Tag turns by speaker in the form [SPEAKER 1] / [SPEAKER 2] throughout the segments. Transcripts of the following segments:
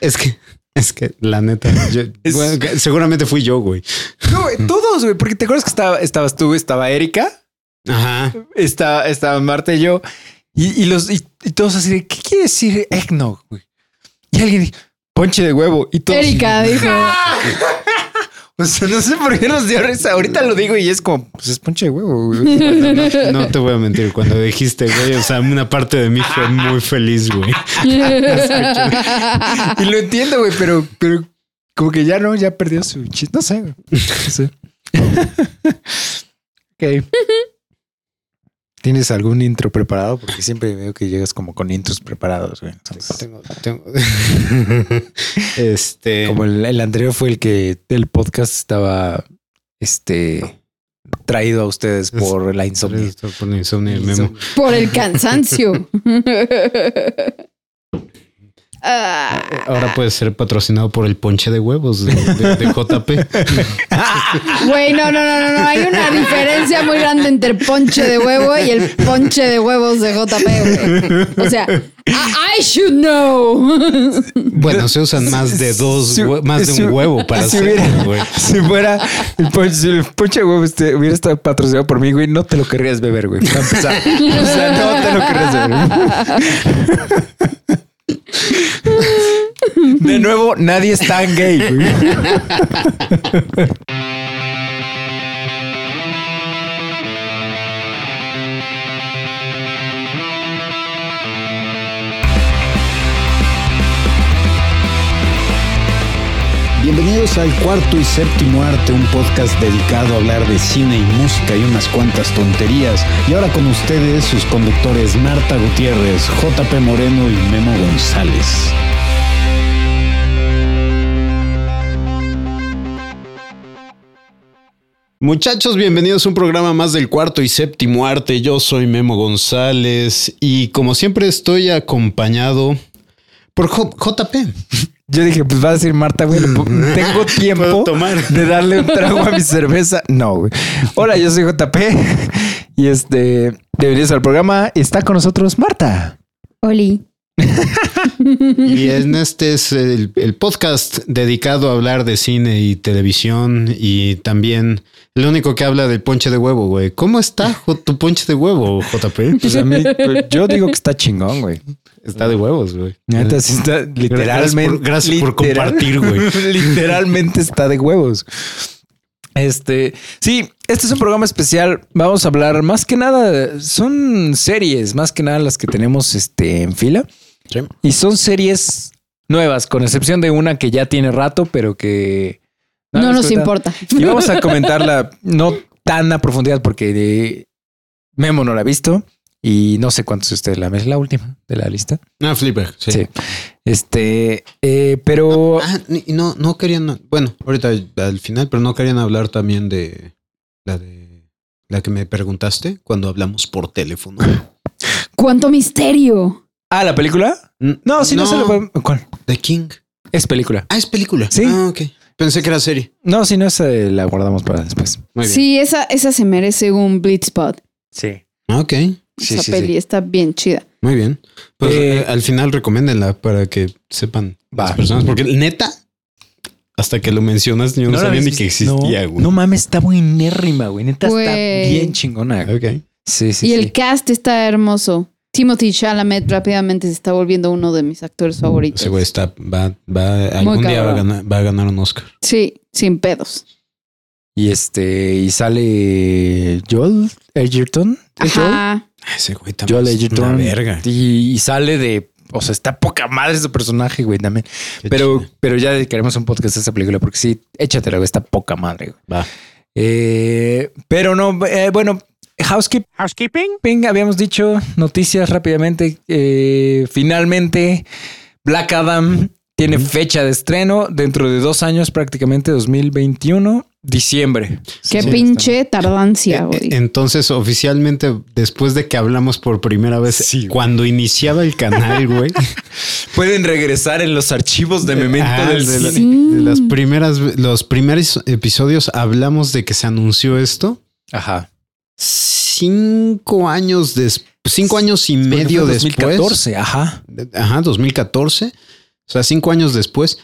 [SPEAKER 1] Es que, es que la neta, yo-
[SPEAKER 2] Es-
[SPEAKER 1] bueno, que seguramente fui yo, güey.
[SPEAKER 2] No, güey, todos, güey, porque te acuerdas que estaba, estabas tú, estaba Erika,
[SPEAKER 1] Ajá.
[SPEAKER 2] estaba, estaba Marta y yo, y, y los, y, y todos así de, ¿qué quiere decir eggnog, güey? Y alguien dijo, ponche de huevo, y todos.
[SPEAKER 3] Erika dijo.
[SPEAKER 2] O sea, no sé por qué nos dio risa. Ahorita lo digo y es como, pues es ponche de huevo, güey.
[SPEAKER 1] No, no te voy a mentir, cuando dijiste, güey, o sea, una parte de mí fue muy feliz, güey.
[SPEAKER 2] Y lo entiendo, güey, pero, pero como que ya no, ya perdió su chiste. No sé, güey. No sé. ok. ¿Tienes algún intro preparado? Porque siempre veo que llegas como con intros preparados, güey. Entonces,
[SPEAKER 1] Tengo, tengo. Este.
[SPEAKER 2] como el, el anterior fue el que el podcast estaba este traído a ustedes por la insomnia.
[SPEAKER 1] Estoy poniendo insomnio, el memo.
[SPEAKER 3] Por el cansancio. Ah,
[SPEAKER 1] Eh, Ahora puede ser patrocinado por el ponche de huevos de, de- de JP.
[SPEAKER 3] Güey, no, no, no, no, no. Hay una diferencia muy grande entre el ponche de huevo y el ponche de huevos de JP, güey. O sea, I, I should know.
[SPEAKER 1] Bueno, se usan más de dos,
[SPEAKER 2] Si-
[SPEAKER 1] hue- más de
[SPEAKER 2] si-
[SPEAKER 1] un huevo para
[SPEAKER 2] si
[SPEAKER 1] hacer,
[SPEAKER 2] hubiera-
[SPEAKER 1] güey.
[SPEAKER 2] Si fuera el ponche, si el ponche de huevo este, hubiera estado patrocinado por mí, güey, no te lo querrías beber, güey. Para empezar. O sea, no te lo querrías beber. De nuevo, nadie es tan gay, güey.
[SPEAKER 4] Bienvenidos al cuarto y séptimo arte, un podcast dedicado a hablar de cine y música y unas cuantas tonterías. Y ahora con ustedes sus conductores Marta Gutiérrez, JP Moreno y Memo González.
[SPEAKER 1] Muchachos, bienvenidos a un programa más del cuarto y séptimo arte. Yo soy Memo González y como siempre estoy acompañado por J- JP.
[SPEAKER 2] Yo dije, pues va a decir Marta, güey, le po- tengo tiempo
[SPEAKER 1] Puedo tomar.
[SPEAKER 2] de darle un trago a mi cerveza. No, güey. Hola, yo soy JP y este, bienvenidos al programa. Está con nosotros Marta.
[SPEAKER 3] Oli.
[SPEAKER 1] Y en este es el, el podcast dedicado a hablar de cine y televisión y también lo único que habla del ponche de huevo, güey. ¿Cómo está jo- tu ponche de huevo, JP?
[SPEAKER 2] Pues a mí, pues, yo digo que está chingón, güey.
[SPEAKER 1] Está de huevos, güey.
[SPEAKER 2] Neta, sí está literalmente.
[SPEAKER 1] gracias Eh, por compartir, güey.
[SPEAKER 2] literalmente está de huevos. Este, sí, este es un programa especial. Vamos a hablar más que nada, son series, más que nada las que tenemos este, en fila.
[SPEAKER 1] Sí.
[SPEAKER 2] Y son series nuevas, con excepción de una que ya tiene rato, pero que
[SPEAKER 3] No
[SPEAKER 2] les
[SPEAKER 3] nos
[SPEAKER 2] cuenta.
[SPEAKER 3] importa.
[SPEAKER 2] Y vamos a comentarla no tan a profundidad porque de- Memo no la ha visto y no sé cuántos de ustedes la ven. Es la última de la lista.
[SPEAKER 1] Ah, Flipper. Sí.
[SPEAKER 2] Sí. Este, eh, pero
[SPEAKER 1] Ah, y no, no querían. Bueno, ahorita al final, pero no querían hablar también de la de la que me preguntaste cuando hablamos por teléfono.
[SPEAKER 3] ¿Cuánto misterio?
[SPEAKER 2] ah, la película? No, sí, no, se lo ¿Cuál?
[SPEAKER 1] The King.
[SPEAKER 2] Es película.
[SPEAKER 1] Ah, es película.
[SPEAKER 2] Sí.
[SPEAKER 1] Ah, ok. Pensé que era serie.
[SPEAKER 2] No, si no esa eh, la guardamos para después.
[SPEAKER 1] Muy bien.
[SPEAKER 3] Sí, esa, esa se merece un Blitzpot.
[SPEAKER 2] Sí.
[SPEAKER 1] Ok.
[SPEAKER 2] Sí,
[SPEAKER 3] esa
[SPEAKER 2] sí,
[SPEAKER 3] peli
[SPEAKER 2] sí.
[SPEAKER 3] está bien chida.
[SPEAKER 1] Muy bien. Pues
[SPEAKER 2] Eh,
[SPEAKER 1] eh, al final recomiéndenla para que sepan
[SPEAKER 2] Va.
[SPEAKER 1] las personas. Porque neta, hasta que lo mencionas, yo no,
[SPEAKER 2] la
[SPEAKER 1] sabía
[SPEAKER 2] habías
[SPEAKER 1] ni
[SPEAKER 2] visto?
[SPEAKER 1] que existía,
[SPEAKER 2] No,
[SPEAKER 1] güey.
[SPEAKER 2] no mames, está buenérrima, güey. Neta está
[SPEAKER 3] Güey.
[SPEAKER 2] bien chingona. güey.
[SPEAKER 1] Ok.
[SPEAKER 2] Sí, sí,
[SPEAKER 3] y
[SPEAKER 2] sí.
[SPEAKER 3] el cast está hermoso. Timothy Chalamet rápidamente se está volviendo uno de mis actores favoritos.
[SPEAKER 1] Ese güey está, va, va, algún día va a,
[SPEAKER 3] cabrón.
[SPEAKER 1] ganar, va a ganar un Oscar.
[SPEAKER 3] Sí, sin pedos.
[SPEAKER 2] Y este, y sale Joel Edgerton. ¿Es Joel?
[SPEAKER 3] Ajá.
[SPEAKER 1] Ah, Ese güey también
[SPEAKER 2] Joel
[SPEAKER 1] es
[SPEAKER 2] Edgerton.
[SPEAKER 1] una verga.
[SPEAKER 2] Y, y sale de. O sea, está poca madre su personaje, güey, también.
[SPEAKER 1] Qué
[SPEAKER 2] Pero,
[SPEAKER 1] chido.
[SPEAKER 2] pero ya dedicaremos un podcast a esa película porque sí, échatela, güey, está poca madre, güey.
[SPEAKER 1] Va.
[SPEAKER 2] Eh, pero no, eh, bueno, housekeeping. Housekeeping. Habíamos dicho noticias rápidamente. Eh, finalmente, Black Adam tiene fecha de estreno dentro de dos años, prácticamente 2021, diciembre.
[SPEAKER 3] Qué
[SPEAKER 2] Sí,
[SPEAKER 3] pinche tardancia,
[SPEAKER 1] Eh, eh,
[SPEAKER 3] güey.
[SPEAKER 1] Entonces, oficialmente, después de que hablamos por primera vez,
[SPEAKER 2] Sí, güey.
[SPEAKER 1] cuando iniciaba el canal, güey,
[SPEAKER 2] Pueden regresar en los archivos de Memento
[SPEAKER 1] ah,
[SPEAKER 2] del
[SPEAKER 1] de
[SPEAKER 2] Cine.
[SPEAKER 1] la- de las primeras, los primeros episodios hablamos de que se anunció esto.
[SPEAKER 2] Ajá.
[SPEAKER 1] Cinco años después, cinco años y
[SPEAKER 2] Porque
[SPEAKER 1] medio
[SPEAKER 2] fue
[SPEAKER 1] después.
[SPEAKER 2] 2014, ajá.
[SPEAKER 1] Ajá, 2014. O sea, cinco años después,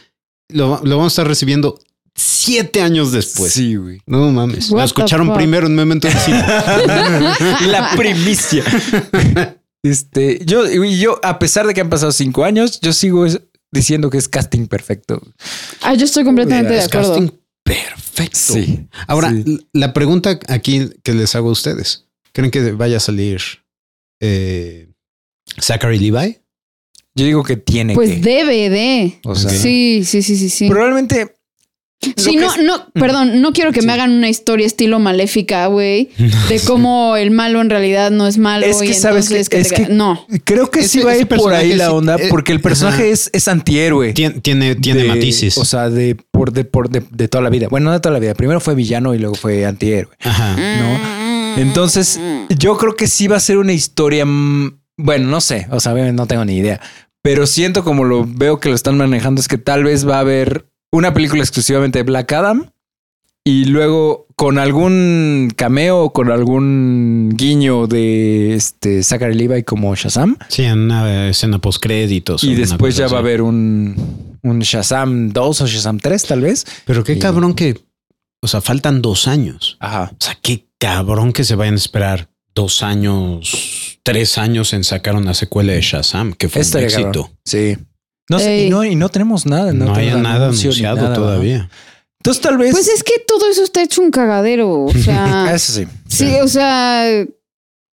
[SPEAKER 1] lo, lo vamos a estar recibiendo siete años después.
[SPEAKER 2] sí, güey.
[SPEAKER 1] No mames. Lo
[SPEAKER 3] What the
[SPEAKER 1] escucharon
[SPEAKER 3] fuck?
[SPEAKER 1] primero en Memento del Cine.
[SPEAKER 2] La primicia. Este, yo, y yo, a pesar de que han pasado cinco años, yo sigo es- diciendo que es casting perfecto.
[SPEAKER 3] Ah, yo estoy completamente de
[SPEAKER 1] Es
[SPEAKER 3] acuerdo.
[SPEAKER 1] casting perfecto.
[SPEAKER 2] Sí.
[SPEAKER 1] Ahora,
[SPEAKER 2] Sí.
[SPEAKER 1] l- la pregunta aquí que les hago a ustedes. ¿Creen que vaya a salir eh, Zachary Levi?
[SPEAKER 2] Yo digo que tiene que.
[SPEAKER 3] Pues debe de.
[SPEAKER 2] O sea,
[SPEAKER 3] Sí, sí, sí, sí, sí.
[SPEAKER 2] probablemente.
[SPEAKER 3] Sí,
[SPEAKER 2] lo
[SPEAKER 3] no,
[SPEAKER 2] que
[SPEAKER 3] no, perdón, no quiero que me hagan una historia estilo maléfica, güey, de cómo el malo en realidad no es malo.
[SPEAKER 2] Es que
[SPEAKER 3] y
[SPEAKER 2] sabes que-
[SPEAKER 3] entonces te
[SPEAKER 2] es que-
[SPEAKER 3] ca- No,
[SPEAKER 2] Creo que sí
[SPEAKER 1] Ese-
[SPEAKER 2] va a
[SPEAKER 1] ese
[SPEAKER 2] ir por
[SPEAKER 1] personaje
[SPEAKER 2] ahí la
[SPEAKER 1] sí-
[SPEAKER 2] onda,
[SPEAKER 1] eh,
[SPEAKER 2] porque el personaje
[SPEAKER 1] ajá.
[SPEAKER 2] es, es antihéroe.
[SPEAKER 1] Tien- tiene tiene
[SPEAKER 2] De-
[SPEAKER 1] matices.
[SPEAKER 2] O sea, de, por, de, por, de, de toda la vida. Bueno, no de toda la vida. Primero fue villano y luego fue antihéroe,
[SPEAKER 1] Ajá.
[SPEAKER 2] ¿no? Entonces, yo creo que sí va a ser una historia. mm, Bueno, no sé. O sea, obviamente no tengo ni idea. Pero siento como lo veo que lo están manejando es que tal vez va a haber una película exclusivamente de Black Adam y luego con algún cameo o con algún guiño de este Zachary Levi como Shazam.
[SPEAKER 1] Sí, en una escena post créditos.
[SPEAKER 2] Y después ya va a haber un, un Shazam 2 o Shazam 3, tal vez.
[SPEAKER 1] Pero qué cabrón que. O sea, faltan dos años.
[SPEAKER 2] Ajá.
[SPEAKER 1] O sea, qué cabrón que se vayan a esperar dos años, tres años en sacar una secuela de Shazam, que fue
[SPEAKER 2] Estaría
[SPEAKER 1] un éxito.
[SPEAKER 2] cabrón. Sí. No, sé,
[SPEAKER 3] Ey.
[SPEAKER 2] y, no, y no tenemos nada.
[SPEAKER 1] No,
[SPEAKER 2] No,
[SPEAKER 1] hay
[SPEAKER 2] tenemos
[SPEAKER 1] nada
[SPEAKER 2] anuncio ni
[SPEAKER 1] anunciado
[SPEAKER 2] nada, ¿no?
[SPEAKER 1] todavía.
[SPEAKER 2] Entonces, tal vez. Ah,
[SPEAKER 3] pues es Ah. que todo eso está hecho un cagadero. O sea,
[SPEAKER 2] Eso sí.
[SPEAKER 3] sí, o sea,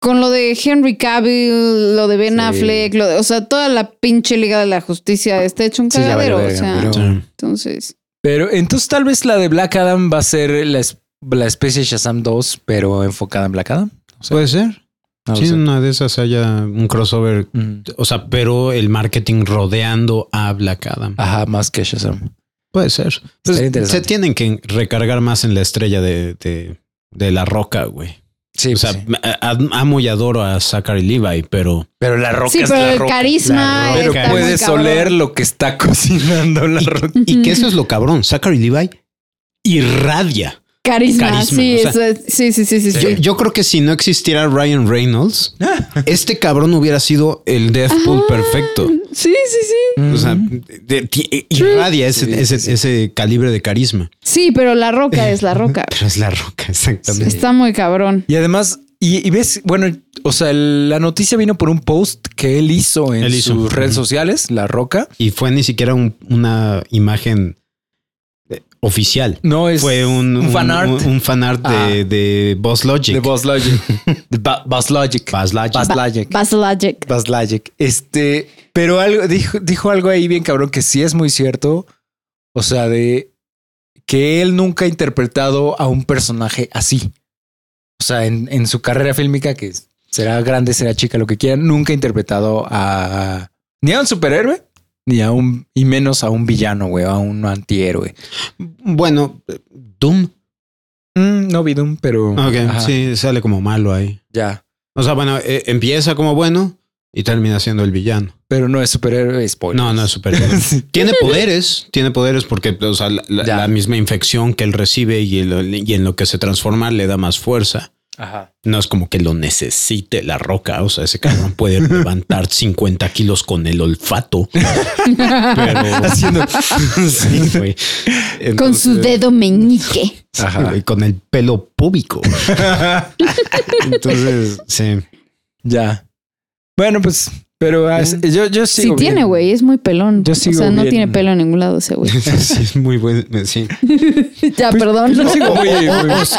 [SPEAKER 3] con lo de Henry Cavill, lo de Ben
[SPEAKER 2] Sí.
[SPEAKER 3] Affleck, lo de- o sea, toda la pinche Liga de la Justicia está hecho un
[SPEAKER 2] Sí, ya valió
[SPEAKER 3] cagadero.
[SPEAKER 2] verga,
[SPEAKER 3] o sea,
[SPEAKER 2] pero-
[SPEAKER 1] Sí.
[SPEAKER 3] entonces,
[SPEAKER 2] Pero entonces, tal vez la de Black Adam va a ser la, es- la especie de Shazam 2, pero enfocada en Black Adam.
[SPEAKER 1] Puede ser.
[SPEAKER 2] No lo
[SPEAKER 1] sí,
[SPEAKER 2] sé.
[SPEAKER 1] en una de esas haya un crossover.
[SPEAKER 2] Mm.
[SPEAKER 1] O sea, pero el marketing rodeando a Black Adam.
[SPEAKER 2] Ajá, más que Shazam.
[SPEAKER 1] Puede ser. Pues, se
[SPEAKER 2] Ah. interesante.
[SPEAKER 1] tienen que recargar más en la estrella de, de- de la roca, güey.
[SPEAKER 2] Sí,
[SPEAKER 1] o sea,
[SPEAKER 2] pues sí.
[SPEAKER 1] a- amo y adoro a Zachary Levi, pero
[SPEAKER 2] pero la roca
[SPEAKER 3] sí,
[SPEAKER 2] es
[SPEAKER 3] pero
[SPEAKER 2] la
[SPEAKER 3] el
[SPEAKER 2] roca.
[SPEAKER 3] carisma.
[SPEAKER 1] La Roca.
[SPEAKER 2] Pero
[SPEAKER 3] está muy
[SPEAKER 2] puedes
[SPEAKER 3] cabrón.
[SPEAKER 2] oler lo que está cocinando la roca.
[SPEAKER 1] y que eso es lo cabrón. Zachary Levi irradia.
[SPEAKER 3] Carisma,
[SPEAKER 1] Carisma,
[SPEAKER 3] sí,
[SPEAKER 1] o sea-
[SPEAKER 3] eso es- sí, sí, sí, sí, sí.
[SPEAKER 1] Yo, yo creo que si no existiera Ryan Reynolds, este cabrón hubiera sido el Deathpool
[SPEAKER 3] Ah.
[SPEAKER 1] perfecto.
[SPEAKER 3] Sí, sí, sí.
[SPEAKER 1] O sea, de- de- irradia ese, ese- ese calibre de carisma.
[SPEAKER 3] Sí, pero la roca es la roca.
[SPEAKER 1] Pero es la roca, exactamente.
[SPEAKER 3] Está muy cabrón.
[SPEAKER 2] Y además, y, y ves, bueno, o sea, el- la noticia vino por un post que él hizo en
[SPEAKER 1] Él hizo.
[SPEAKER 2] sus redes
[SPEAKER 1] Ujú.
[SPEAKER 2] sociales, La Roca.
[SPEAKER 1] Y fue ni siquiera un- una imagen eh, oficial.
[SPEAKER 2] No es
[SPEAKER 1] Fue un,
[SPEAKER 2] un fan art.
[SPEAKER 1] Un, un fan art
[SPEAKER 2] Ah.
[SPEAKER 1] de, de Boss Logic.
[SPEAKER 2] de Buzz Logic. de Ba- Buzz Logic.
[SPEAKER 1] Buzz Logic.
[SPEAKER 2] Buzz Logic.
[SPEAKER 3] Basil Logic.
[SPEAKER 2] Buzz Logic. Este, pero algo, dijo, dijo algo ahí bien cabrón que sí es muy cierto. O sea, de que él nunca ha interpretado a un personaje así. O sea, en, en su carrera fílmica, que es- será grande, será chica, lo que quieran, nunca ha interpretado a ni a un superhéroe, ni a un, y menos a un villano, güey, a un antihéroe.
[SPEAKER 1] Bueno, eh, Doom.
[SPEAKER 2] Mm, no vi Doom, pero.
[SPEAKER 1] Ok,
[SPEAKER 2] ajá,
[SPEAKER 1] sí, sale como malo ahí.
[SPEAKER 2] Ya.
[SPEAKER 1] O sea, bueno, eh, empieza como bueno y termina siendo el villano.
[SPEAKER 2] Pero no es superhéroe, spoiler.
[SPEAKER 1] No, no es superhéroe. Tiene poderes, tiene poderes porque o sea, la, la-
[SPEAKER 2] Ya.
[SPEAKER 1] la misma infección que él recibe y, el- y en lo que se transforma le da más fuerza.
[SPEAKER 2] Ajá.
[SPEAKER 1] No es como que lo necesite la roca. O sea, ese cabrón puede levantar 50 kilos con el olfato. Pero haciendo. Sí, güey.
[SPEAKER 3] Con su
[SPEAKER 1] Entonces-
[SPEAKER 3] dedo meñique.
[SPEAKER 1] Sí, güey, con el pelo púbico. Entonces, sí.
[SPEAKER 2] Ya. Bueno, pues, pero ah, es- yo, yo
[SPEAKER 3] Mm. Sí,
[SPEAKER 2] sigo.
[SPEAKER 3] tiene,
[SPEAKER 2] bien.
[SPEAKER 3] güey. Es muy pelón.
[SPEAKER 2] Yo sigo
[SPEAKER 3] o sea, no
[SPEAKER 2] bien.
[SPEAKER 3] tiene pelo en ningún lado ese güey.
[SPEAKER 1] Sí, es muy buen. sí.
[SPEAKER 3] ya, perdón.
[SPEAKER 2] Yo sigo muy- muy-
[SPEAKER 1] pues,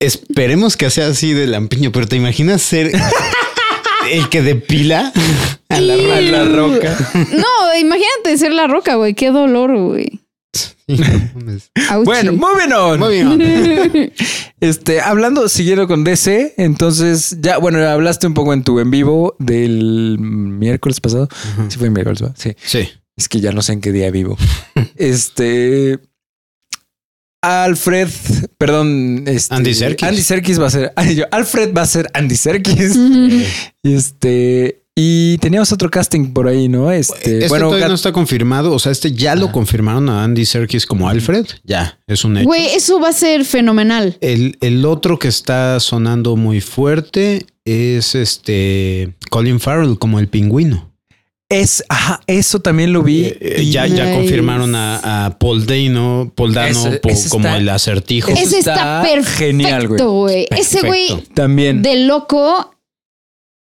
[SPEAKER 1] Esperemos que sea así de lampiño, pero ¿te imaginas ser el que depila a la roca?
[SPEAKER 2] a la roca.
[SPEAKER 3] no, imagínate ser la roca, güey. Qué dolor, güey. Auchi.
[SPEAKER 2] Bueno, moving on.
[SPEAKER 1] Muy bien.
[SPEAKER 2] Este, hablando, siguiendo con DC, entonces ya, bueno, hablaste un poco en tu en vivo del miércoles pasado. Sí, fue miércoles, ¿verdad? Sí.
[SPEAKER 1] Sí.
[SPEAKER 2] Es que ya no sé en qué día vivo. Este. Alfred, perdón, este,
[SPEAKER 1] Andy Serkis.
[SPEAKER 2] Andy Serkis va a ser. ay, yo, Alfred va a ser Andy Serkis.
[SPEAKER 3] Mm.
[SPEAKER 2] Este. Y teníamos otro casting por ahí, ¿no? Este.
[SPEAKER 1] Este
[SPEAKER 2] bueno,
[SPEAKER 1] todavía
[SPEAKER 2] Gat-
[SPEAKER 1] no está confirmado. O sea, este ya lo confirmaron a Andy Serkis como Alfred. Ya, es un hecho.
[SPEAKER 3] Güey, eso va a ser fenomenal.
[SPEAKER 1] El, el otro que está sonando muy fuerte es este Colin Farrell como el pingüino.
[SPEAKER 2] Es, ajá, eso también lo vi.
[SPEAKER 1] Eh, ya, ya
[SPEAKER 3] Nice.
[SPEAKER 1] confirmaron a, a Paul Dano, Paul Dano
[SPEAKER 2] Ese-
[SPEAKER 1] po-
[SPEAKER 2] ese
[SPEAKER 1] como
[SPEAKER 2] está-
[SPEAKER 1] el acertijo.
[SPEAKER 2] Eso
[SPEAKER 3] Ese está,
[SPEAKER 2] está
[SPEAKER 3] perfecto,
[SPEAKER 2] genial, güey.
[SPEAKER 3] güey. Ese güey
[SPEAKER 1] Perfecto.
[SPEAKER 2] También.
[SPEAKER 3] de loco,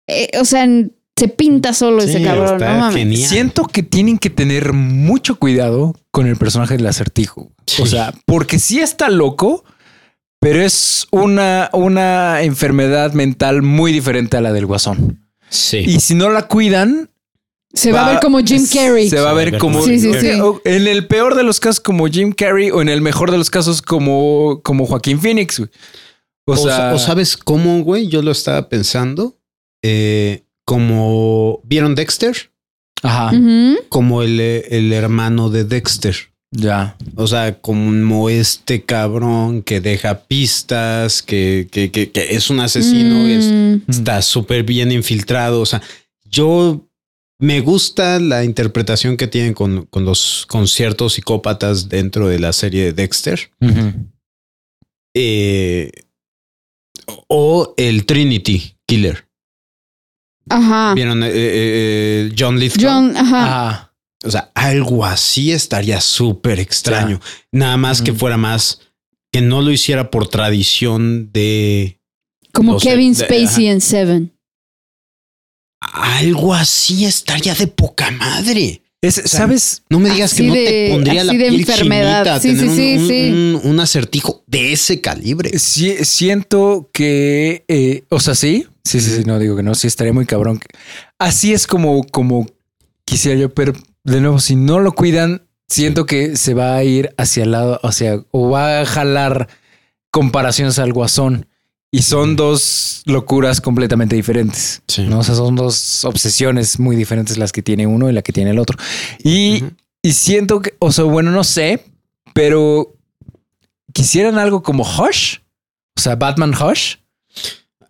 [SPEAKER 3] eh, o sea, en- se pinta solo
[SPEAKER 1] Sí,
[SPEAKER 3] ese cabrón,
[SPEAKER 1] está
[SPEAKER 3] no mames.
[SPEAKER 1] genial.
[SPEAKER 2] Siento que tienen que tener mucho cuidado con el personaje del acertijo. O
[SPEAKER 1] Sí.
[SPEAKER 2] sea, porque sí está loco, pero es una, una enfermedad mental muy diferente a la del guasón.
[SPEAKER 1] Sí.
[SPEAKER 2] Y si no la cuidan,
[SPEAKER 3] Se va, a ver como Jim Carrey.
[SPEAKER 2] Se va a ver como.
[SPEAKER 3] Sí, sí, sí.
[SPEAKER 2] o- En el peor de los casos, como Jim Carrey, o en el mejor de los casos, como, como Joaquín Phoenix. güey. O,
[SPEAKER 1] O,
[SPEAKER 2] sea,
[SPEAKER 1] sa- o sabes cómo, güey, yo lo estaba pensando. Eh, como vieron Dexter,
[SPEAKER 2] Ajá.
[SPEAKER 3] Ujú.
[SPEAKER 1] como el, eh, el hermano de Dexter.
[SPEAKER 2] Ya.
[SPEAKER 1] O sea, como este cabrón que deja pistas, que, que- que- que es un asesino, es-
[SPEAKER 3] Mm.
[SPEAKER 1] está súper bien infiltrado. O sea, yo me gusta la interpretación que tienen con, con los con ciertos psicópatas dentro de la serie de Dexter. Eh, o el Trinity Killer.
[SPEAKER 3] Ajá.
[SPEAKER 1] ¿Vieron? eh, eh, eh, John Lithgow.
[SPEAKER 3] Ah. John, ajá.
[SPEAKER 2] Ajá.
[SPEAKER 1] O sea, algo así estaría súper extraño. Nada más que
[SPEAKER 2] Ujú.
[SPEAKER 1] fuera más que no lo hiciera por tradición de
[SPEAKER 3] como
[SPEAKER 1] no sé,
[SPEAKER 3] Kevin
[SPEAKER 1] de-
[SPEAKER 3] Spacey en Seven.
[SPEAKER 1] algo así estaría de poca madre.
[SPEAKER 2] Es- ¿Sabes?
[SPEAKER 1] No me digas que
[SPEAKER 3] Así
[SPEAKER 1] no
[SPEAKER 3] de-
[SPEAKER 1] te pondría la
[SPEAKER 3] así de
[SPEAKER 1] piel
[SPEAKER 3] enfermedad.
[SPEAKER 1] chinita
[SPEAKER 3] Sí,
[SPEAKER 1] tener
[SPEAKER 3] sí, sí,
[SPEAKER 1] un, un-
[SPEAKER 3] sí.
[SPEAKER 1] un- un acertijo de ese calibre.
[SPEAKER 2] Sí, siento que. eh, o sea, sí. Sí, sí, sí. No digo que no. Sí, estaría muy cabrón. Así es como, como quisiera yo, pero de nuevo, si no lo cuidan, siento que se va a ir hacia el lado, o sea, o va a jalar comparaciones al guasón. Y son dos locuras completamente diferentes.
[SPEAKER 1] Sí.
[SPEAKER 2] ¿no? O sea, son dos obsesiones muy diferentes las que tiene uno y la que tiene el otro. Y,
[SPEAKER 1] Ujú.
[SPEAKER 2] y siento que, o sea, bueno, no sé, pero quisieran algo como Hush, o sea, Batman Hush.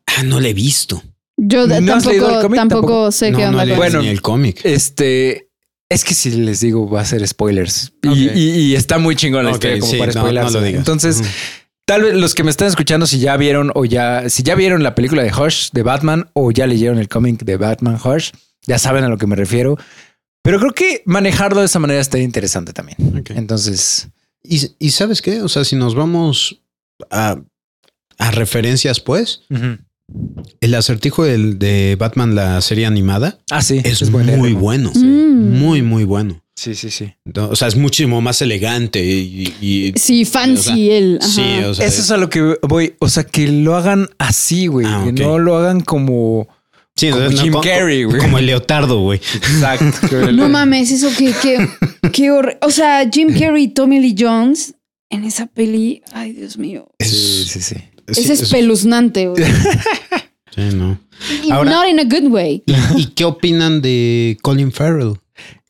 [SPEAKER 1] Ah, no le he visto.
[SPEAKER 3] Yo de-
[SPEAKER 2] ¿No has leído el
[SPEAKER 3] tampoco,
[SPEAKER 2] cómic?
[SPEAKER 3] tampoco
[SPEAKER 2] Tampoco.
[SPEAKER 3] sé
[SPEAKER 1] no,
[SPEAKER 3] qué
[SPEAKER 1] no
[SPEAKER 3] onda
[SPEAKER 1] le he
[SPEAKER 3] con
[SPEAKER 1] visto
[SPEAKER 2] Bueno,
[SPEAKER 1] ni el cómic.
[SPEAKER 2] Este es que si les digo va a ser spoilers Y-
[SPEAKER 1] Ok.
[SPEAKER 2] y, y está muy chingón la
[SPEAKER 1] Ok,
[SPEAKER 2] historia como
[SPEAKER 1] sí,
[SPEAKER 2] para
[SPEAKER 1] no,
[SPEAKER 2] spoilers.
[SPEAKER 1] no lo digas.
[SPEAKER 2] Entonces,
[SPEAKER 1] Ujú.
[SPEAKER 2] tal vez los que me están escuchando, si ya vieron o ya, si ya vieron la película de Hush de Batman o ya leyeron el cómic de Batman Hush, ya saben a lo que me refiero. Pero creo que manejarlo de esa manera está interesante también.
[SPEAKER 1] Ok.
[SPEAKER 2] Entonces,
[SPEAKER 1] ¿Y, y sabes qué? O sea, si nos vamos a, a referencias, pues, el acertijo del- de Batman, la serie animada,
[SPEAKER 2] ah, sí,
[SPEAKER 1] es,
[SPEAKER 2] buena.
[SPEAKER 1] muy bueno.
[SPEAKER 3] Sí. Mm.
[SPEAKER 1] Muy, muy bueno.
[SPEAKER 2] Sí, sí, sí.
[SPEAKER 1] No, O sea, es muchísimo más elegante y. y-
[SPEAKER 3] Sí, fancy él. Ajá.
[SPEAKER 1] sí, o sea,
[SPEAKER 2] Eso es a lo que voy. O sea, que lo hagan así, güey.
[SPEAKER 1] Ah,
[SPEAKER 2] que
[SPEAKER 1] ok.
[SPEAKER 2] no lo hagan como.
[SPEAKER 1] sí,
[SPEAKER 2] como
[SPEAKER 1] o sea,
[SPEAKER 2] Jim
[SPEAKER 1] co-
[SPEAKER 2] Carrey, güey.
[SPEAKER 1] Como el leotardo, güey.
[SPEAKER 2] Exacto.
[SPEAKER 3] No mames, eso que, que, que horri- O sea, Jim Carrey y Tommy Lee Jones en esa peli. Ay, Dios mío.
[SPEAKER 2] Sí,
[SPEAKER 1] Es,
[SPEAKER 2] sí, sí.
[SPEAKER 3] Es
[SPEAKER 1] sí, es-
[SPEAKER 3] espeluznante, güey.
[SPEAKER 1] sí, no.
[SPEAKER 3] Y
[SPEAKER 1] Ahora-
[SPEAKER 3] not in a good way.
[SPEAKER 1] ¿Y qué opinan de Colin Farrell?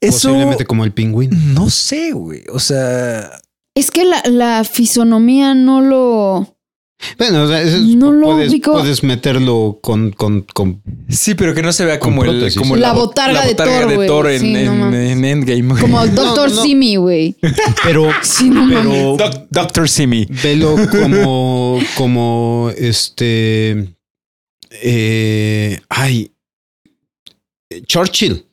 [SPEAKER 2] Eso
[SPEAKER 1] Posiblemente como el pingüino.
[SPEAKER 2] no sé, güey. O sea,
[SPEAKER 3] Es que la, la fisonomía no lo.
[SPEAKER 1] Bueno, o sea, es-
[SPEAKER 3] No lo
[SPEAKER 1] puedes,
[SPEAKER 3] ubico.
[SPEAKER 1] puedes meterlo con, con, con-
[SPEAKER 2] sí, pero que no se vea
[SPEAKER 1] Con
[SPEAKER 2] como el
[SPEAKER 1] prótesis.
[SPEAKER 2] como
[SPEAKER 3] La botarga de Thor, güey.
[SPEAKER 2] en,
[SPEAKER 3] Sí, no
[SPEAKER 2] en-
[SPEAKER 3] mames.
[SPEAKER 2] en Endgame. güey.
[SPEAKER 3] Como
[SPEAKER 1] No,
[SPEAKER 3] Doctor
[SPEAKER 1] no.
[SPEAKER 3] Simi, güey.
[SPEAKER 1] Pero,
[SPEAKER 3] Sí, no mames.
[SPEAKER 1] pero
[SPEAKER 2] Doc- Doctor Simi.
[SPEAKER 1] velo como, como este. eh, ay. Churchill.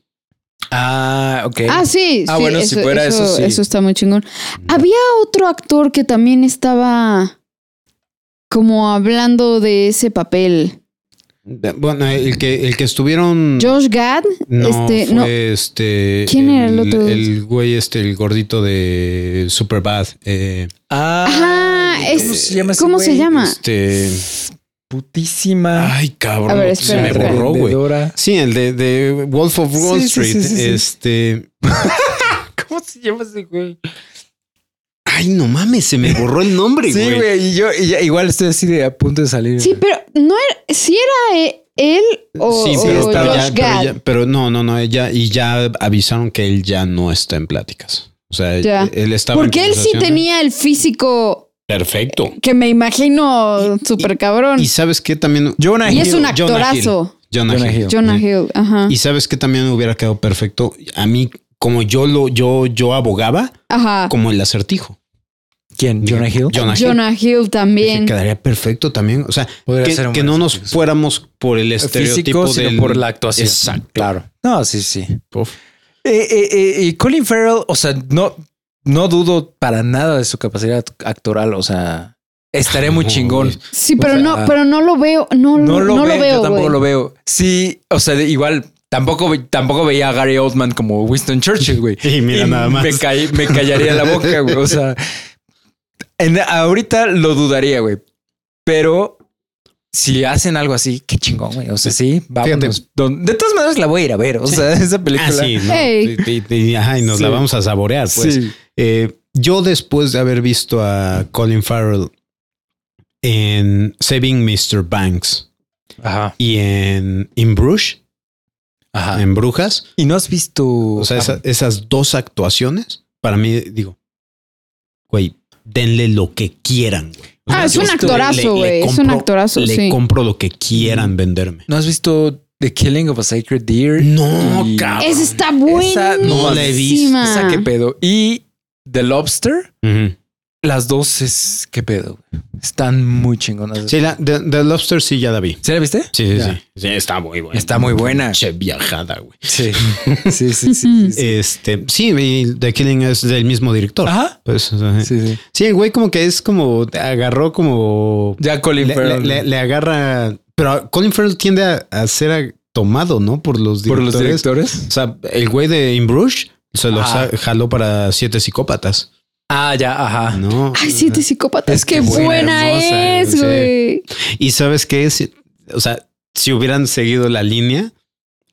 [SPEAKER 2] Ah, ok.
[SPEAKER 3] Ah, sí.
[SPEAKER 2] Ah,
[SPEAKER 3] sí,
[SPEAKER 2] bueno, si fuera eso, sí.
[SPEAKER 3] Eso está muy chingón. Había otro actor que también estaba como hablando de ese papel.
[SPEAKER 1] Bueno, el que, el que estuvieron.
[SPEAKER 2] Mm.
[SPEAKER 3] Josh Gad.
[SPEAKER 1] No,
[SPEAKER 3] este,
[SPEAKER 1] fue
[SPEAKER 3] no.
[SPEAKER 1] este.
[SPEAKER 3] ¿Quién era el otro?
[SPEAKER 1] El güey, este, el gordito de Superbad. eh,
[SPEAKER 2] Ah,
[SPEAKER 3] Ajá,
[SPEAKER 2] ¿y
[SPEAKER 3] es-
[SPEAKER 2] ¿Cómo se llama? ese
[SPEAKER 3] ¿cómo se
[SPEAKER 2] güey?
[SPEAKER 3] llama?
[SPEAKER 1] este.
[SPEAKER 2] Putísima.
[SPEAKER 1] Ay, cabrón.
[SPEAKER 3] A ver,
[SPEAKER 1] se me
[SPEAKER 3] espérate.
[SPEAKER 1] borró, güey.
[SPEAKER 2] Vendedora.
[SPEAKER 1] Sí, el de, de Wolf of Wall
[SPEAKER 2] Sí, sí,
[SPEAKER 1] Street.
[SPEAKER 2] sí, sí, sí.
[SPEAKER 1] Este.
[SPEAKER 2] ¿Cómo se llama ese güey?
[SPEAKER 1] Ay, no mames, se me borró el nombre,
[SPEAKER 2] Sí,
[SPEAKER 1] güey.
[SPEAKER 2] güey. Y yo y ya- igual estoy así de a punto de salir.
[SPEAKER 3] Sí, pero no era. Si era e- él o,
[SPEAKER 1] Sí,
[SPEAKER 3] o
[SPEAKER 1] pero, pero
[SPEAKER 3] Josh
[SPEAKER 1] ya, pero
[SPEAKER 3] Gad.
[SPEAKER 1] ya- pero no, no, no, ya, y ya avisaron que él ya no está en pláticas. O sea,
[SPEAKER 3] Ya.
[SPEAKER 1] él estaba. en ¿eh?
[SPEAKER 3] Porque él sí
[SPEAKER 1] conversaciones.
[SPEAKER 3] tenía el físico
[SPEAKER 1] Perfecto.
[SPEAKER 3] que me imagino súper cabrón.
[SPEAKER 1] Y
[SPEAKER 3] Y,
[SPEAKER 1] sabes qué también.
[SPEAKER 2] Jonah
[SPEAKER 3] es
[SPEAKER 1] Hill,
[SPEAKER 3] un
[SPEAKER 1] Jonah Hill.
[SPEAKER 3] actorazo.
[SPEAKER 1] Jonah
[SPEAKER 2] Jonah
[SPEAKER 1] Hill.
[SPEAKER 2] Hill.
[SPEAKER 3] Jonah Hill, ajá.
[SPEAKER 1] Y sabes que también hubiera quedado perfecto. A mí, como yo lo, yo, yo abogaba,
[SPEAKER 3] Ajá.
[SPEAKER 1] como el acertijo.
[SPEAKER 2] ¿Quién? ¿Jonah Hill?
[SPEAKER 1] Jonah Hill.
[SPEAKER 3] Jonah Hill
[SPEAKER 1] Dije,
[SPEAKER 3] también.
[SPEAKER 1] Quedaría perfecto también. O sea,
[SPEAKER 2] Podría
[SPEAKER 1] que,
[SPEAKER 2] ser un
[SPEAKER 1] que
[SPEAKER 2] buen
[SPEAKER 1] no nos
[SPEAKER 2] acertijo.
[SPEAKER 1] fuéramos por el estereotipo
[SPEAKER 2] Físico, sino
[SPEAKER 1] del-
[SPEAKER 2] por la actuación.
[SPEAKER 1] Exacto.
[SPEAKER 2] Claro. No, sí, sí.
[SPEAKER 1] Uf.
[SPEAKER 2] Eh, eh, eh, y Colin Farrell, o sea, no, no dudo para nada de su capacidad actoral, o sea, estaré muy chingón.
[SPEAKER 3] Sí, pero
[SPEAKER 2] O sea,
[SPEAKER 3] no, pero no lo veo. No,
[SPEAKER 2] No lo, ve-
[SPEAKER 3] veo.
[SPEAKER 2] yo tampoco
[SPEAKER 3] güey.
[SPEAKER 2] lo veo. Sí, o sea, de- igual tampoco, ve- tampoco veía a Gary Oldman como Winston Churchill, güey.
[SPEAKER 1] Y mira nada más.
[SPEAKER 2] Me, caí- me callaría la boca, güey. O sea, en- ahorita lo dudaría, güey. Pero si hacen algo así, qué chingón, güey. O sea, sí, vámonos. Don- De todas maneras la voy a ir a ver. O sea, esa película.
[SPEAKER 1] Ah, sí, ¿no?
[SPEAKER 3] Ey.
[SPEAKER 1] Y- y- y- ajá, y nos
[SPEAKER 2] Sí.
[SPEAKER 1] la vamos a saborear, pues.
[SPEAKER 2] Sí.
[SPEAKER 1] Eh, yo después de haber visto a Colin Farrell en Saving Mr. Banks
[SPEAKER 2] Ajá.
[SPEAKER 1] y en In Bruges,
[SPEAKER 2] Ajá.
[SPEAKER 1] en Brujas,
[SPEAKER 2] Y no has visto.
[SPEAKER 1] o sea, esa- esas dos actuaciones, para mí, digo, güey, denle lo que quieran. güey. O
[SPEAKER 3] Ah, es
[SPEAKER 1] yo
[SPEAKER 3] un
[SPEAKER 1] estoy- le-
[SPEAKER 3] actorazo,
[SPEAKER 1] le
[SPEAKER 3] güey. Es un
[SPEAKER 1] compro-
[SPEAKER 3] actorazo,
[SPEAKER 1] Le
[SPEAKER 3] sí.
[SPEAKER 1] compro lo que quieran venderme.
[SPEAKER 2] ¿No has visto The Killing of a Sacred Deer?
[SPEAKER 1] No,
[SPEAKER 2] Y-
[SPEAKER 1] cabrón.
[SPEAKER 3] Esa está
[SPEAKER 2] Esa
[SPEAKER 3] buenísima.
[SPEAKER 2] no
[SPEAKER 1] la he visto.
[SPEAKER 2] Esa
[SPEAKER 3] Ah.
[SPEAKER 2] qué pedo. Y The Lobster,
[SPEAKER 1] Ujú.
[SPEAKER 2] las dos es qué pedo. güey. Están muy chingonas.
[SPEAKER 1] Sí, la, the, The Lobster sí ya la vi.
[SPEAKER 2] ¿Sí la viste?
[SPEAKER 1] Sí, sí,
[SPEAKER 2] Ya.
[SPEAKER 1] sí. Sí, Está muy buena.
[SPEAKER 2] Está muy buena.
[SPEAKER 1] Che viajada, güey.
[SPEAKER 2] Sí. Sí, sí, sí. sí, sí.
[SPEAKER 1] Este, sí, y The Killing es del mismo director.
[SPEAKER 2] Ajá.
[SPEAKER 1] Pues, o sea, sí.
[SPEAKER 2] Sí, sí.
[SPEAKER 1] el güey como que es como, agarró como...
[SPEAKER 2] Ya
[SPEAKER 1] Le,
[SPEAKER 2] Colin
[SPEAKER 1] le-
[SPEAKER 2] Farrell.
[SPEAKER 1] le- le agarra... Pero Colin Farrell tiende a, a ser a- tomado, ¿no? Por los
[SPEAKER 2] por
[SPEAKER 1] directores.
[SPEAKER 2] los directores.
[SPEAKER 1] O sea, el güey de In Bruges se lo
[SPEAKER 2] Ajá.
[SPEAKER 1] sa- jaló para Siete Psicópatas,
[SPEAKER 2] Ah, ya, ajá.
[SPEAKER 1] ¿no?
[SPEAKER 3] Ay, siete psicópatas.
[SPEAKER 2] Es
[SPEAKER 3] qué
[SPEAKER 2] que sí,
[SPEAKER 3] buena
[SPEAKER 1] hermosa,
[SPEAKER 3] es,
[SPEAKER 1] sí.
[SPEAKER 3] güey.
[SPEAKER 1] Y ¿sabes qué? Si- o sea, si hubieran seguido la línea...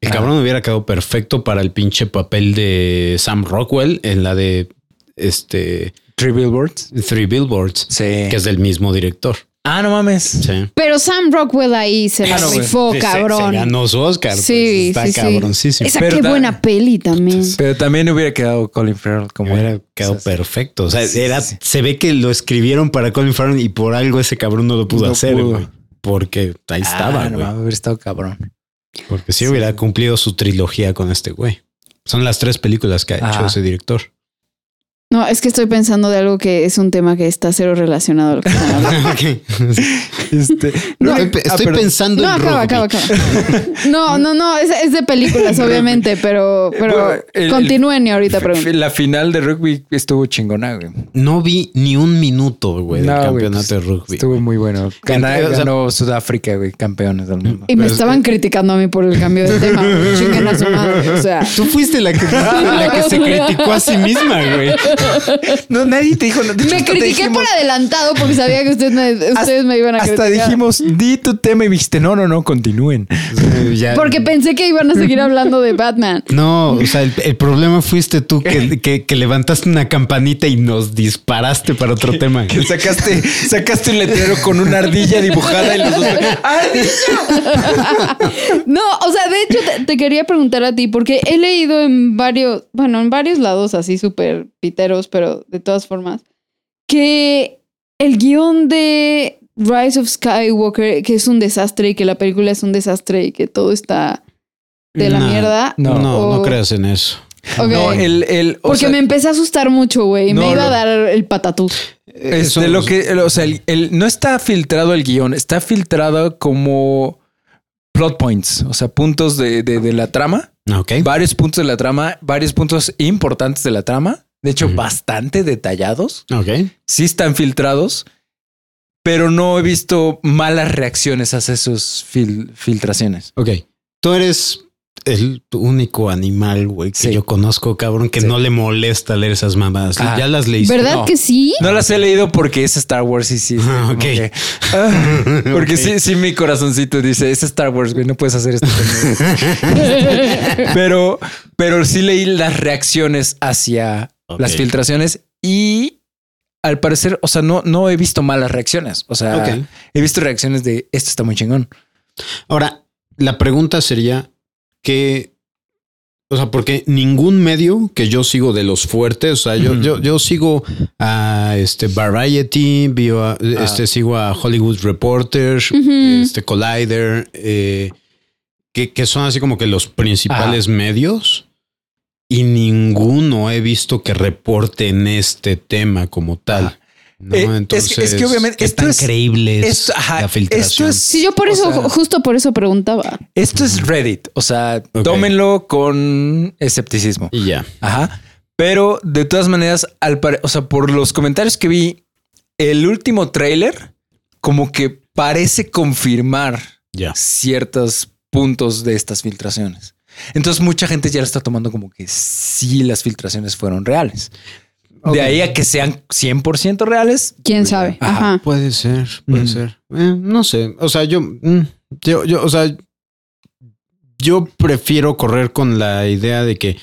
[SPEAKER 1] El
[SPEAKER 2] Ah.
[SPEAKER 1] cabrón hubiera quedado perfecto para el pinche papel de Sam Rockwell en la de este
[SPEAKER 2] Trivial Words.
[SPEAKER 1] Three Billboards.
[SPEAKER 2] Sí.
[SPEAKER 1] que es del mismo director.
[SPEAKER 2] Ah, no mames.
[SPEAKER 1] Sí.
[SPEAKER 3] Pero Sam Rockwell ahí se la
[SPEAKER 2] Ah, no, güey.
[SPEAKER 3] rifó,
[SPEAKER 1] Se- se-
[SPEAKER 3] Oh, cabrón.
[SPEAKER 1] Se, ganó su Oscar. pues,
[SPEAKER 3] Sí,
[SPEAKER 1] está
[SPEAKER 3] sí, sí.
[SPEAKER 1] cabroncísimo.
[SPEAKER 3] Esa
[SPEAKER 2] Pero
[SPEAKER 3] qué
[SPEAKER 2] da-
[SPEAKER 3] buena peli también.
[SPEAKER 2] Pero también hubiera quedado Colin Farrell como
[SPEAKER 1] Hubiera
[SPEAKER 2] era.
[SPEAKER 1] quedado
[SPEAKER 2] O sea,
[SPEAKER 1] perfecto. O sea,
[SPEAKER 2] Sí,
[SPEAKER 1] era,
[SPEAKER 2] sí, sí.
[SPEAKER 1] se ve que lo escribieron para Colin Farrell y por algo ese cabrón no lo pudo
[SPEAKER 2] No
[SPEAKER 1] hacer,
[SPEAKER 2] pudo.
[SPEAKER 1] güey. Porque ahí estaba,
[SPEAKER 2] ah, no
[SPEAKER 1] güey.
[SPEAKER 2] mames, hubiera estado cabrón.
[SPEAKER 1] Porque sí, hubiera cumplido su trilogía con este güey. Son las tres películas que ha hecho
[SPEAKER 2] Ajá.
[SPEAKER 1] ese director.
[SPEAKER 3] No, es que estoy pensando de algo que es un tema que está cero relacionado. a lo que estamos hablando.
[SPEAKER 2] Este,
[SPEAKER 3] No,
[SPEAKER 1] estoy pe-
[SPEAKER 2] ah,
[SPEAKER 1] estoy
[SPEAKER 2] perdón.
[SPEAKER 1] pensando
[SPEAKER 3] No,
[SPEAKER 1] en
[SPEAKER 3] acaba,
[SPEAKER 1] rugby.
[SPEAKER 3] acaba, acaba. No, no, no, es, es de películas, obviamente, pero, pero
[SPEAKER 2] Bueno, el-
[SPEAKER 3] continúen y ahorita pregunten.
[SPEAKER 2] La final de rugby estuvo chingona, güey.
[SPEAKER 1] No vi ni un minuto, güey,
[SPEAKER 2] No,
[SPEAKER 1] del
[SPEAKER 2] güey,
[SPEAKER 1] campeonato
[SPEAKER 2] pues,
[SPEAKER 1] de rugby.
[SPEAKER 2] Estuvo muy bueno. Canadá
[SPEAKER 1] Campeón, o sea-
[SPEAKER 2] ganó Sudáfrica, güey, campeones del mundo.
[SPEAKER 3] Y me
[SPEAKER 1] Pero-
[SPEAKER 3] estaban criticando a mí por el cambio de tema. Chinguen a su madre. O sea,
[SPEAKER 1] Tú fuiste la que, la que se
[SPEAKER 3] Ah,
[SPEAKER 1] criticó a sí misma, güey.
[SPEAKER 2] No, nadie te dijo.
[SPEAKER 3] me critiqué por adelantado porque sabía que ustedes me, ustedes me iban a criticar.
[SPEAKER 2] Hasta dijimos, di tu tema y me dijiste, no, no, no, continúen.
[SPEAKER 1] Ya-
[SPEAKER 3] Porque pensé que iban a seguir hablando de Batman.
[SPEAKER 1] No, o sea, el, el problema fuiste tú que, que- que levantaste una campanita y nos disparaste para otro tema.
[SPEAKER 2] Que sacaste, sacaste un letrero con una ardilla dibujada y los dos. ¡Ardilla!
[SPEAKER 3] No, o sea, de hecho te, te quería preguntar a ti, porque he leído en varios, bueno, en varios lados así súper piteros, pero de todas formas, que el guión de Rise of Skywalker, que es un desastre y que la película es un desastre y que todo está de la
[SPEAKER 1] No,
[SPEAKER 3] mierda.
[SPEAKER 1] No, no,
[SPEAKER 3] o-
[SPEAKER 1] creas en eso.
[SPEAKER 3] Oh. Ok.
[SPEAKER 2] No, el. el o
[SPEAKER 3] Porque
[SPEAKER 2] sea,
[SPEAKER 3] me empecé a asustar mucho, güey. y
[SPEAKER 2] No,
[SPEAKER 3] me iba
[SPEAKER 2] no.
[SPEAKER 3] a dar el patatús.
[SPEAKER 2] Es de lo que, el- o sea, el, el- no está filtrado el guión, está filtrado como plot points, o sea, puntos de, de- de la trama,
[SPEAKER 1] Ok.
[SPEAKER 2] varios puntos de la trama, varios puntos importantes de la trama, de hecho,
[SPEAKER 1] Ujú.
[SPEAKER 2] bastante detallados,
[SPEAKER 1] Ok.
[SPEAKER 2] sí están filtrados, pero no he visto malas reacciones a esas fil- filtraciones.
[SPEAKER 1] Ok. Tú eres el único animal, güey, que
[SPEAKER 2] Sí.
[SPEAKER 1] yo conozco, cabrón, que
[SPEAKER 2] Sí.
[SPEAKER 1] no le molesta leer esas mamadas.
[SPEAKER 2] Ah.
[SPEAKER 1] Ya las leíste.
[SPEAKER 3] ¿Verdad
[SPEAKER 2] no.
[SPEAKER 3] que sí?
[SPEAKER 2] No las he leído porque es Star Wars y sí. es
[SPEAKER 1] Ah,
[SPEAKER 2] como
[SPEAKER 1] ok.
[SPEAKER 2] que, ah, porque
[SPEAKER 1] Ok.
[SPEAKER 2] sí, sí, mi corazoncito dice, es Star Wars, güey, no puedes hacer esto. conmigo". pero, pero sí leí las reacciones hacia
[SPEAKER 1] Ok.
[SPEAKER 2] las filtraciones y al parecer, o sea, no, no he visto malas reacciones. O sea,
[SPEAKER 1] Ok.
[SPEAKER 2] he visto reacciones de esto está muy chingón.
[SPEAKER 1] Ahora, la pregunta sería que, o sea, porque ningún medio que yo sigo de los fuertes, o sea, yo,
[SPEAKER 2] Ujú.
[SPEAKER 1] yo, yo sigo a este Variety, veo a-
[SPEAKER 2] Ah.
[SPEAKER 1] este, sigo a Hollywood Reporter,
[SPEAKER 3] Ujú.
[SPEAKER 1] este Collider, eh, que, que son así como que los principales medios. Y ninguno he visto que reporte en este tema como tal. No,
[SPEAKER 2] Eh, es que-
[SPEAKER 1] entonces.
[SPEAKER 2] es que obviamente
[SPEAKER 1] ¿qué
[SPEAKER 2] esto
[SPEAKER 1] tan
[SPEAKER 2] es-
[SPEAKER 1] creíble es
[SPEAKER 2] esto- ajá,
[SPEAKER 1] la filtración?
[SPEAKER 2] esto es-
[SPEAKER 3] Sí, yo por
[SPEAKER 2] O
[SPEAKER 3] eso,
[SPEAKER 2] sea-
[SPEAKER 3] justo por eso preguntaba.
[SPEAKER 2] Esto es Reddit, o sea,
[SPEAKER 1] Ok.
[SPEAKER 2] tómenlo con escepticismo.
[SPEAKER 1] Y ya.
[SPEAKER 2] Ajá. Pero de todas maneras, al pare- o sea, por los comentarios que vi, el último tráiler como que parece confirmar
[SPEAKER 1] Ya.
[SPEAKER 2] ciertos puntos de estas filtraciones. Entonces mucha gente ya lo está tomando como que sí las filtraciones fueron reales.
[SPEAKER 1] Ok.
[SPEAKER 2] De ahí a que sean 100% reales,
[SPEAKER 3] ¿Quién sabe?
[SPEAKER 2] Ajá.
[SPEAKER 3] Ajá.
[SPEAKER 1] Puede ser, puede
[SPEAKER 2] Mm.
[SPEAKER 1] ser. Eh, no sé. O sea, yo, mm, yo, yo, o sea, yo prefiero correr con la idea de que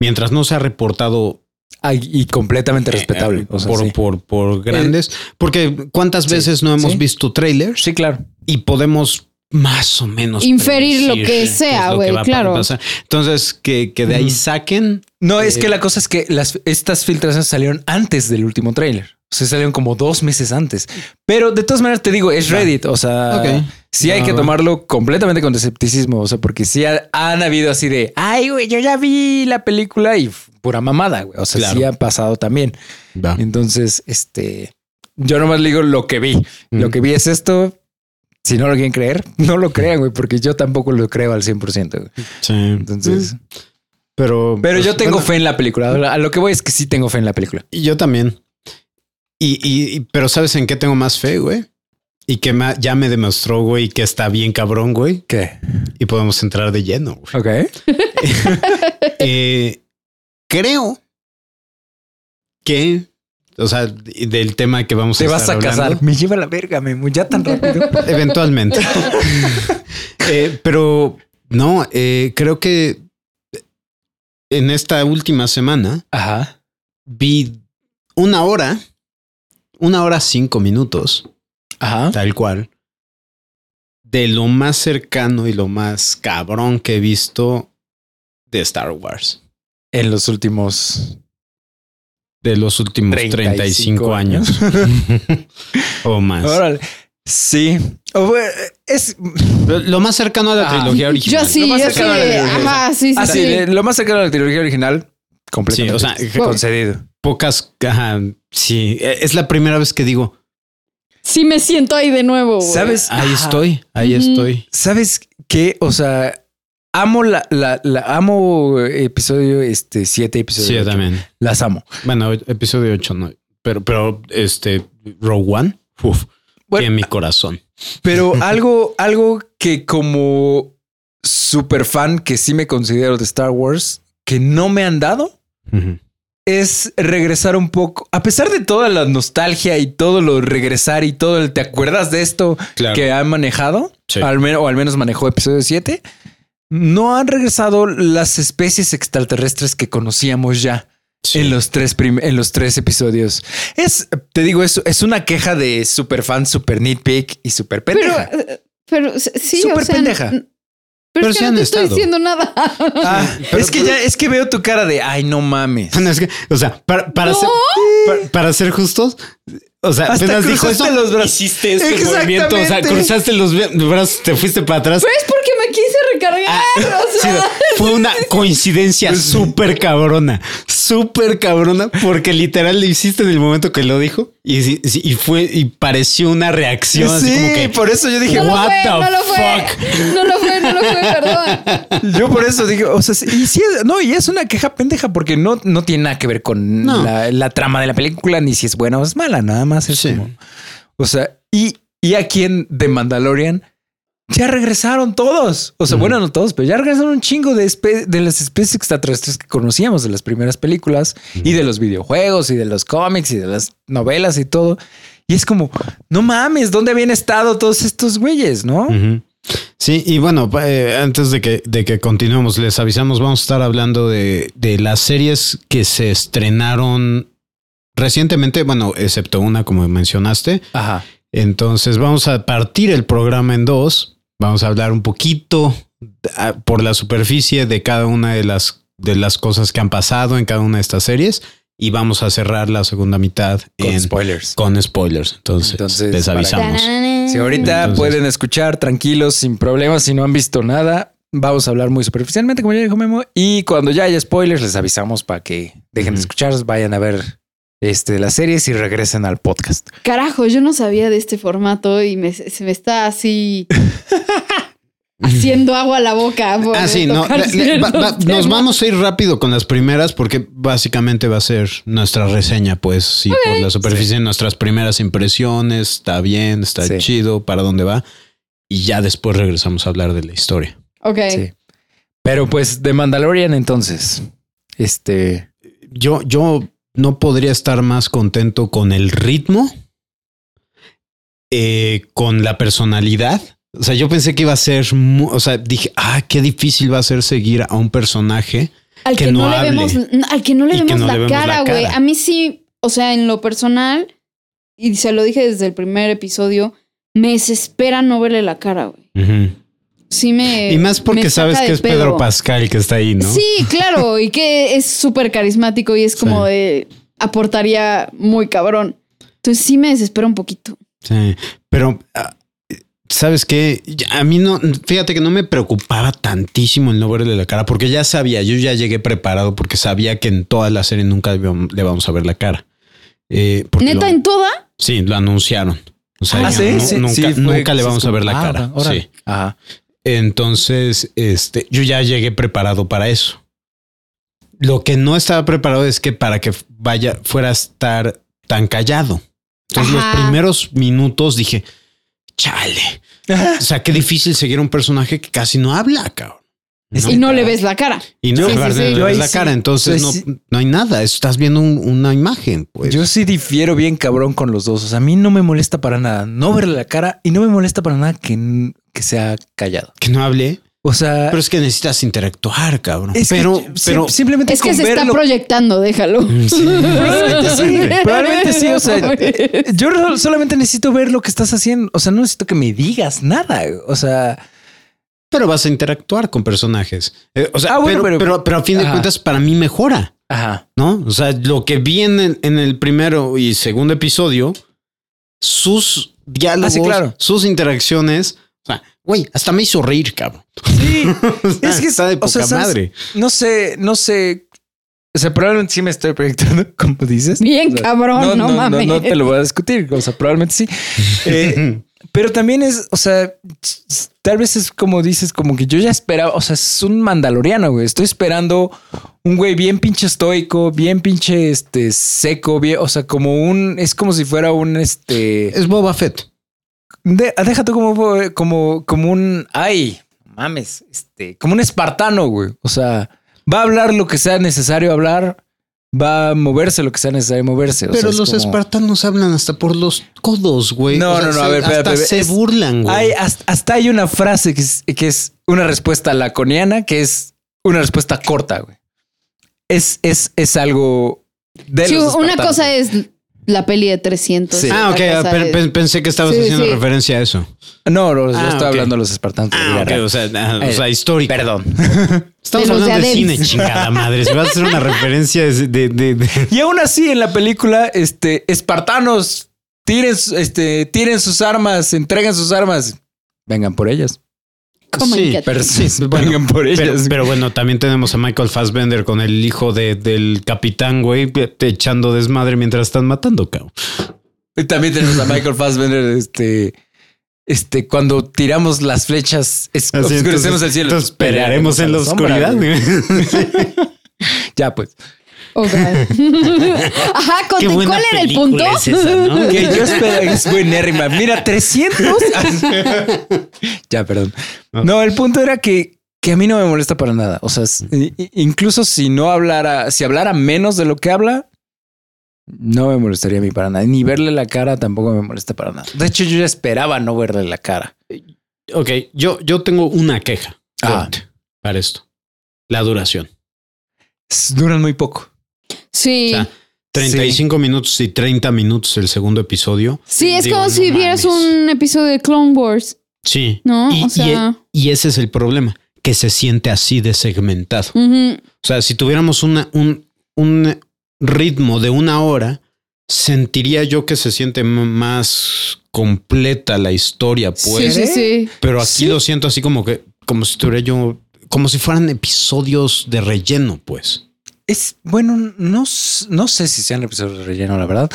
[SPEAKER 1] mientras no se ha reportado
[SPEAKER 2] ay, y completamente
[SPEAKER 1] eh,
[SPEAKER 2] respetable. O sea,
[SPEAKER 1] por,
[SPEAKER 2] sí.
[SPEAKER 1] por, por grandes, porque cuántas
[SPEAKER 2] sí,
[SPEAKER 1] veces no hemos
[SPEAKER 2] sí.
[SPEAKER 1] visto trailers
[SPEAKER 2] sí, claro.
[SPEAKER 1] y podemos más o menos
[SPEAKER 3] Inferir lo
[SPEAKER 1] predecir
[SPEAKER 3] que
[SPEAKER 1] qué es
[SPEAKER 3] sea,
[SPEAKER 1] lo que
[SPEAKER 3] güey,
[SPEAKER 1] va a
[SPEAKER 3] claro.
[SPEAKER 1] pasar. Entonces, que, que de ahí
[SPEAKER 2] Ujú.
[SPEAKER 1] saquen.
[SPEAKER 2] No, es
[SPEAKER 1] Eh,
[SPEAKER 2] que la cosa es que las, estas filtraciones salieron antes del último tráiler. O sea, salieron como dos meses antes. Pero de todas maneras te digo, es
[SPEAKER 1] Va.
[SPEAKER 2] Reddit. O sea,
[SPEAKER 1] Ok.
[SPEAKER 2] sí hay
[SPEAKER 1] Va,
[SPEAKER 2] que
[SPEAKER 1] va.
[SPEAKER 2] tomarlo completamente con escepticismo. O sea, porque sí ha- han habido así de, ay, güey, yo ya vi la película y f- pura mamada, güey. O sea, sí
[SPEAKER 1] Claro.
[SPEAKER 2] ha pasado también.
[SPEAKER 1] Va.
[SPEAKER 2] Entonces, este, yo nomás le digo lo que vi. Lo
[SPEAKER 1] Mm.
[SPEAKER 2] que vi es esto. Si no lo quieren creer, no lo crean, güey, porque yo tampoco lo creo al 100%. güey.
[SPEAKER 1] Sí.
[SPEAKER 2] Entonces,
[SPEAKER 1] pero.
[SPEAKER 2] pero
[SPEAKER 1] pues,
[SPEAKER 2] yo tengo
[SPEAKER 1] bueno,
[SPEAKER 2] fe en la película. A lo que voy es que sí tengo fe en la película.
[SPEAKER 1] Y Yo también. Y, y- y- pero ¿sabes en qué tengo más fe, güey? Y que ma- ya me demostró, güey, que está bien cabrón, güey.
[SPEAKER 2] ¿Qué? Pues
[SPEAKER 1] Y podemos entrar de lleno, güey.
[SPEAKER 2] Ok.
[SPEAKER 1] Eh, creo que, o sea, y del tema que vamos
[SPEAKER 2] Te
[SPEAKER 1] a
[SPEAKER 2] vas a
[SPEAKER 1] estar
[SPEAKER 2] casar.
[SPEAKER 1] hablando,
[SPEAKER 2] Me lleva la verga, me ya tan rápido.
[SPEAKER 1] Eventualmente. Eh, pero no, eh, creo que en esta última semana
[SPEAKER 2] Ajá.
[SPEAKER 1] vi una hora, una hora cinco minutos.
[SPEAKER 2] Ajá.
[SPEAKER 1] tal cual, de lo más cercano y lo más cabrón que he visto de Star Wars.
[SPEAKER 2] En los últimos
[SPEAKER 1] De los últimos 35,
[SPEAKER 2] 35
[SPEAKER 1] años. o más.
[SPEAKER 2] Órale. Sí. O, eh, es
[SPEAKER 1] Lo, lo más cercano a la
[SPEAKER 2] Ah.
[SPEAKER 1] trilogía original.
[SPEAKER 3] Yo sí,
[SPEAKER 2] Lo más
[SPEAKER 3] yo sí. eh,
[SPEAKER 2] cercano a la realidad.
[SPEAKER 3] Ajá, sí, sí.
[SPEAKER 2] así,
[SPEAKER 3] sí.
[SPEAKER 2] lo más cercano a la trilogía original, completamente.
[SPEAKER 1] Sí, o sea,
[SPEAKER 2] concedido.
[SPEAKER 1] Pocas. ajá, sí. E- Es la primera vez que digo,
[SPEAKER 3] Sí me siento ahí de nuevo. güey.
[SPEAKER 2] ¿Sabes?
[SPEAKER 1] ahí
[SPEAKER 2] Ajá.
[SPEAKER 1] estoy, ahí
[SPEAKER 3] Ujú.
[SPEAKER 1] estoy.
[SPEAKER 2] ¿Sabes qué? O sea, amo la, la, la- amo episodio este 7 episodio.
[SPEAKER 1] Sí, yo
[SPEAKER 2] ocho.
[SPEAKER 1] también.
[SPEAKER 2] Las amo.
[SPEAKER 1] Bueno, episodio 8 no. Pero, pero este, Rogue One, uf,
[SPEAKER 2] Bueno,
[SPEAKER 1] en mi corazón.
[SPEAKER 2] Pero algo, algo que como super fan que sí me considero de Star Wars, que no me han dado,
[SPEAKER 1] Ujú.
[SPEAKER 2] es regresar un poco, a pesar de toda la nostalgia y todo lo regresar y todo el te acuerdas de esto
[SPEAKER 1] Claro.
[SPEAKER 2] que han manejado,
[SPEAKER 1] Sí.
[SPEAKER 2] al menos, o al menos manejó episodio 7, no han regresado las especies extraterrestres que conocíamos ya.
[SPEAKER 1] Sí.
[SPEAKER 2] En los tres prim- en los tres episodios. Es, te digo, es, es una queja de super fan, super nitpick y super
[SPEAKER 3] Pero,
[SPEAKER 2] pendeja.
[SPEAKER 3] eh, pero sí, o
[SPEAKER 2] Súper
[SPEAKER 3] sea,
[SPEAKER 2] pendeja.
[SPEAKER 3] n-
[SPEAKER 1] Pero
[SPEAKER 3] Pero, es
[SPEAKER 1] sí
[SPEAKER 3] que
[SPEAKER 1] han
[SPEAKER 3] no te
[SPEAKER 1] estado.
[SPEAKER 3] estoy diciendo nada.
[SPEAKER 2] Ah,
[SPEAKER 1] pero-
[SPEAKER 2] es que ya, es que veo tu cara de ay, no mames.
[SPEAKER 1] No, es que, o sea, para, para,
[SPEAKER 3] No.
[SPEAKER 1] ser, para, para ser justos, o sea,
[SPEAKER 2] Hasta
[SPEAKER 1] apenas dijo
[SPEAKER 2] cruzaste
[SPEAKER 1] eso.
[SPEAKER 2] los brazos.
[SPEAKER 1] Hiciste este
[SPEAKER 2] Exactamente.
[SPEAKER 1] movimiento, o sea, cruzaste los bra- brazos, te fuiste para atrás. Ah,
[SPEAKER 3] Pero es porque me quise recargar. o
[SPEAKER 1] Sí,
[SPEAKER 3] sea,
[SPEAKER 1] fue una coincidencia súper cabrona, súper cabrona, porque literal lo hiciste en el momento que lo dijo y, sí- sí, y fue y pareció una reacción así
[SPEAKER 2] Sí,
[SPEAKER 1] como que
[SPEAKER 2] por eso yo dije,
[SPEAKER 3] no, lo
[SPEAKER 1] what
[SPEAKER 3] fue,
[SPEAKER 1] the
[SPEAKER 3] no lo fue, no lo fue, no lo fue, perdón.
[SPEAKER 2] yo por eso dije, o sea, sí, y sí es- no, y es una queja pendeja porque no, no tiene nada que ver con
[SPEAKER 1] No.
[SPEAKER 2] la, la trama de la película, ni si es buena o es mala, nada más es
[SPEAKER 1] Sí.
[SPEAKER 2] como- o sea, y, y aquí en The Mandalorian ya regresaron todos, o sea,
[SPEAKER 1] Ujú.
[SPEAKER 2] bueno, no todos, pero ya regresaron un chingo de, espe- de las especies extraterrestres que conocíamos de las primeras películas y de los videojuegos y de los cómics y de las novelas y todo. Y es como, no mames, ¿dónde habían estado todos estos güeyes, no?
[SPEAKER 1] Ujú. Sí, y bueno, pa- eh, antes de que, de que continuemos, les avisamos, vamos a estar hablando de, de las series que se estrenaron recientemente, bueno, excepto una como mencionaste.
[SPEAKER 2] Ajá.
[SPEAKER 1] Entonces vamos a partir el programa en dos, vamos a hablar un poquito ah, por la superficie de cada una de las, de las cosas que han pasado en cada una de estas series y vamos a cerrar la segunda mitad
[SPEAKER 2] Con
[SPEAKER 1] en-
[SPEAKER 2] spoilers.
[SPEAKER 1] con spoilers. Entonces,
[SPEAKER 2] Entonces,
[SPEAKER 1] les
[SPEAKER 2] para-
[SPEAKER 1] avisamos.
[SPEAKER 2] Si ahorita
[SPEAKER 1] Entonces-
[SPEAKER 2] pueden escuchar tranquilos, sin problemas, si no han visto nada, vamos a hablar muy superficialmente, como ya dijo Memo. Y cuando ya haya spoilers, les avisamos para que dejen de
[SPEAKER 1] Ujú.
[SPEAKER 2] escuchar, vayan a ver este, de las series y regresen al podcast.
[SPEAKER 3] Carajo, yo no sabía de este formato y me- se me está así haciendo agua a la boca. por
[SPEAKER 1] Ah, sí, no.
[SPEAKER 3] tocar
[SPEAKER 1] le- le-
[SPEAKER 3] ciertos
[SPEAKER 1] va- va- nos
[SPEAKER 3] temas.
[SPEAKER 1] vamos a ir rápido con las primeras porque básicamente va a ser nuestra reseña, pues, sí, por la superficie, nuestras primeras impresiones, está bien, está
[SPEAKER 2] Sí.
[SPEAKER 1] chido, para dónde va. Y ya después regresamos a hablar de la historia.
[SPEAKER 3] Ok.
[SPEAKER 2] Sí. Pero pues de Mandalorian entonces. Este.
[SPEAKER 1] Yo, yo no podría estar más contento con el ritmo, eh, con la personalidad. O sea, yo pensé que iba a ser, mu- o sea, dije, ah, qué difícil va a ser seguir a un personaje.
[SPEAKER 3] Al
[SPEAKER 1] Que
[SPEAKER 3] que,
[SPEAKER 1] no
[SPEAKER 3] no, le
[SPEAKER 1] hable.
[SPEAKER 3] vemos, al que no le
[SPEAKER 1] Y que
[SPEAKER 3] vemos,
[SPEAKER 1] no
[SPEAKER 3] la,
[SPEAKER 1] le vemos la
[SPEAKER 3] cara, güey.
[SPEAKER 1] cara.
[SPEAKER 3] A mí sí, o sea, en lo personal, y se lo dije desde el primer episodio, me desespera no verle la cara, güey. Sí me.
[SPEAKER 1] y más porque
[SPEAKER 3] Eh, me
[SPEAKER 1] sabes
[SPEAKER 3] saca
[SPEAKER 1] que
[SPEAKER 3] de
[SPEAKER 1] es Pedro
[SPEAKER 3] pedo.
[SPEAKER 1] Pascal que está ahí, ¿no?
[SPEAKER 3] Sí, claro, y que es súper carismático y es como
[SPEAKER 1] Sí.
[SPEAKER 3] de aportaría muy cabrón. Entonces sí me desespera un poquito.
[SPEAKER 1] Sí, pero ah, sabes qué, Ya, a mí no, fíjate que no me preocupaba tantísimo el no verle la cara, porque ya sabía, yo ya llegué preparado porque sabía que en toda la serie nunca le vamos a ver la cara. Eh, porque
[SPEAKER 3] Neta,
[SPEAKER 1] lo-
[SPEAKER 3] en toda,
[SPEAKER 1] sí, lo anunciaron. O sea,
[SPEAKER 2] Ah,
[SPEAKER 1] ya
[SPEAKER 2] sí,
[SPEAKER 1] nu-
[SPEAKER 2] sí,
[SPEAKER 1] nunca,
[SPEAKER 2] sí, fue-
[SPEAKER 1] nunca le vamos a ver la
[SPEAKER 2] Ah,
[SPEAKER 1] cara.
[SPEAKER 2] órale.
[SPEAKER 1] sí.
[SPEAKER 2] Ajá.
[SPEAKER 1] Entonces, este, yo ya llegué preparado para eso. Lo que no estaba preparado es que para que vaya, fuera a estar tan callado. Entonces, los
[SPEAKER 3] Ajá.
[SPEAKER 1] primeros minutos dije, chale. O sea, qué difícil seguir a un personaje que casi no habla, cabrón.
[SPEAKER 3] y no le ves la cara.
[SPEAKER 1] Y no
[SPEAKER 3] Sí,
[SPEAKER 1] aparte
[SPEAKER 3] sí,
[SPEAKER 1] no
[SPEAKER 3] sí.
[SPEAKER 1] le
[SPEAKER 2] Yo
[SPEAKER 1] ves
[SPEAKER 2] ahí
[SPEAKER 1] la
[SPEAKER 2] sí-
[SPEAKER 1] cara. Entonces, no,
[SPEAKER 2] yo ahí
[SPEAKER 1] no hay nada. Estás viendo un- una imagen, pues.
[SPEAKER 2] Yo sí difiero bien cabrón con los dos. O sea, a mí no me molesta para nada no verle la cara y no me molesta para nada que, n- que sea callado.
[SPEAKER 1] que no hablé.
[SPEAKER 2] O sea,
[SPEAKER 1] Pero es que necesitas interactuar, cabrón.
[SPEAKER 2] es que
[SPEAKER 1] pero,
[SPEAKER 2] yo- sim-
[SPEAKER 1] pero.
[SPEAKER 2] simplemente
[SPEAKER 3] Es que
[SPEAKER 2] con
[SPEAKER 3] se está
[SPEAKER 2] verlo-
[SPEAKER 3] proyectando, déjalo.
[SPEAKER 1] Sí.
[SPEAKER 2] Probablemente sí, probablemente sí, o sea, yo no- solamente necesito ver lo que estás haciendo, o sea, no necesito que me digas nada, o sea,
[SPEAKER 1] Pero vas a interactuar con personajes. Eh, o sea,
[SPEAKER 2] Ah, bueno,
[SPEAKER 1] pero, pero,
[SPEAKER 2] pero-
[SPEAKER 1] pero a fin de
[SPEAKER 2] ajá.
[SPEAKER 1] cuentas, para mí mejora,
[SPEAKER 2] ajá,
[SPEAKER 1] ¿no? O sea, lo que vi en el, en el primero y segundo episodio, sus diálogos,
[SPEAKER 2] Ah, claro.
[SPEAKER 1] sus interacciones. O sea, güey, hasta me hizo reír, cabrón.
[SPEAKER 2] Sí,
[SPEAKER 1] O sea,
[SPEAKER 2] es que
[SPEAKER 1] está de
[SPEAKER 2] o
[SPEAKER 1] poca
[SPEAKER 2] sea, ¿sabes?
[SPEAKER 1] madre.
[SPEAKER 2] No sé, no sé. O sea, probablemente sí me estoy proyectando, como dices.
[SPEAKER 3] Bien
[SPEAKER 2] O sea,
[SPEAKER 3] cabrón, no, mames.
[SPEAKER 2] No, te lo voy a discutir. O sea, probablemente sí. Eh, pero también es, o sea, tal vez es como dices, como que yo ya esperaba, o sea, es un mandaloriano, güey. Estoy esperando un güey bien pinche estoico, bien pinche este seco, bien, o sea, como un, es como si fuera un este.
[SPEAKER 1] es Boba Fett.
[SPEAKER 2] De- deja tú como, fue- como, como un. Ay, mames. Este, como un espartano, güey. O sea, va a hablar lo que sea necesario hablar, va a moverse lo que sea necesario moverse. o sea,
[SPEAKER 1] Pero
[SPEAKER 2] es
[SPEAKER 1] los
[SPEAKER 2] como-
[SPEAKER 1] espartanos hablan hasta por los codos, güey.
[SPEAKER 2] No,
[SPEAKER 1] O sea,
[SPEAKER 2] no, no, a
[SPEAKER 1] se-
[SPEAKER 2] ver, espérate,
[SPEAKER 1] hasta
[SPEAKER 2] espérate.
[SPEAKER 1] se
[SPEAKER 2] Es-
[SPEAKER 1] burlan, güey.
[SPEAKER 2] Hay, hasta, hasta hay una frase que es, que es una respuesta laconiana, que es una respuesta corta, güey. Es, es, es algo. De
[SPEAKER 3] Sí,
[SPEAKER 2] los
[SPEAKER 3] una
[SPEAKER 2] espartanos.
[SPEAKER 3] cosa es la peli de 300.
[SPEAKER 2] Sí.
[SPEAKER 1] Ah, ok,
[SPEAKER 3] otra
[SPEAKER 1] ah,
[SPEAKER 3] cosa
[SPEAKER 1] pe-
[SPEAKER 3] es-
[SPEAKER 1] pe- pensé que estabas
[SPEAKER 3] Sí,
[SPEAKER 1] haciendo
[SPEAKER 3] sí.
[SPEAKER 1] referencia a eso.
[SPEAKER 2] No, no, yo
[SPEAKER 1] Ah,
[SPEAKER 2] estoy
[SPEAKER 1] ok.
[SPEAKER 2] hablando de los espartanos. de
[SPEAKER 1] Ah,
[SPEAKER 2] la
[SPEAKER 1] ok,
[SPEAKER 2] guerra.
[SPEAKER 1] o sea, ah, o
[SPEAKER 2] Eh,
[SPEAKER 1] sea, histórico.
[SPEAKER 2] Perdón.
[SPEAKER 1] Estamos
[SPEAKER 3] De los
[SPEAKER 1] hablando
[SPEAKER 3] de
[SPEAKER 1] de
[SPEAKER 3] Adebis.
[SPEAKER 1] cine, chingada madre. Si vas a hacer una referencia de, de- de- de-
[SPEAKER 2] Y aún así, en la película, este, espartanos, tiren, su- este, tiren sus armas, entreguen sus armas. Vengan por ellas.
[SPEAKER 3] Comunicativo.
[SPEAKER 1] pero sí, bueno,
[SPEAKER 2] Vengan por
[SPEAKER 1] pero,
[SPEAKER 2] ellas.
[SPEAKER 1] pero bueno, también tenemos a Michael Fassbender con el hijo de- del capitán, güey, te- echando desmadre mientras están matando, cabrón.
[SPEAKER 2] Y También tenemos a Michael Fassbender, este, este, cuando tiramos las flechas, es-
[SPEAKER 1] Así,
[SPEAKER 2] oscurecemos
[SPEAKER 1] entonces-
[SPEAKER 2] el cielo.
[SPEAKER 1] Entonces pelearemos en la
[SPEAKER 2] a sombra,
[SPEAKER 1] oscuridad.
[SPEAKER 2] güey.
[SPEAKER 1] güey.
[SPEAKER 2] Ya, pues.
[SPEAKER 3] Ok. Ajá,
[SPEAKER 1] Qué
[SPEAKER 3] Conte,
[SPEAKER 1] buena
[SPEAKER 3] ¿cuál era el
[SPEAKER 1] película
[SPEAKER 3] punto?
[SPEAKER 1] es esa, ¿no?
[SPEAKER 2] Que yo espero es buenérrima. Mira, 300. ya, perdón. No, el punto era que, que a mí no me molesta para nada. O sea, s- i- i- incluso si no hablara, si hablara menos de lo que habla, no me molestaría a mí para nada. Ni verle la cara tampoco me molesta para nada. De hecho, yo ya esperaba no verle la cara.
[SPEAKER 1] Ok, yo, yo tengo una queja
[SPEAKER 2] Ah.
[SPEAKER 1] fuerte para esto. La duración.
[SPEAKER 2] S- Duran muy poco.
[SPEAKER 3] Sí.
[SPEAKER 1] O sea, 35 minutos y 30 minutos el segundo episodio.
[SPEAKER 3] sí, es
[SPEAKER 1] digo,
[SPEAKER 3] como
[SPEAKER 1] no
[SPEAKER 3] si vieras
[SPEAKER 1] mames.
[SPEAKER 3] un episodio de Clone Wars,
[SPEAKER 1] Sí.
[SPEAKER 3] ¿no?
[SPEAKER 1] Y-
[SPEAKER 3] o sea.
[SPEAKER 1] Y ese es el problema, que se siente así de segmentado.
[SPEAKER 3] ujú.
[SPEAKER 1] O sea, si tuviéramos una- un, un ritmo de una hora, sentiría yo que se siente m- más completa la historia,
[SPEAKER 3] Sí,
[SPEAKER 1] pues.
[SPEAKER 3] sí, sí.
[SPEAKER 1] Pero aquí
[SPEAKER 2] Sí.
[SPEAKER 1] lo siento así como que, como si tuviera yo, como si fueran episodios de relleno, pues.
[SPEAKER 2] Es bueno, no, s- no sé si sean episodios de relleno, la verdad,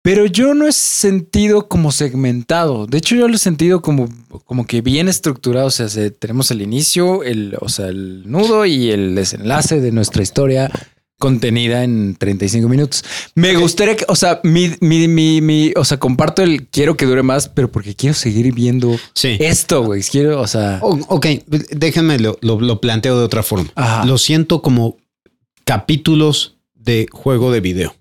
[SPEAKER 2] pero yo no he sentido como segmentado. De hecho, yo lo he sentido como, como que bien estructurado. O sea, se- tenemos el inicio, el, o sea, el nudo y el desenlace de nuestra historia contenida en 35 minutos. Me gustaría que, o sea, mi, mi, mi, mi- o sea, comparto el quiero que dure más, pero porque quiero seguir viendo
[SPEAKER 1] Sí.
[SPEAKER 2] esto, güey. Quiero, o sea,
[SPEAKER 1] O- ok, déjenme lo, lo- lo planteo de otra forma.
[SPEAKER 2] Ajá.
[SPEAKER 1] Lo siento como capítulos de juego de video.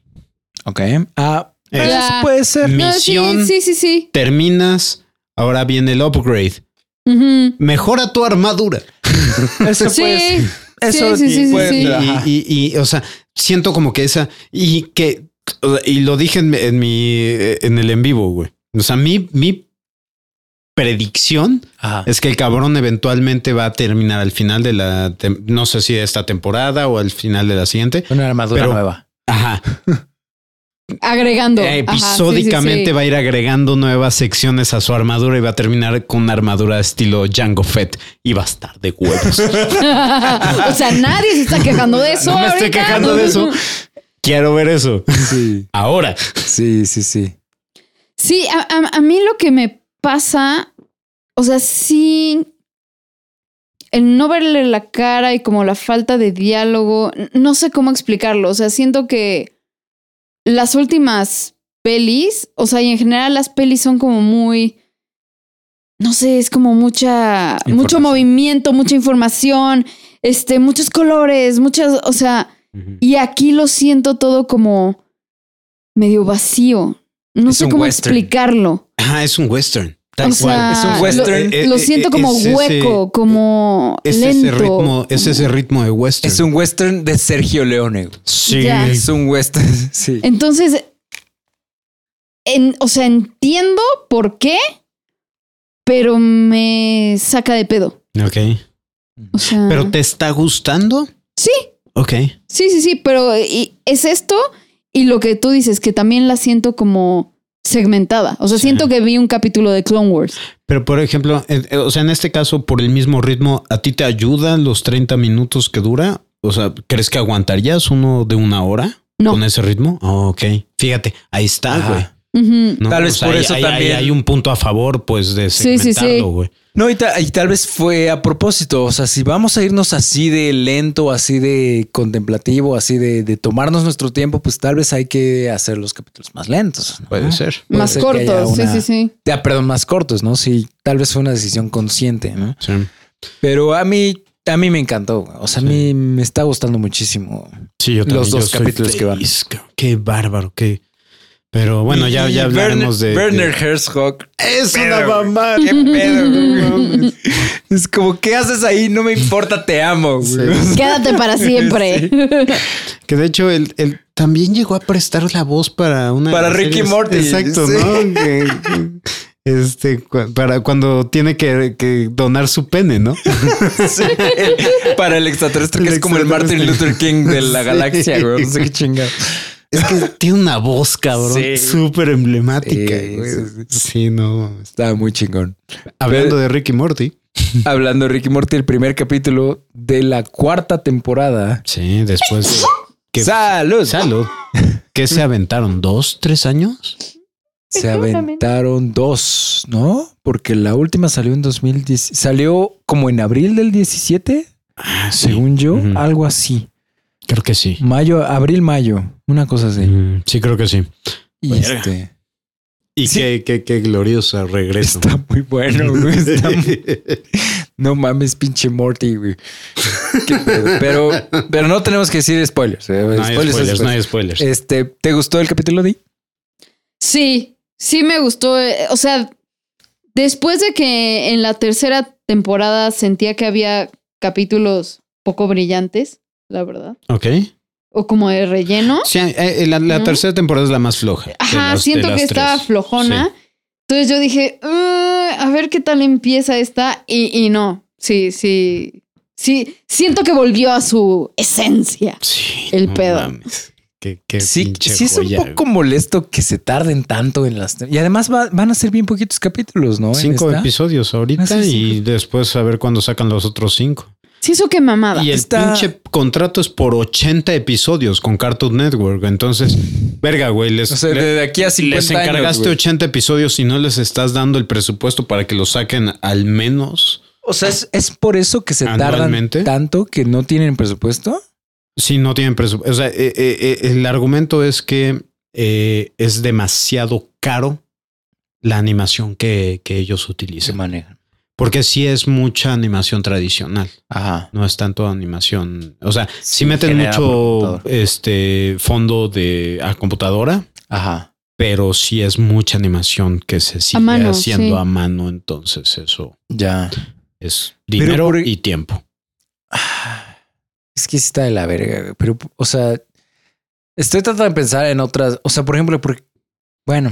[SPEAKER 2] ok. Ah,
[SPEAKER 1] Es-
[SPEAKER 3] Ya.
[SPEAKER 2] eso puede ser.
[SPEAKER 3] No, sí,
[SPEAKER 1] Misión.
[SPEAKER 3] sí, sí, sí.
[SPEAKER 1] Terminas, ahora viene el upgrade.
[SPEAKER 3] Ujú.
[SPEAKER 1] Mejora tu armadura.
[SPEAKER 2] Eso
[SPEAKER 3] Sí,
[SPEAKER 2] puede ser. Eso
[SPEAKER 3] sí, sí, sí, sí,
[SPEAKER 2] puede
[SPEAKER 3] sí.
[SPEAKER 1] Y,
[SPEAKER 2] ser. Ajá.
[SPEAKER 1] y- y- y, o sea, siento como que esa y que y lo dije en, en mi eh, en el en vivo, güey. O sea, mi mi predicción
[SPEAKER 2] Ajá.
[SPEAKER 1] es que el cabrón eventualmente va a terminar al final de la tem- no sé si de esta temporada o al final de la siguiente.
[SPEAKER 2] Una armadura
[SPEAKER 1] Pero-
[SPEAKER 2] nueva.
[SPEAKER 1] Ajá.
[SPEAKER 3] agregando.
[SPEAKER 1] Eh,
[SPEAKER 3] Ajá, sí, sí,
[SPEAKER 1] episódicamente
[SPEAKER 3] sí.
[SPEAKER 1] va a ir agregando nuevas secciones a su armadura y va a terminar con una armadura estilo Django Fett y va a estar de huevos.
[SPEAKER 3] o sea, nadie se está quejando de eso.
[SPEAKER 1] no me estoy
[SPEAKER 3] ahorita.
[SPEAKER 1] quejando de eso. Quiero ver eso.
[SPEAKER 2] Sí,
[SPEAKER 1] Ahora.
[SPEAKER 2] sí, sí, sí.
[SPEAKER 3] Sí, a, a- a mí lo que me pasa, o sea, sí, el no verle la cara y como la falta de diálogo, n- no sé cómo explicarlo, o sea, siento que las últimas pelis, o sea, y en general las pelis son como muy, no sé, es como mucha, mucho
[SPEAKER 2] Información.
[SPEAKER 3] movimiento, mucha información, este, muchos colores, muchas, o sea, y aquí lo siento todo como medio vacío. No
[SPEAKER 2] Es
[SPEAKER 3] sé
[SPEAKER 2] un
[SPEAKER 3] cómo
[SPEAKER 2] western.
[SPEAKER 3] explicarlo.
[SPEAKER 1] Ajá, es un western.
[SPEAKER 3] O sea,
[SPEAKER 2] Es un western.
[SPEAKER 3] Lo,
[SPEAKER 1] Eh,
[SPEAKER 3] lo
[SPEAKER 1] eh,
[SPEAKER 3] siento
[SPEAKER 1] eh,
[SPEAKER 3] como
[SPEAKER 1] es ese-
[SPEAKER 3] hueco, como
[SPEAKER 1] Es
[SPEAKER 3] lento.
[SPEAKER 1] ese ritmo, es ese ritmo de western.
[SPEAKER 2] Es un western de Sergio Leone. güey.
[SPEAKER 1] sí.
[SPEAKER 3] Ya.
[SPEAKER 2] Es un western, sí.
[SPEAKER 3] Entonces, en- o sea, entiendo por qué, pero me saca de pedo.
[SPEAKER 1] Ok.
[SPEAKER 3] O sea,
[SPEAKER 1] Pero te está gustando?
[SPEAKER 3] sí,
[SPEAKER 1] Ok.
[SPEAKER 3] sí, sí, sí, pero eh, y es esto y lo que tú dices, que también la siento como segmentada. O sea,
[SPEAKER 1] Sí.
[SPEAKER 3] siento que vi un capítulo de Clone Wars.
[SPEAKER 1] Pero por ejemplo, eh, eh, o sea, en este caso, por el mismo ritmo, ¿a ti te ayudan los 30 minutos que dura? O sea, ¿crees que aguantarías uno de una hora
[SPEAKER 3] No.
[SPEAKER 1] con ese ritmo? Ah, ok. Fíjate, ahí está,
[SPEAKER 2] Ajá.
[SPEAKER 1] güey.
[SPEAKER 3] Ujú.
[SPEAKER 1] No,
[SPEAKER 2] Tal
[SPEAKER 1] o
[SPEAKER 2] vez
[SPEAKER 1] sea,
[SPEAKER 2] por
[SPEAKER 1] ahí-
[SPEAKER 2] eso
[SPEAKER 1] ahí-
[SPEAKER 2] también-
[SPEAKER 1] ahí hay un punto a favor, pues, de
[SPEAKER 3] Sí, sí, sí.
[SPEAKER 1] segmentarlo, güey.
[SPEAKER 2] No, y, ta- y tal vez fue a propósito. O sea, si vamos a irnos así de lento, así de contemplativo, así de, de tomarnos nuestro tiempo, pues tal vez hay que hacer los capítulos más lentos. ¿no?
[SPEAKER 1] Puede ser.
[SPEAKER 2] Puede
[SPEAKER 3] Más
[SPEAKER 2] ser que haya
[SPEAKER 3] cortos,
[SPEAKER 2] una-
[SPEAKER 3] sí, sí, sí.
[SPEAKER 2] Ya, perdón, más cortos, ¿no? Sí, tal vez fue una decisión consciente, ¿no?
[SPEAKER 1] Sí.
[SPEAKER 2] Pero a mí, a mí me encantó. güey. O sea, a mí me está gustando muchísimo.
[SPEAKER 1] Sí, yo
[SPEAKER 2] Los dos
[SPEAKER 1] soy
[SPEAKER 2] capítulos que van.
[SPEAKER 1] feliz, cabrón. Qué bárbaro, qué. Pero bueno, ya,
[SPEAKER 2] Y-
[SPEAKER 1] ya
[SPEAKER 2] y
[SPEAKER 1] hablaremos de.
[SPEAKER 2] Werner-
[SPEAKER 1] de-
[SPEAKER 2] Werner Herzog.
[SPEAKER 1] Es una
[SPEAKER 2] Pero, güey,
[SPEAKER 1] mamá.
[SPEAKER 2] Qué pedo, güey, mames. Es como, ¿qué haces ahí? No me importa, te amo. güey.
[SPEAKER 3] Quédate para siempre.
[SPEAKER 1] Que de hecho, él, él también llegó a prestar la voz para una. de
[SPEAKER 2] Para
[SPEAKER 1] las
[SPEAKER 2] Ricky Morty,
[SPEAKER 1] Exacto,
[SPEAKER 2] sí.
[SPEAKER 1] ¿no? Que- este, cu- para cuando tiene que, que donar su pene, ¿no?
[SPEAKER 2] Sí. Para el extraterrestre, que
[SPEAKER 1] El
[SPEAKER 2] es como el Martin
[SPEAKER 1] extraterrestre.
[SPEAKER 2] Luther King de la
[SPEAKER 1] Sí.
[SPEAKER 2] galaxia, güey. No sé qué chingado.
[SPEAKER 1] Es que tiene una voz, cabrón,
[SPEAKER 2] Sí.
[SPEAKER 1] súper emblemática.
[SPEAKER 2] Sí,
[SPEAKER 1] güey.
[SPEAKER 2] sí,
[SPEAKER 1] Sí, no. mames.
[SPEAKER 2] Estaba muy chingón.
[SPEAKER 1] Hablando de Ricky Morty.
[SPEAKER 2] Hablando de Ricky Morty, el primer capítulo de la cuarta temporada.
[SPEAKER 1] Sí, después. Que,
[SPEAKER 2] ¡Salud!
[SPEAKER 1] Salud. ¿Qué se aventaron? ¿Dos, tres años?
[SPEAKER 2] Se aventaron dos, ¿no? Porque la última salió en 2010. Salió como en abril del 17,
[SPEAKER 1] Ah,
[SPEAKER 2] según yo,
[SPEAKER 1] Ujú.
[SPEAKER 2] algo así.
[SPEAKER 1] Creo que sí.
[SPEAKER 2] Mayo, abril, mayo, una cosa así.
[SPEAKER 1] Mm, Sí, creo que sí.
[SPEAKER 2] Y
[SPEAKER 1] Verga.
[SPEAKER 2] este
[SPEAKER 1] Y
[SPEAKER 2] Sí.
[SPEAKER 1] qué, qué, qué gloriosa regreso.
[SPEAKER 2] está muy bueno, güey. Está muy- no mames, pinche Morty, güey. Qué pedo. Pero, pero no tenemos que decir spoilers. eh.
[SPEAKER 1] No hay
[SPEAKER 2] Spoilers,
[SPEAKER 1] spoilers, Eh, no
[SPEAKER 2] spoilers.
[SPEAKER 1] hay spoilers.
[SPEAKER 2] Este, ¿te gustó el capítulo de?
[SPEAKER 3] Sí, sí me gustó. eh, O sea, después de que en la tercera temporada sentía que había capítulos poco brillantes, la verdad,
[SPEAKER 1] Ok.
[SPEAKER 3] o como de relleno.
[SPEAKER 1] Sí, eh, eh, la, la
[SPEAKER 3] ¿No?
[SPEAKER 1] tercera temporada es la más floja. de
[SPEAKER 3] Ajá,
[SPEAKER 1] las- de
[SPEAKER 3] siento
[SPEAKER 1] las
[SPEAKER 3] que estaba
[SPEAKER 1] tres.
[SPEAKER 3] flojona. Entonces yo dije, "Uh, a ver qué tal empieza esta. Y, y no, sí, sí, sí, siento que volvió a su esencia.
[SPEAKER 1] Sí.
[SPEAKER 3] El pedo.
[SPEAKER 1] mames. Qué, qué
[SPEAKER 2] Sí,
[SPEAKER 1] pinche
[SPEAKER 2] sí es un
[SPEAKER 1] joya,
[SPEAKER 2] poco molesto que se tarden tanto en las... Y además va- van a ser bien poquitos capítulos, ¿no?
[SPEAKER 1] güey.
[SPEAKER 2] En
[SPEAKER 1] Cinco
[SPEAKER 2] esta.
[SPEAKER 1] episodios
[SPEAKER 2] Ah,
[SPEAKER 1] ahorita
[SPEAKER 2] sí,
[SPEAKER 1] y después a ver cuándo sacan los otros cinco.
[SPEAKER 3] Sí, eso qué mamada.
[SPEAKER 1] Y el
[SPEAKER 2] Está-
[SPEAKER 1] pinche contrato es por 80 episodios con Cartoon Network. Entonces, verga, güey. Les,
[SPEAKER 2] O sea,
[SPEAKER 1] le-
[SPEAKER 2] desde aquí a 50
[SPEAKER 1] les
[SPEAKER 2] años,
[SPEAKER 1] encargaste
[SPEAKER 2] güey.
[SPEAKER 1] 80 episodios y no les estás dando el presupuesto para que lo saquen al menos.
[SPEAKER 2] O sea, es, es por eso que se tardan
[SPEAKER 1] ¿Anualmente?
[SPEAKER 2] tanto que no tienen presupuesto.
[SPEAKER 1] Si no tienen presupuesto. O sea, eh, eh, eh, el argumento es que eh, es demasiado caro la animación que, que ellos utilizan.
[SPEAKER 2] manejan.
[SPEAKER 1] Porque sí es mucha animación tradicional.
[SPEAKER 2] Ajá.
[SPEAKER 1] No es tanto animación. O sea, si
[SPEAKER 2] Sí,
[SPEAKER 1] meten
[SPEAKER 2] generada por
[SPEAKER 1] mucho
[SPEAKER 2] computadora.
[SPEAKER 1] este fondo de a computadora,
[SPEAKER 2] Ajá.
[SPEAKER 1] pero sí es mucha animación que se sigue
[SPEAKER 3] mano,
[SPEAKER 1] haciendo
[SPEAKER 3] sí.
[SPEAKER 1] a mano, entonces eso
[SPEAKER 2] Ya.
[SPEAKER 1] es
[SPEAKER 2] Pero
[SPEAKER 1] dinero
[SPEAKER 2] por-
[SPEAKER 1] y tiempo.
[SPEAKER 2] Es que sí está de la verga, güey. Pero, o sea, estoy tratando de pensar en otras. O sea, por ejemplo, porque. Bueno,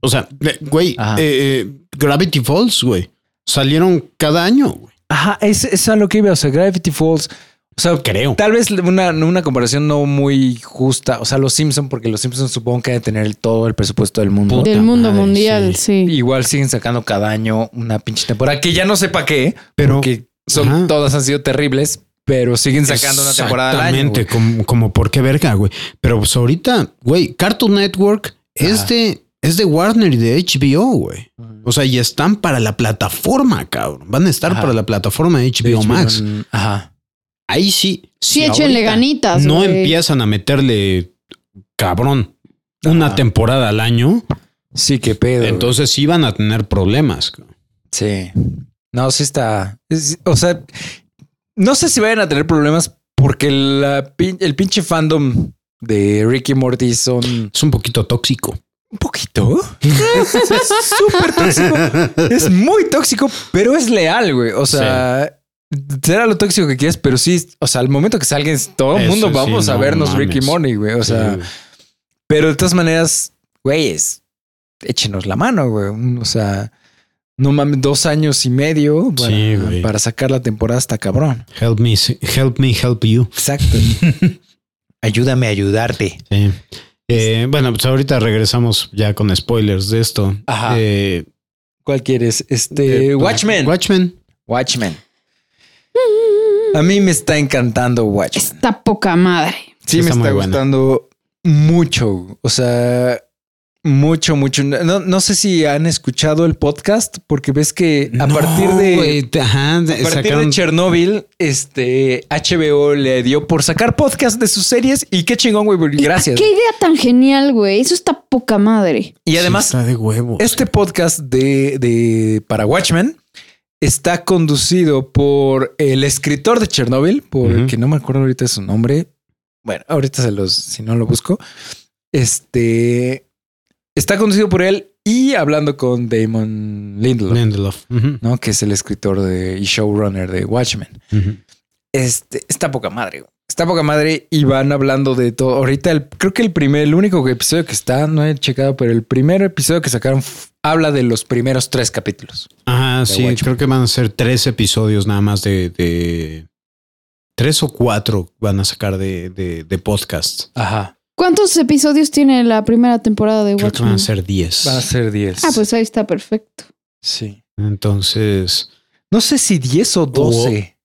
[SPEAKER 1] O sea, eh, güey,
[SPEAKER 2] Ajá.
[SPEAKER 1] eh, eh, Gravity Falls, güey, salieron cada año, güey.
[SPEAKER 2] ajá, es, es a lo que iba. O sea, Gravity Falls. O sea,
[SPEAKER 1] creo.
[SPEAKER 2] Tal vez una, una comparación no muy justa. O sea, los Simpson, porque los Simpson supongo que deben tener el- todo el presupuesto del mundo.
[SPEAKER 1] Puta
[SPEAKER 3] Del mundo
[SPEAKER 1] madre,
[SPEAKER 3] mundial, sí.
[SPEAKER 2] Igual siguen sacando cada año una pinche temporada que ya no sé para qué,
[SPEAKER 1] Pero-
[SPEAKER 2] pero que son
[SPEAKER 1] Ajá.
[SPEAKER 2] todas han sido terribles, pero siguen sacando una temporada al año.
[SPEAKER 1] Exactamente,
[SPEAKER 2] güey.
[SPEAKER 1] como, como por qué verga, güey. Pero pues ahorita, güey, Cartoon Network es
[SPEAKER 2] Ajá.
[SPEAKER 1] de, es de Warner y de HBO, güey. O sea, y están para la plataforma, cabrón. Van a estar
[SPEAKER 2] Ajá.
[SPEAKER 1] para la plataforma de HBO,
[SPEAKER 2] HBO
[SPEAKER 1] Max.
[SPEAKER 2] en- Ajá.
[SPEAKER 1] Ahí sí.
[SPEAKER 3] Sí,
[SPEAKER 1] si
[SPEAKER 3] échenle
[SPEAKER 1] ahorita
[SPEAKER 3] ganitas,
[SPEAKER 1] No
[SPEAKER 3] güey.
[SPEAKER 1] empiezan a meterle, cabrón, una
[SPEAKER 2] Ajá.
[SPEAKER 1] temporada al año.
[SPEAKER 2] Sí, qué pedo. güey.
[SPEAKER 1] Entonces sí van a tener problemas. cabrón.
[SPEAKER 2] Sí. No, sí está. es- o sea, no sé si vayan a tener problemas porque la pin- el pinche fandom de Ricky Morty son un
[SPEAKER 1] Es un poquito tóxico.
[SPEAKER 2] poquito. es súper tóxico. Es muy tóxico, pero es leal, güey. O sea, será lo tóxico que quieras, pero sí, o sea, al momento que salgan, todo el
[SPEAKER 1] Eso
[SPEAKER 2] mundo
[SPEAKER 1] sí,
[SPEAKER 2] vamos a
[SPEAKER 1] no
[SPEAKER 2] vernos
[SPEAKER 1] mames.
[SPEAKER 2] Ricky Morty, güey. O sea, pero de todas maneras, güeyes, échenos la mano, güey. O sea, no mames, dos años y medio para,
[SPEAKER 1] Sí, güey.
[SPEAKER 2] para sacar la temporada hasta cabrón.
[SPEAKER 1] help me, help me, help you.
[SPEAKER 2] Exacto. Ayúdame a ayudarte.
[SPEAKER 1] Sí. Eh, bueno, pues ahorita regresamos ya con spoilers de esto.
[SPEAKER 2] Ajá.
[SPEAKER 1] Eh,
[SPEAKER 2] ¿Cuál quieres? Este,
[SPEAKER 1] eh,
[SPEAKER 2] Watchmen.
[SPEAKER 1] Watchmen.
[SPEAKER 2] Watchmen. A mí me está encantando Watchmen.
[SPEAKER 3] Está poca madre.
[SPEAKER 2] Sí, me
[SPEAKER 1] Está
[SPEAKER 2] está
[SPEAKER 1] muy buena.
[SPEAKER 2] gustando mucho. O sea, mucho, mucho. No, no sé si han escuchado el podcast, porque ves que a
[SPEAKER 1] No,
[SPEAKER 2] partir de.
[SPEAKER 1] güey, te- ajá,
[SPEAKER 2] a partir
[SPEAKER 1] sacaron-
[SPEAKER 2] de Chernobyl, este HBO le dio por sacar podcast de sus series y qué chingón, güey. Gracias.
[SPEAKER 3] Qué idea tan genial, güey. Eso está poca madre.
[SPEAKER 2] Y además,
[SPEAKER 1] Sí, está de huevo.
[SPEAKER 2] este podcast de, de para Watchmen está conducido por el escritor de Chernobyl, por el
[SPEAKER 1] Ujú.
[SPEAKER 2] que no me acuerdo ahorita su nombre. Bueno, ahorita se los, si no lo busco. Este está conducido por él y hablando con Damon Lindelof,
[SPEAKER 1] Lindelof. Ujú,
[SPEAKER 2] ¿no? Que es el escritor de, y showrunner de Watchmen.
[SPEAKER 1] ujú.
[SPEAKER 2] Este, está poca madre, güey. Está poca madre y van hablando de todo. Ahorita el- creo que el primer, el único episodio que está, no he checado, pero el primer episodio que sacaron f- habla de los primeros tres capítulos.
[SPEAKER 1] Ajá, sí,
[SPEAKER 2] Watchmen.
[SPEAKER 1] creo que van a ser tres episodios nada más de, de- tres o cuatro van a sacar de, de, de podcast.
[SPEAKER 2] Ajá.
[SPEAKER 3] ¿Cuántos episodios tiene la primera temporada de
[SPEAKER 1] Creo que van
[SPEAKER 3] Watchmen?
[SPEAKER 1] a ser diez.
[SPEAKER 2] Van a ser 10.
[SPEAKER 3] Ah, pues ahí está perfecto.
[SPEAKER 2] sí.
[SPEAKER 1] Entonces,
[SPEAKER 2] No sé si 10 o 12.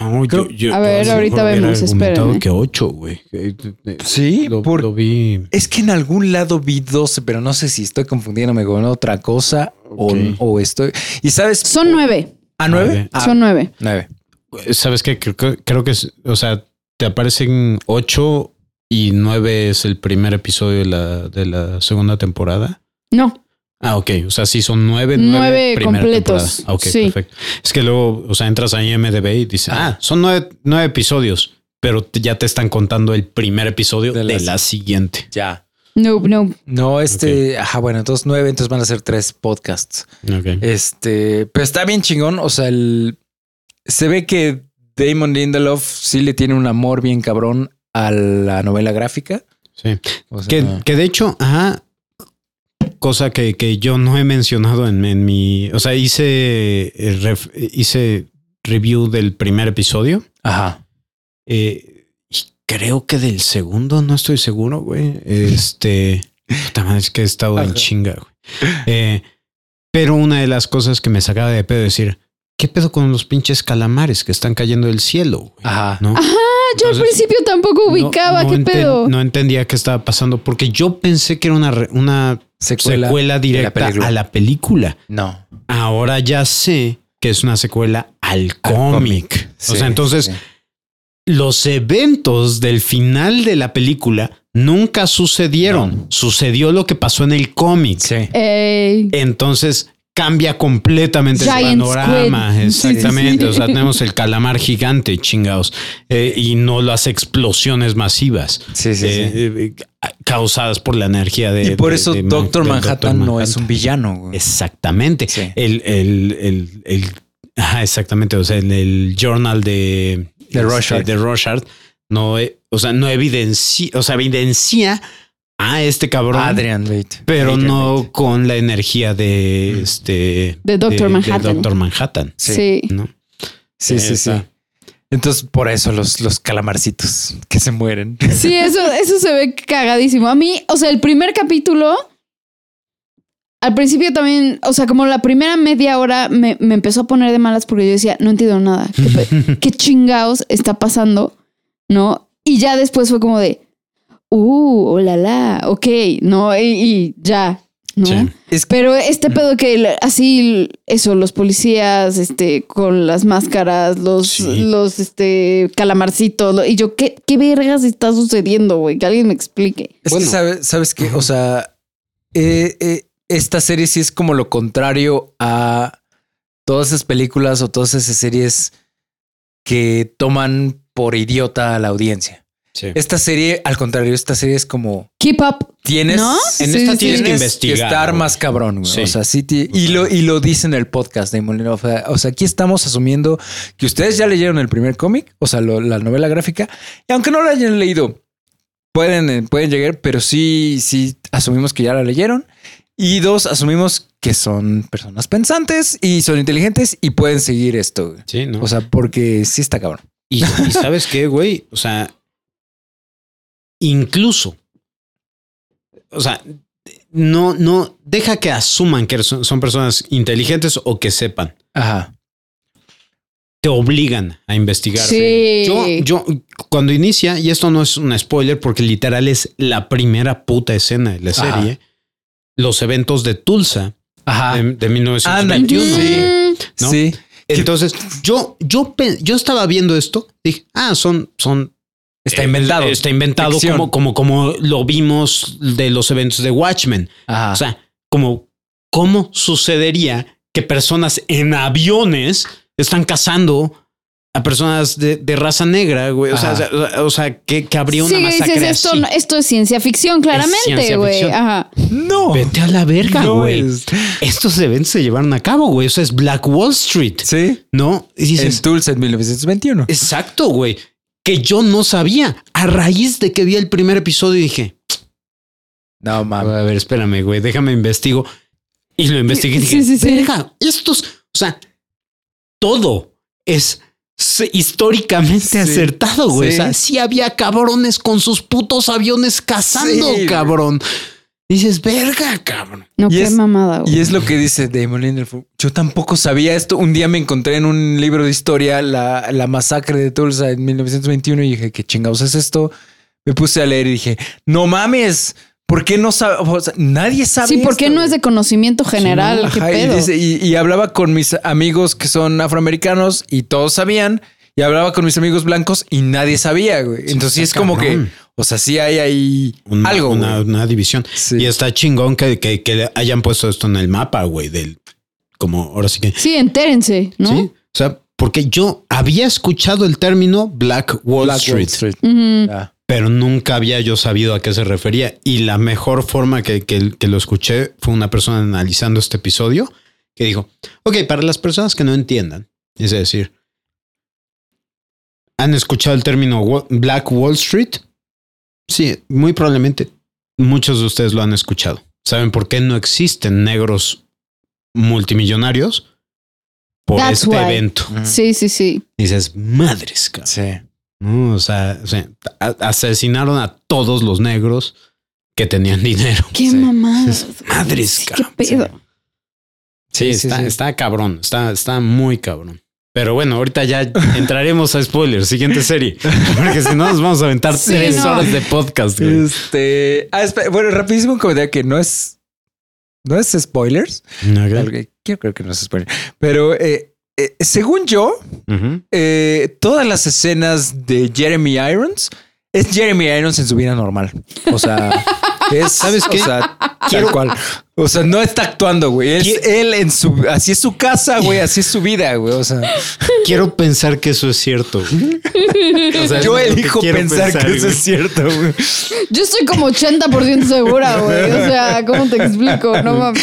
[SPEAKER 1] no, yo-
[SPEAKER 2] Creo-
[SPEAKER 1] yo,
[SPEAKER 3] A ver,
[SPEAKER 1] yo
[SPEAKER 3] ahorita
[SPEAKER 1] hubiera
[SPEAKER 3] vemos,
[SPEAKER 1] argumentado
[SPEAKER 3] espérenme.
[SPEAKER 1] que ocho, güey. Eh, eh,
[SPEAKER 2] Sí,
[SPEAKER 1] Lo,
[SPEAKER 2] por-
[SPEAKER 1] lo vi.
[SPEAKER 2] es que en algún lado vi 12, pero no sé si estoy confundiéndome con otra cosa o-
[SPEAKER 1] Ok.
[SPEAKER 2] o, estoy. ¿Y sabes?
[SPEAKER 1] Oh.
[SPEAKER 3] Son nueve.
[SPEAKER 2] ¿A 9?
[SPEAKER 1] Nueve.
[SPEAKER 3] Son nueve.
[SPEAKER 2] 9.
[SPEAKER 1] ¿Sabes qué? Creo, que- creo que, es- o sea, te aparecen ocho y nueve es el primer episodio de la, de la segunda temporada.
[SPEAKER 3] No.
[SPEAKER 1] Ah, ok. O sea, sí son nueve, nueve,
[SPEAKER 3] Nueve
[SPEAKER 1] primera
[SPEAKER 3] completos.
[SPEAKER 1] temporada. Ah, Ok,
[SPEAKER 3] Sí.
[SPEAKER 1] perfecto. Es que luego, o sea, entras a IMDB y dices, ah, son nueve, nueve episodios, pero te- ya te están contando el primer episodio
[SPEAKER 2] De
[SPEAKER 1] de,
[SPEAKER 2] la-
[SPEAKER 1] la siguiente.
[SPEAKER 2] Ya.
[SPEAKER 3] No, Ah, no.
[SPEAKER 2] No, este. Ajá, bueno, entonces 9, entonces van a ser tres podcasts.
[SPEAKER 1] Ok.
[SPEAKER 2] Este, pero está bien chingón. O sea, el- se ve que Damon Lindelof sí le tiene un amor bien cabrón a la novela gráfica.
[SPEAKER 1] Sí.
[SPEAKER 2] O sea,
[SPEAKER 1] Que, que de hecho, ajá, cosa que, que yo no he mencionado en, en mi. O sea, hice, eh, ref- hice review del primer episodio.
[SPEAKER 2] Ajá.
[SPEAKER 1] eh, y creo que del segundo, no estoy seguro, güey. Este. puta madre, es que he estado en
[SPEAKER 2] Ajá.
[SPEAKER 1] chinga, güey. Eh, pero una de las cosas que me sacaba de pedo decir. ¿qué pedo con los pinches calamares que están cayendo del cielo? güey?
[SPEAKER 2] Ajá.
[SPEAKER 1] ¿No?
[SPEAKER 3] Ajá, yo al
[SPEAKER 1] Entonces,
[SPEAKER 3] principio tampoco Ah, ubicaba,
[SPEAKER 1] No- no
[SPEAKER 3] ¿qué
[SPEAKER 1] enten-
[SPEAKER 3] pedo?
[SPEAKER 1] No entendía qué estaba pasando porque yo pensé que era una, re- una
[SPEAKER 2] Secuela.
[SPEAKER 1] secuela, directa
[SPEAKER 2] película.
[SPEAKER 1] a la película.
[SPEAKER 2] No.
[SPEAKER 1] Ahora ya sé que es una secuela al
[SPEAKER 2] Al cómic.
[SPEAKER 1] cómic.
[SPEAKER 2] Sí,
[SPEAKER 1] o sea, entonces
[SPEAKER 2] sí.
[SPEAKER 1] los eventos del final de la película nunca sucedieron.
[SPEAKER 2] No.
[SPEAKER 1] Sucedió lo que pasó en el cómic.
[SPEAKER 2] Sí.
[SPEAKER 3] Ey.
[SPEAKER 1] Entonces cambia completamente el
[SPEAKER 3] Giant
[SPEAKER 1] panorama.
[SPEAKER 3] squid. Sí, sí,
[SPEAKER 1] Exactamente.
[SPEAKER 3] sí.
[SPEAKER 1] O sea, tenemos el calamar gigante, chingados, eh, y no las explosiones masivas
[SPEAKER 2] Sí, sí,
[SPEAKER 1] eh,
[SPEAKER 2] sí.
[SPEAKER 1] eh, eh, causadas por la energía de.
[SPEAKER 2] y por
[SPEAKER 1] de-
[SPEAKER 2] eso
[SPEAKER 1] de-
[SPEAKER 2] Doctor
[SPEAKER 1] del
[SPEAKER 2] Manhattan no es un
[SPEAKER 1] Manhattan.
[SPEAKER 2] villano, güey.
[SPEAKER 1] Exactamente.
[SPEAKER 2] Sí. Eh,
[SPEAKER 1] El, el, el, el- ajá, exactamente. O sea, en el journal de,
[SPEAKER 2] De
[SPEAKER 1] este,
[SPEAKER 2] Rorschach.
[SPEAKER 1] de Rorschach, no, eh, o sea, no evidencia, o sea, evidencia a este cabrón.
[SPEAKER 2] Adrian Bate.
[SPEAKER 1] Pero
[SPEAKER 2] Adrian
[SPEAKER 1] no
[SPEAKER 2] Bate.
[SPEAKER 1] con la energía de este
[SPEAKER 3] De Dr. Manhattan.
[SPEAKER 1] Doctor Manhattan.
[SPEAKER 3] Sí.
[SPEAKER 2] Sí,
[SPEAKER 1] ¿no?
[SPEAKER 2] sí, sí, sí.
[SPEAKER 1] Esa.
[SPEAKER 2] Entonces, por eso los, los calamarcitos que se mueren.
[SPEAKER 3] Sí, eso, eso se ve cagadísimo. A mí, o sea, el primer capítulo, al principio también, o sea, como la primera media hora me, me empezó a poner de malas porque yo decía, no entiendo nada. ¿Qué, pe- qué chingados está pasando? ¿No? Y ya después fue como de, uh, oh la la, ok, ¿no? Y, y ya, ¿no?
[SPEAKER 1] Sí.
[SPEAKER 2] Es
[SPEAKER 3] Pero este pedo que la- así, eso, los policías, este, con las máscaras, los,
[SPEAKER 1] Sí.
[SPEAKER 3] los, este, calamarcitos, lo- y yo, ¿qué, qué vergas está sucediendo, güey? Que alguien me explique.
[SPEAKER 2] Es
[SPEAKER 1] Bueno.
[SPEAKER 2] que sabe- sabes que, o sea, eh, eh, esta serie sí es como lo contrario a todas esas películas o todas esas series que toman por idiota a la audiencia.
[SPEAKER 1] Sí.
[SPEAKER 2] Esta serie, al contrario, esta serie es como
[SPEAKER 3] Keep up.
[SPEAKER 2] tienes,
[SPEAKER 3] ¿No?
[SPEAKER 1] En
[SPEAKER 3] Sí,
[SPEAKER 1] esta tienes
[SPEAKER 3] sí,
[SPEAKER 1] que
[SPEAKER 3] sí.
[SPEAKER 2] tienes
[SPEAKER 1] investigar.
[SPEAKER 2] que estar
[SPEAKER 1] güey.
[SPEAKER 2] más cabrón, güey.
[SPEAKER 1] Sí.
[SPEAKER 2] O sea, sí ti- y lo y lo dice en el podcast de Molina. O sea, o sea, aquí estamos asumiendo que ustedes ya leyeron el primer cómic, o sea, lo- la novela gráfica, y aunque no lo hayan leído, pueden eh, pueden llegar, pero sí sí asumimos que ya la leyeron. Y dos, asumimos que son personas pensantes y son inteligentes y pueden seguir esto. güey.
[SPEAKER 1] Sí, ¿no?
[SPEAKER 2] O sea, porque sí está cabrón.
[SPEAKER 1] y, y sabes qué, güey? O sea, incluso, o sea, no, no, deja que asuman que son, son personas inteligentes o que sepan.
[SPEAKER 2] Ajá.
[SPEAKER 1] Te obligan a investigar.
[SPEAKER 3] Sí.
[SPEAKER 1] Yo, yo, cuando inicia, y esto no es un spoiler porque literal es la primera puta escena de la
[SPEAKER 2] Ajá.
[SPEAKER 1] serie, los eventos de Tulsa
[SPEAKER 2] Ajá.
[SPEAKER 1] de, de
[SPEAKER 3] Ujú.
[SPEAKER 1] 1921.
[SPEAKER 2] Ah. Sí.
[SPEAKER 1] Em,
[SPEAKER 3] Mm,
[SPEAKER 1] ¿no?
[SPEAKER 2] Sí.
[SPEAKER 1] Entonces, yo, yo, pe- yo estaba viendo esto, dije, ah, son, son
[SPEAKER 2] Está
[SPEAKER 1] Eh,
[SPEAKER 2] inventado.
[SPEAKER 1] Está inventado
[SPEAKER 2] Ficción.
[SPEAKER 1] como, como, como lo vimos de los eventos de Watchmen.
[SPEAKER 2] Ajá.
[SPEAKER 1] O sea, como cómo sucedería que personas en aviones están cazando a personas de, de raza negra, güey. O sea,
[SPEAKER 2] Ajá.
[SPEAKER 1] o sea, o sea, que, que habría una
[SPEAKER 3] Sí, que
[SPEAKER 1] masacre
[SPEAKER 3] dices, esto,
[SPEAKER 1] así.
[SPEAKER 3] no- esto es ciencia ficción, claramente,
[SPEAKER 1] ciencia
[SPEAKER 3] güey.
[SPEAKER 1] ficción.
[SPEAKER 3] Ajá.
[SPEAKER 2] no.
[SPEAKER 1] Vete a la verga,
[SPEAKER 2] Oh, No
[SPEAKER 1] güey.
[SPEAKER 2] es-
[SPEAKER 1] Estos eventos se llevaron a cabo, güey. O sea, es Black Wall Street,
[SPEAKER 2] Sí.
[SPEAKER 1] ¿no? Y dices,
[SPEAKER 2] en Tulsa en 1921.
[SPEAKER 1] Exacto, güey. Que yo no sabía. A raíz de que vi el primer episodio dije,
[SPEAKER 2] No mames.
[SPEAKER 1] A ver, espérame, güey, déjame investigo. Y lo investigué y dije,
[SPEAKER 3] Sí, sí, sí.
[SPEAKER 1] "Verga, estos, o sea, todo es s- históricamente
[SPEAKER 2] Sí.
[SPEAKER 1] acertado, güey.
[SPEAKER 2] Sí.
[SPEAKER 1] O sea, sí había cabrones con sus putos aviones cazando,
[SPEAKER 2] Sí.
[SPEAKER 1] cabrón. Dices, verga, cabrón.
[SPEAKER 3] No,
[SPEAKER 2] Y
[SPEAKER 3] qué
[SPEAKER 2] es-
[SPEAKER 3] mamada, güey.
[SPEAKER 2] Y es lo que dice Damon Lindelof. Yo tampoco sabía esto. Un día me encontré en un libro de historia la, la masacre de Tulsa en 1921 y dije, ¿qué chingados es esto? Me puse a leer y dije, no mames, ¿por qué no sabe? o sea, nadie sabe.
[SPEAKER 3] Sí, ¿por qué
[SPEAKER 2] esto,
[SPEAKER 3] no es de conocimiento general?
[SPEAKER 2] güey?"
[SPEAKER 3] ¿Qué
[SPEAKER 2] Ajá, y,
[SPEAKER 3] pedo?
[SPEAKER 2] dice- y- y hablaba con mis amigos que son afroamericanos y todos sabían. Y hablaba con mis amigos blancos y nadie sabía, güey. Entonces sí es
[SPEAKER 1] está
[SPEAKER 2] como que,
[SPEAKER 1] cabrón.
[SPEAKER 2] o sea, sí hay ahí
[SPEAKER 1] Una-
[SPEAKER 2] algo.
[SPEAKER 1] Una,
[SPEAKER 2] güey.
[SPEAKER 1] una división.
[SPEAKER 2] Sí.
[SPEAKER 1] Y está chingón que, que, que hayan puesto esto en el mapa, güey, del, como ahora sí que
[SPEAKER 3] Sí, entérense, ¿no?
[SPEAKER 1] Sí. O sea, porque yo había escuchado el término Black Wall,
[SPEAKER 2] Black Wall
[SPEAKER 1] Street,
[SPEAKER 2] Street.
[SPEAKER 3] Ujú.
[SPEAKER 2] Ya.
[SPEAKER 1] pero nunca había yo sabido a qué se refería. Y la mejor forma que, que- que lo escuché fue una persona analizando este episodio que dijo, ok, para las personas que no entiendan, es decir, ¿han escuchado el término Wa- Black Wall Street? Sí, muy probablemente muchos de ustedes lo han escuchado. ¿Saben por qué no existen negros multimillonarios? Por
[SPEAKER 3] That's
[SPEAKER 1] este
[SPEAKER 3] why. Mm.
[SPEAKER 1] evento.
[SPEAKER 2] Ah.
[SPEAKER 3] Sí, sí, sí.
[SPEAKER 1] Dices, madres, cabrón.
[SPEAKER 2] Sí.
[SPEAKER 1] ¿no? O sea, o sea, a- asesinaron a todos los negros que tenían dinero.
[SPEAKER 3] Qué
[SPEAKER 2] Sí.
[SPEAKER 3] mamada.
[SPEAKER 1] Madres,
[SPEAKER 3] ¿Qué
[SPEAKER 1] cabrón.
[SPEAKER 3] pedo?
[SPEAKER 1] Sí,
[SPEAKER 2] Sí, sí,
[SPEAKER 1] está,
[SPEAKER 2] sí.
[SPEAKER 1] está cabrón, está, está muy cabrón. Pero bueno, ahorita ya entraremos a spoilers, siguiente serie. Porque si no, nos vamos a aventar
[SPEAKER 3] Sí,
[SPEAKER 1] tres
[SPEAKER 3] no.
[SPEAKER 1] horas de podcast. güey.
[SPEAKER 2] Este. ah, espe- bueno, rapidísimo un comentario que no es. No es spoilers. Algo que- Yo creo que no es spoiler. Pero eh, eh, según yo,
[SPEAKER 1] Ujú.
[SPEAKER 2] eh, todas las escenas de Jeremy Irons es Jeremy Irons en su vida normal. O sea, es.
[SPEAKER 1] ¿Sabes qué?
[SPEAKER 2] O sea, tal cual. O sea, no está actuando, güey. Es
[SPEAKER 1] Qui-
[SPEAKER 2] él en su. Así es su casa, güey. Así es su vida, güey. O sea,
[SPEAKER 1] Quiero pensar que eso es cierto. güey. O sea,
[SPEAKER 2] yo
[SPEAKER 1] es lo que
[SPEAKER 2] elijo
[SPEAKER 1] quiero
[SPEAKER 2] pensar, que eso
[SPEAKER 1] güey.
[SPEAKER 2] es cierto, güey.
[SPEAKER 3] Yo estoy como 80% segura, güey. O sea, ¿cómo te explico? No mames.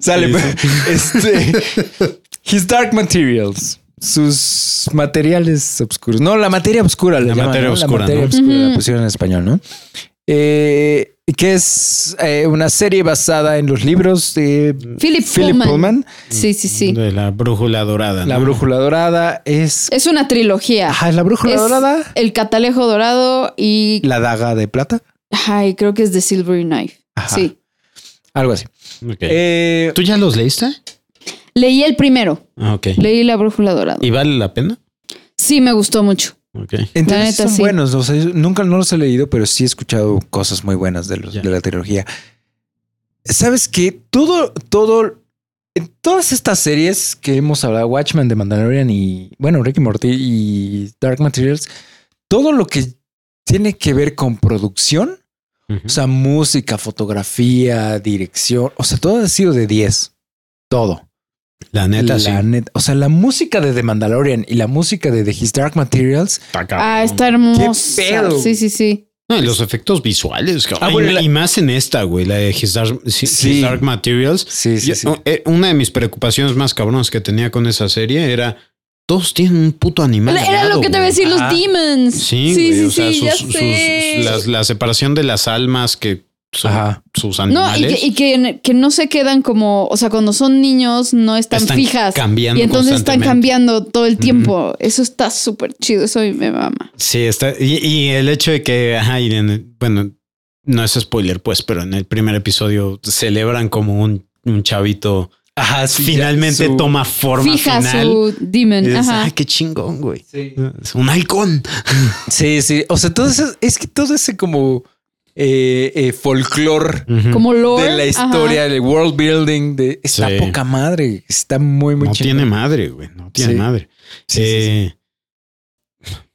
[SPEAKER 2] Sale,
[SPEAKER 1] Sí,
[SPEAKER 2] pero, este. His Dark Materials. Sus materiales oscuros. No, la materia oscura. le
[SPEAKER 1] La
[SPEAKER 2] llaman,
[SPEAKER 1] materia
[SPEAKER 2] ¿no?
[SPEAKER 1] oscura,
[SPEAKER 2] La materia
[SPEAKER 1] ¿no?
[SPEAKER 2] oscura, la
[SPEAKER 3] Ujú.
[SPEAKER 2] pusieron en español, ¿no? Eh, que es eh, una serie basada en los libros de
[SPEAKER 3] Philip
[SPEAKER 2] Philip
[SPEAKER 3] Pullman.
[SPEAKER 2] Pullman.
[SPEAKER 3] Sí, sí, sí.
[SPEAKER 1] De la brújula dorada.
[SPEAKER 2] La
[SPEAKER 1] ¿no?
[SPEAKER 2] Brújula Dorada es.
[SPEAKER 3] Es una trilogía.
[SPEAKER 2] Ajá, la Brújula
[SPEAKER 3] Es
[SPEAKER 2] Dorada.
[SPEAKER 3] El catalejo dorado y.
[SPEAKER 2] La Daga de Plata.
[SPEAKER 3] Ay, creo que es The Silver Knife.
[SPEAKER 2] Ajá.
[SPEAKER 3] Sí.
[SPEAKER 2] Algo así.
[SPEAKER 1] Ok.
[SPEAKER 2] Eh,
[SPEAKER 1] ¿Tú ya los leíste?
[SPEAKER 3] Leí el primero.
[SPEAKER 1] Ah, ok.
[SPEAKER 3] Leí La Brújula Dorada.
[SPEAKER 1] ¿Y vale la pena?
[SPEAKER 3] Sí, me gustó mucho.
[SPEAKER 1] Ok.
[SPEAKER 2] Entonces
[SPEAKER 3] La neta,
[SPEAKER 2] son
[SPEAKER 3] sí.
[SPEAKER 2] buenos. o sea, yo nunca no los he leído, pero sí he escuchado cosas muy buenas de, los-
[SPEAKER 1] Ya.
[SPEAKER 2] de la trilogía. Sabes que todo, todo, en todas estas series que hemos hablado, Watchmen, The Mandalorian y bueno, Ricky Morty y Dark Materials, todo lo que tiene que ver con producción,
[SPEAKER 1] Ujú.
[SPEAKER 2] o sea, música, fotografía, dirección, o sea, todo ha sido de 10. Todo.
[SPEAKER 1] la neta, sí.
[SPEAKER 2] La neta- o sea, la música de The Mandalorian y la música de The His Dark Materials
[SPEAKER 1] Está cabrón.
[SPEAKER 3] Ah, está hermosa.
[SPEAKER 2] Qué pedo.
[SPEAKER 3] Sí, sí, sí.
[SPEAKER 1] No, y los efectos visuales, cabrón.
[SPEAKER 2] Ah, bueno,
[SPEAKER 1] y,
[SPEAKER 2] la-
[SPEAKER 1] y más en esta, güey, la de His Dark, His
[SPEAKER 2] Sí.
[SPEAKER 1] Dark Materials.
[SPEAKER 2] Sí, sí,
[SPEAKER 1] Yo-
[SPEAKER 2] sí.
[SPEAKER 1] eh, Una de mis preocupaciones más cabronas que tenía con esa serie era todos tienen un puto animal. al
[SPEAKER 3] Era
[SPEAKER 1] lado,
[SPEAKER 3] lo que
[SPEAKER 1] güey.
[SPEAKER 3] te iba a decir, los
[SPEAKER 2] Ajá.
[SPEAKER 3] demons.
[SPEAKER 1] Sí,
[SPEAKER 3] sí,
[SPEAKER 1] güey,
[SPEAKER 3] sí,
[SPEAKER 1] o sea,
[SPEAKER 3] sí, ya
[SPEAKER 1] sus- sus-
[SPEAKER 3] sé.
[SPEAKER 1] las- la separación de las almas que son
[SPEAKER 2] Ajá.
[SPEAKER 1] sus
[SPEAKER 3] No, y,
[SPEAKER 1] animales.
[SPEAKER 3] que, y que, que no se quedan como, o sea, cuando son niños no están,
[SPEAKER 1] Están
[SPEAKER 3] fijas.
[SPEAKER 1] cambiando
[SPEAKER 3] y entonces están
[SPEAKER 1] constantemente.
[SPEAKER 3] cambiando todo el tiempo. Eso está súper chido, eso a mí me mama.
[SPEAKER 1] Sí, está. Y, y el hecho de que, ajá, y en el- bueno, no es spoiler, pues, pero en el primer episodio celebran como un, un chavito
[SPEAKER 2] Ajá,
[SPEAKER 1] finalmente toma forma
[SPEAKER 3] Fija
[SPEAKER 1] final.
[SPEAKER 3] su demon.
[SPEAKER 1] Y dices,
[SPEAKER 3] ajá.
[SPEAKER 1] ay, qué chingón, güey. Es un halcón.
[SPEAKER 2] Sí, sí. O sea, todo eso, es que todo ese como eh, eh, folclore
[SPEAKER 3] como lore.
[SPEAKER 2] de la
[SPEAKER 3] ajá.
[SPEAKER 2] historia, del world building, de está
[SPEAKER 1] Sí.
[SPEAKER 2] poca madre. Está muy, muy
[SPEAKER 1] no
[SPEAKER 2] chido.
[SPEAKER 1] tiene madre, güey. No tiene
[SPEAKER 2] Sí.
[SPEAKER 1] madre.
[SPEAKER 2] Sí, sí,
[SPEAKER 1] Eh,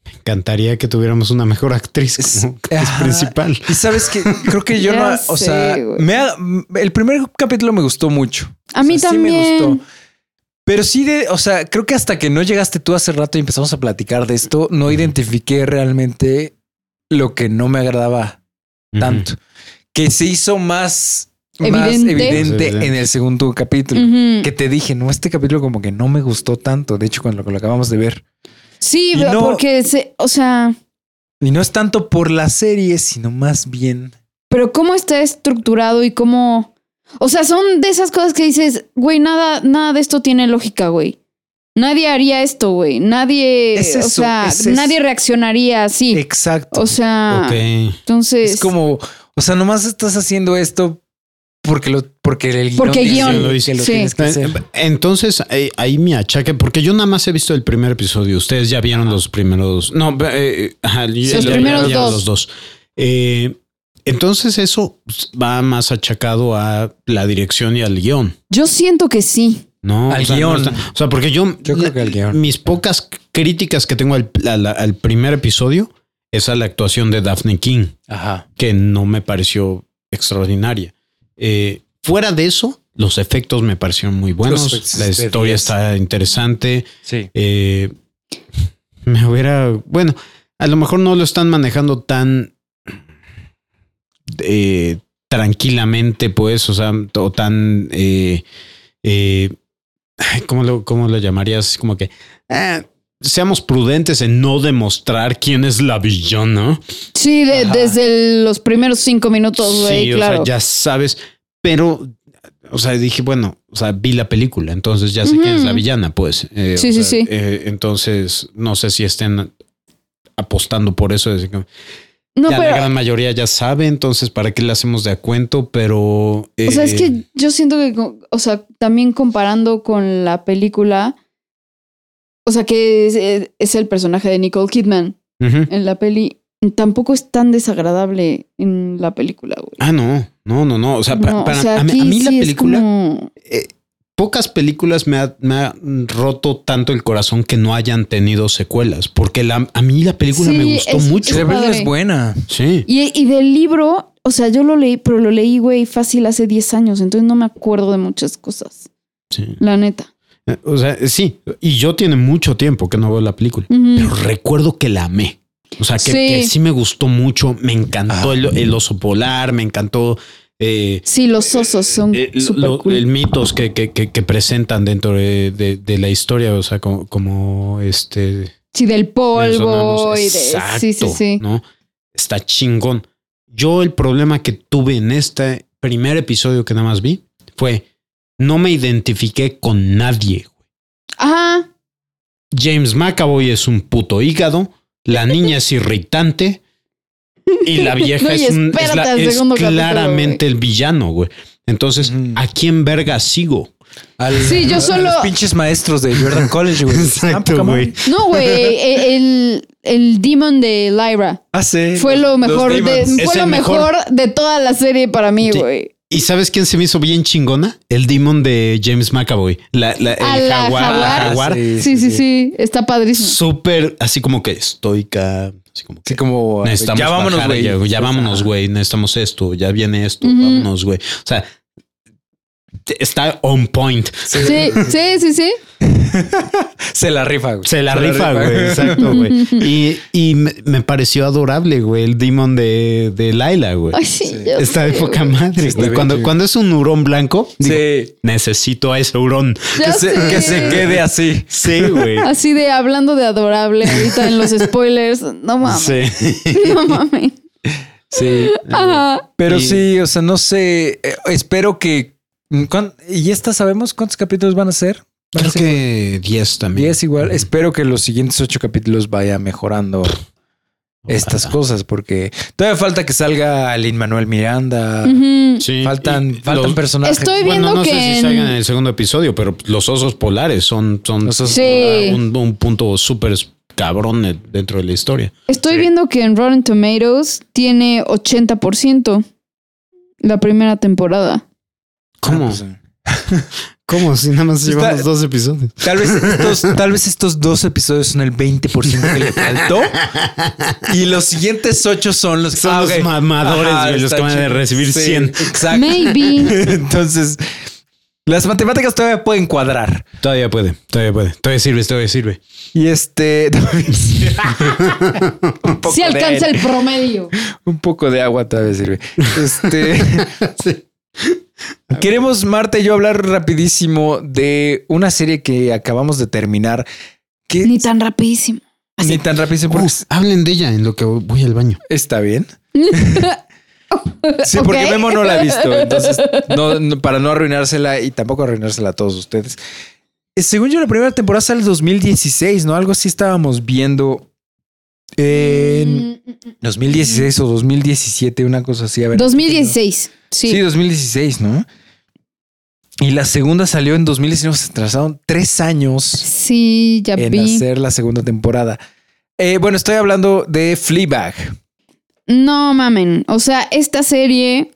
[SPEAKER 1] Me encantaría que tuviéramos una mejor actriz
[SPEAKER 2] Es-
[SPEAKER 1] como actriz
[SPEAKER 2] ajá.
[SPEAKER 1] principal.
[SPEAKER 2] Y sabes que creo que yo
[SPEAKER 3] Ya
[SPEAKER 2] no, o
[SPEAKER 3] sé,
[SPEAKER 2] sea,
[SPEAKER 3] güey.
[SPEAKER 2] me ha- el primer capítulo me gustó mucho.
[SPEAKER 3] A mí
[SPEAKER 2] O sea, sí
[SPEAKER 3] también.
[SPEAKER 2] me gustó. Pero sí, de, o sea, creo que hasta que no llegaste tú hace rato y empezamos a platicar de esto, no identifiqué realmente lo que no me agradaba tanto. Que se hizo más más
[SPEAKER 3] Evidente.
[SPEAKER 2] evidente
[SPEAKER 1] Más evidente.
[SPEAKER 2] en el segundo capítulo.
[SPEAKER 3] Ujú.
[SPEAKER 2] Que te dije, no, este capítulo como que no me gustó tanto. De hecho, cuando lo, lo acabamos de ver.
[SPEAKER 3] Sí,
[SPEAKER 2] y
[SPEAKER 3] pero
[SPEAKER 2] no-
[SPEAKER 3] porque, se, o sea,
[SPEAKER 2] Y no es tanto por la serie, sino más bien.
[SPEAKER 3] pero cómo está estructurado y cómo. O sea, son de esas cosas que dices, güey, nada, nada de esto tiene lógica, güey. Nadie haría esto, güey. Nadie,
[SPEAKER 2] Es eso,
[SPEAKER 3] o sea,
[SPEAKER 2] es eso.
[SPEAKER 3] nadie reaccionaría así.
[SPEAKER 2] Exacto.
[SPEAKER 3] O sea,
[SPEAKER 1] Ok.
[SPEAKER 3] entonces.
[SPEAKER 2] es como, o sea, nomás estás haciendo esto porque lo, porque el guión
[SPEAKER 3] Porque
[SPEAKER 2] dice
[SPEAKER 3] guión.
[SPEAKER 2] lo- que lo
[SPEAKER 3] Sí.
[SPEAKER 2] tienes que hacer.
[SPEAKER 1] Eh, Entonces, ahí, ahí mi achaque, porque yo nada más he visto el primer episodio. Ustedes ya vieron los primeros. No, eh, ajá, ya
[SPEAKER 3] Los
[SPEAKER 1] lo-
[SPEAKER 3] primeros
[SPEAKER 1] vieron
[SPEAKER 3] dos.
[SPEAKER 1] los dos. Eh, entonces, eso va más achacado a la dirección y al guión.
[SPEAKER 3] Yo siento que sí.
[SPEAKER 1] No,
[SPEAKER 2] Al
[SPEAKER 1] o sea, no
[SPEAKER 2] guión.
[SPEAKER 1] está- o sea, porque yo,
[SPEAKER 2] Yo creo que al guión.
[SPEAKER 1] mis pocas críticas que tengo al, a la- al primer episodio es a la actuación de Daphne King,
[SPEAKER 2] Ajá.
[SPEAKER 1] que no me pareció extraordinaria. Eh, fuera de eso, los efectos me parecieron muy
[SPEAKER 2] Los
[SPEAKER 1] buenos.
[SPEAKER 2] efectos
[SPEAKER 1] La
[SPEAKER 2] de
[SPEAKER 1] historia
[SPEAKER 2] 10.
[SPEAKER 1] está interesante.
[SPEAKER 2] Sí.
[SPEAKER 1] Eh, me hubiera. Bueno, a lo mejor no lo están manejando tan eh, tranquilamente, pues, o sea, o tan. eh, eh, ay, ¿cómo, lo, ¿Cómo lo llamarías? Como que. eh, seamos prudentes en no demostrar quién es la villana.
[SPEAKER 3] Sí, de-
[SPEAKER 2] Ajá.
[SPEAKER 3] desde el- los primeros cinco minutos, güey,
[SPEAKER 1] sí,
[SPEAKER 3] claro.
[SPEAKER 1] o sea, ya sabes, pero. O sea, dije, bueno, o sea, vi la película, entonces ya sé quién es la
[SPEAKER 3] Ujú.
[SPEAKER 1] villana, pues. Eh,
[SPEAKER 3] Sí,
[SPEAKER 1] o sea,
[SPEAKER 3] sí, sí.
[SPEAKER 1] eh, entonces, no sé si estén apostando por eso. así que-
[SPEAKER 3] No,
[SPEAKER 1] ya
[SPEAKER 3] pero.
[SPEAKER 1] la gran mayoría ya sabe, entonces, ¿para qué le hacemos de a cuento? Pero.
[SPEAKER 3] O sea, es
[SPEAKER 1] eh,
[SPEAKER 3] que yo siento que, co- o sea, también comparando con la película, o sea, que es, es- es el personaje de Nicole Kidman
[SPEAKER 1] ujú.
[SPEAKER 3] en la peli, tampoco es tan desagradable en la película, güey.
[SPEAKER 1] Ah, no, no, no, no. O sea, Ah, pa-
[SPEAKER 3] No, o
[SPEAKER 1] para-
[SPEAKER 3] sea,
[SPEAKER 1] a, mí- a
[SPEAKER 3] aquí
[SPEAKER 1] mí la
[SPEAKER 3] sí es
[SPEAKER 1] película.
[SPEAKER 3] como-
[SPEAKER 1] eh, pocas películas me ha, me ha roto tanto el corazón que no hayan tenido secuelas, porque la, a mí la película
[SPEAKER 3] Sí,
[SPEAKER 1] me gustó
[SPEAKER 3] es-
[SPEAKER 1] mucho.
[SPEAKER 2] La película es
[SPEAKER 3] padre.
[SPEAKER 2] buena.
[SPEAKER 1] Sí.
[SPEAKER 3] Y, y del libro, o sea, yo lo leí, pero lo leí, güey, fácil hace 10 años, entonces no me acuerdo de muchas cosas,
[SPEAKER 1] sí.
[SPEAKER 3] la neta.
[SPEAKER 1] Eh, O sea, sí. Y yo tiene mucho tiempo que no veo la película,
[SPEAKER 3] Ujú.
[SPEAKER 1] pero recuerdo que la amé. O sea, que que
[SPEAKER 3] Mm. Sí.
[SPEAKER 1] sí, me gustó mucho. Me encantó
[SPEAKER 2] Ah.
[SPEAKER 1] el, el oso polar, me encantó. eh,
[SPEAKER 3] Sí, los osos son
[SPEAKER 1] eh,
[SPEAKER 3] súper
[SPEAKER 1] lo-
[SPEAKER 3] cool.
[SPEAKER 1] El mitos que, que- que- que presentan dentro de, de- de la historia, o sea, como, como este.
[SPEAKER 3] sí, del polvo
[SPEAKER 1] mencionamos.
[SPEAKER 3] y de...
[SPEAKER 1] Exacto,
[SPEAKER 3] sí, sí, sí.
[SPEAKER 1] ¿no? Está chingón. Yo el problema que tuve en este primer episodio que nada más vi fue no me identifiqué con nadie.
[SPEAKER 3] Ajá.
[SPEAKER 1] James McAvoy es un puto hígado, la niña es irritante y la vieja
[SPEAKER 3] No, y
[SPEAKER 1] es, un, es, la-
[SPEAKER 3] espérate al
[SPEAKER 1] es
[SPEAKER 3] segundo capítulo,
[SPEAKER 1] claramente el villano, güey. Entonces,
[SPEAKER 2] Ujú.
[SPEAKER 1] ¿a quién verga sigo?
[SPEAKER 2] Al-
[SPEAKER 3] Sí, yo
[SPEAKER 2] a- a
[SPEAKER 3] solo-
[SPEAKER 2] los pinches maestros de Jordan College, güey. Ah, poca madre.
[SPEAKER 3] No, güey, e- el, el demon de Lyra
[SPEAKER 2] Ah, sí.
[SPEAKER 3] fue lo
[SPEAKER 2] Los
[SPEAKER 3] mejor de,
[SPEAKER 2] demons.
[SPEAKER 1] Es
[SPEAKER 3] fue lo
[SPEAKER 1] el mejor.
[SPEAKER 3] mejor de toda la serie para mí,
[SPEAKER 1] Sí.
[SPEAKER 3] güey.
[SPEAKER 1] ¿Y sabes quién se me hizo bien chingona? El demon de James McAvoy. La, la-
[SPEAKER 3] Ah,
[SPEAKER 1] el
[SPEAKER 3] la
[SPEAKER 1] jaguar, la
[SPEAKER 3] jaguar.
[SPEAKER 1] jaguar.
[SPEAKER 3] Sí, sí, sí, está padrísimo.
[SPEAKER 1] Súper, así como que estoica. Así como que
[SPEAKER 2] Así como. este,
[SPEAKER 1] necesitamos
[SPEAKER 2] ya vámonos,
[SPEAKER 1] bajar,
[SPEAKER 2] güey.
[SPEAKER 1] Ya, ya vámonos,
[SPEAKER 2] Ah.
[SPEAKER 1] güey. Necesitamos esto. Ya viene esto.
[SPEAKER 3] Ujú.
[SPEAKER 1] Vámonos, güey. O sea, te- está on point.
[SPEAKER 3] Sí, sí, sí, sí.
[SPEAKER 2] Se la rifa, güey.
[SPEAKER 1] Se la rifa, güey. Exacto, güey. Y, y me, me pareció adorable, güey, el demon de, de Laila, güey.
[SPEAKER 3] Ay, sí,
[SPEAKER 2] Sí.
[SPEAKER 3] ya
[SPEAKER 1] Está de
[SPEAKER 3] sé,
[SPEAKER 1] poca
[SPEAKER 3] güey.
[SPEAKER 1] madre,
[SPEAKER 2] está
[SPEAKER 1] güey.
[SPEAKER 2] bien
[SPEAKER 1] Cuando,
[SPEAKER 2] chido.
[SPEAKER 1] cuando es un hurón blanco, digo,
[SPEAKER 2] Sí.
[SPEAKER 1] necesito a ese hurón.
[SPEAKER 2] Que
[SPEAKER 3] Ya
[SPEAKER 2] se,
[SPEAKER 3] sé.
[SPEAKER 2] que se quede así.
[SPEAKER 1] Sí, güey.
[SPEAKER 3] Así de hablando de adorable ahorita en los spoilers. No mames.
[SPEAKER 1] Sí.
[SPEAKER 3] No mames.
[SPEAKER 2] Sí.
[SPEAKER 3] Ajá.
[SPEAKER 2] Pero
[SPEAKER 1] Y-
[SPEAKER 2] sí, o sea, no sé. eh, Espero que. mm, ¿cuán- ¿Y esta sabemos cuántos capítulos van a ser? Van a
[SPEAKER 1] Creo
[SPEAKER 2] ser
[SPEAKER 1] que 10 también.
[SPEAKER 2] 10 igual. Espero que los siguientes ocho capítulos vaya mejorando estas
[SPEAKER 1] Ojalá.
[SPEAKER 2] cosas, porque todavía falta que salga Lin Manuel Miranda.
[SPEAKER 3] Ujú.
[SPEAKER 1] Sí,
[SPEAKER 2] Faltan,
[SPEAKER 1] y-
[SPEAKER 2] faltan
[SPEAKER 1] los-
[SPEAKER 2] personajes.
[SPEAKER 3] Estoy bien.
[SPEAKER 1] Bueno,
[SPEAKER 3] viendo
[SPEAKER 1] no sé
[SPEAKER 3] que
[SPEAKER 1] si salgan
[SPEAKER 3] en-
[SPEAKER 1] en el segundo episodio, pero los osos polares son, son
[SPEAKER 2] Los osos
[SPEAKER 3] Sí.
[SPEAKER 1] un, un punto súper cabrón de- dentro de la historia.
[SPEAKER 3] Estoy viendo que en Rotten Tomatoes tiene 80% la primera temporada.
[SPEAKER 1] ¿Cómo?
[SPEAKER 2] Ah, pues,
[SPEAKER 1] ¿Cómo? Si nada más
[SPEAKER 2] llevamos
[SPEAKER 1] dos episodios.
[SPEAKER 2] Tal vez, estos, tal vez estos dos episodios son el 20% que le faltó. Y los siguientes ocho son los que Ah,
[SPEAKER 1] Son los mamadores, güey, los
[SPEAKER 2] está
[SPEAKER 1] que van a
[SPEAKER 2] chido.
[SPEAKER 1] recibir 100.
[SPEAKER 2] Exacto.
[SPEAKER 3] Maybe.
[SPEAKER 2] Entonces, las matemáticas todavía pueden cuadrar.
[SPEAKER 1] Todavía puede, todavía puede. Todavía sirve, todavía sirve.
[SPEAKER 2] Y este. un, poco
[SPEAKER 3] Si alcanza
[SPEAKER 2] de,
[SPEAKER 3] el promedio.
[SPEAKER 2] un poco de agua todavía sirve. Este. Queremos, Marta y yo, hablar rapidísimo de una serie que acabamos de terminar. Que
[SPEAKER 3] Ni tan rapidísimo.
[SPEAKER 2] ni tan rapidísimo. porque
[SPEAKER 1] Uf, hablen de ella en lo que voy al baño.
[SPEAKER 2] Está bien. Sí, porque
[SPEAKER 3] Ok.
[SPEAKER 2] Memo no la ha visto. Entonces, no- no- para no arruinársela y tampoco arruinársela a todos ustedes. Eh, Según yo, la primera temporada sale el 2016, ¿no? Algo así estábamos viendo en
[SPEAKER 3] Mm, mm, mm.
[SPEAKER 2] 2016 o 2017, una cosa así. A ver.
[SPEAKER 3] 2016. Sí.
[SPEAKER 2] Sí, 2016, ¿no? Y la segunda salió en 2019. Se trazaron tres años
[SPEAKER 3] Sí, ya
[SPEAKER 2] en
[SPEAKER 3] vi.
[SPEAKER 2] hacer la segunda temporada. Eh, bueno, estoy hablando de Fleabag.
[SPEAKER 3] No mamen. O sea, esta serie.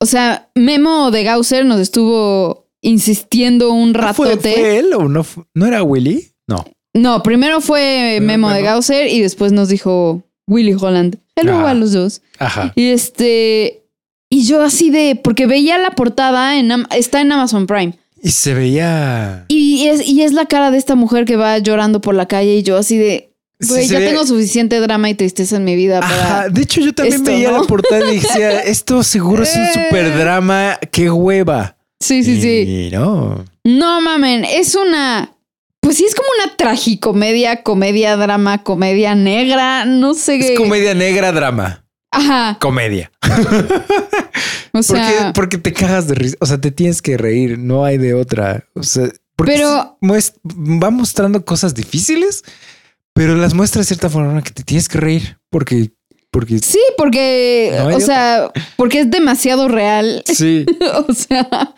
[SPEAKER 3] O sea, Memo de Gausser nos estuvo insistiendo un
[SPEAKER 2] Ah, ¿Fue,
[SPEAKER 3] ratote.
[SPEAKER 2] fue él o no? fu- ¿No era Willy? No.
[SPEAKER 3] No, primero fue
[SPEAKER 2] Pero
[SPEAKER 3] Memo de
[SPEAKER 2] bueno.
[SPEAKER 3] Gausser y después nos dijo Willy Holland. Hello
[SPEAKER 2] Ah.
[SPEAKER 3] a los dos.
[SPEAKER 2] Ajá.
[SPEAKER 3] Y este. Y yo así de. Porque veía la portada, en, Am- está en Amazon Prime.
[SPEAKER 2] Y se veía.
[SPEAKER 3] Y es, y es la cara de esta mujer que va llorando por la calle y yo así de,
[SPEAKER 2] Sí,
[SPEAKER 3] güey,
[SPEAKER 2] se
[SPEAKER 3] ya
[SPEAKER 2] ve-
[SPEAKER 3] tengo suficiente drama y tristeza en mi vida para...
[SPEAKER 2] Ajá. De hecho, yo también
[SPEAKER 3] esto,
[SPEAKER 2] veía
[SPEAKER 3] ¿no?
[SPEAKER 2] la portada y decía: Esto seguro es un
[SPEAKER 3] Eh.
[SPEAKER 2] super drama. ¡Qué hueva!
[SPEAKER 3] Sí, sí, sí.
[SPEAKER 2] Y no.
[SPEAKER 3] No mamen, es una... Pues sí, es como una tragicomedia, comedia, drama, comedia negra, no sé qué.
[SPEAKER 2] Es comedia negra, drama.
[SPEAKER 3] Ajá,
[SPEAKER 2] Comedia.
[SPEAKER 3] o
[SPEAKER 2] ¿Por qué?
[SPEAKER 3] sea...
[SPEAKER 2] Porque te cagas de risa. O sea, te tienes que reír. No hay de otra. O sea, porque
[SPEAKER 3] Pero-
[SPEAKER 2] sí muest- va mostrando cosas difíciles, pero las muestra de cierta forma que te tienes que reír porque Porque
[SPEAKER 3] Sí, porque,
[SPEAKER 2] No hay
[SPEAKER 3] o
[SPEAKER 2] otra.
[SPEAKER 3] sea, porque es demasiado real.
[SPEAKER 2] sí,
[SPEAKER 3] o sea,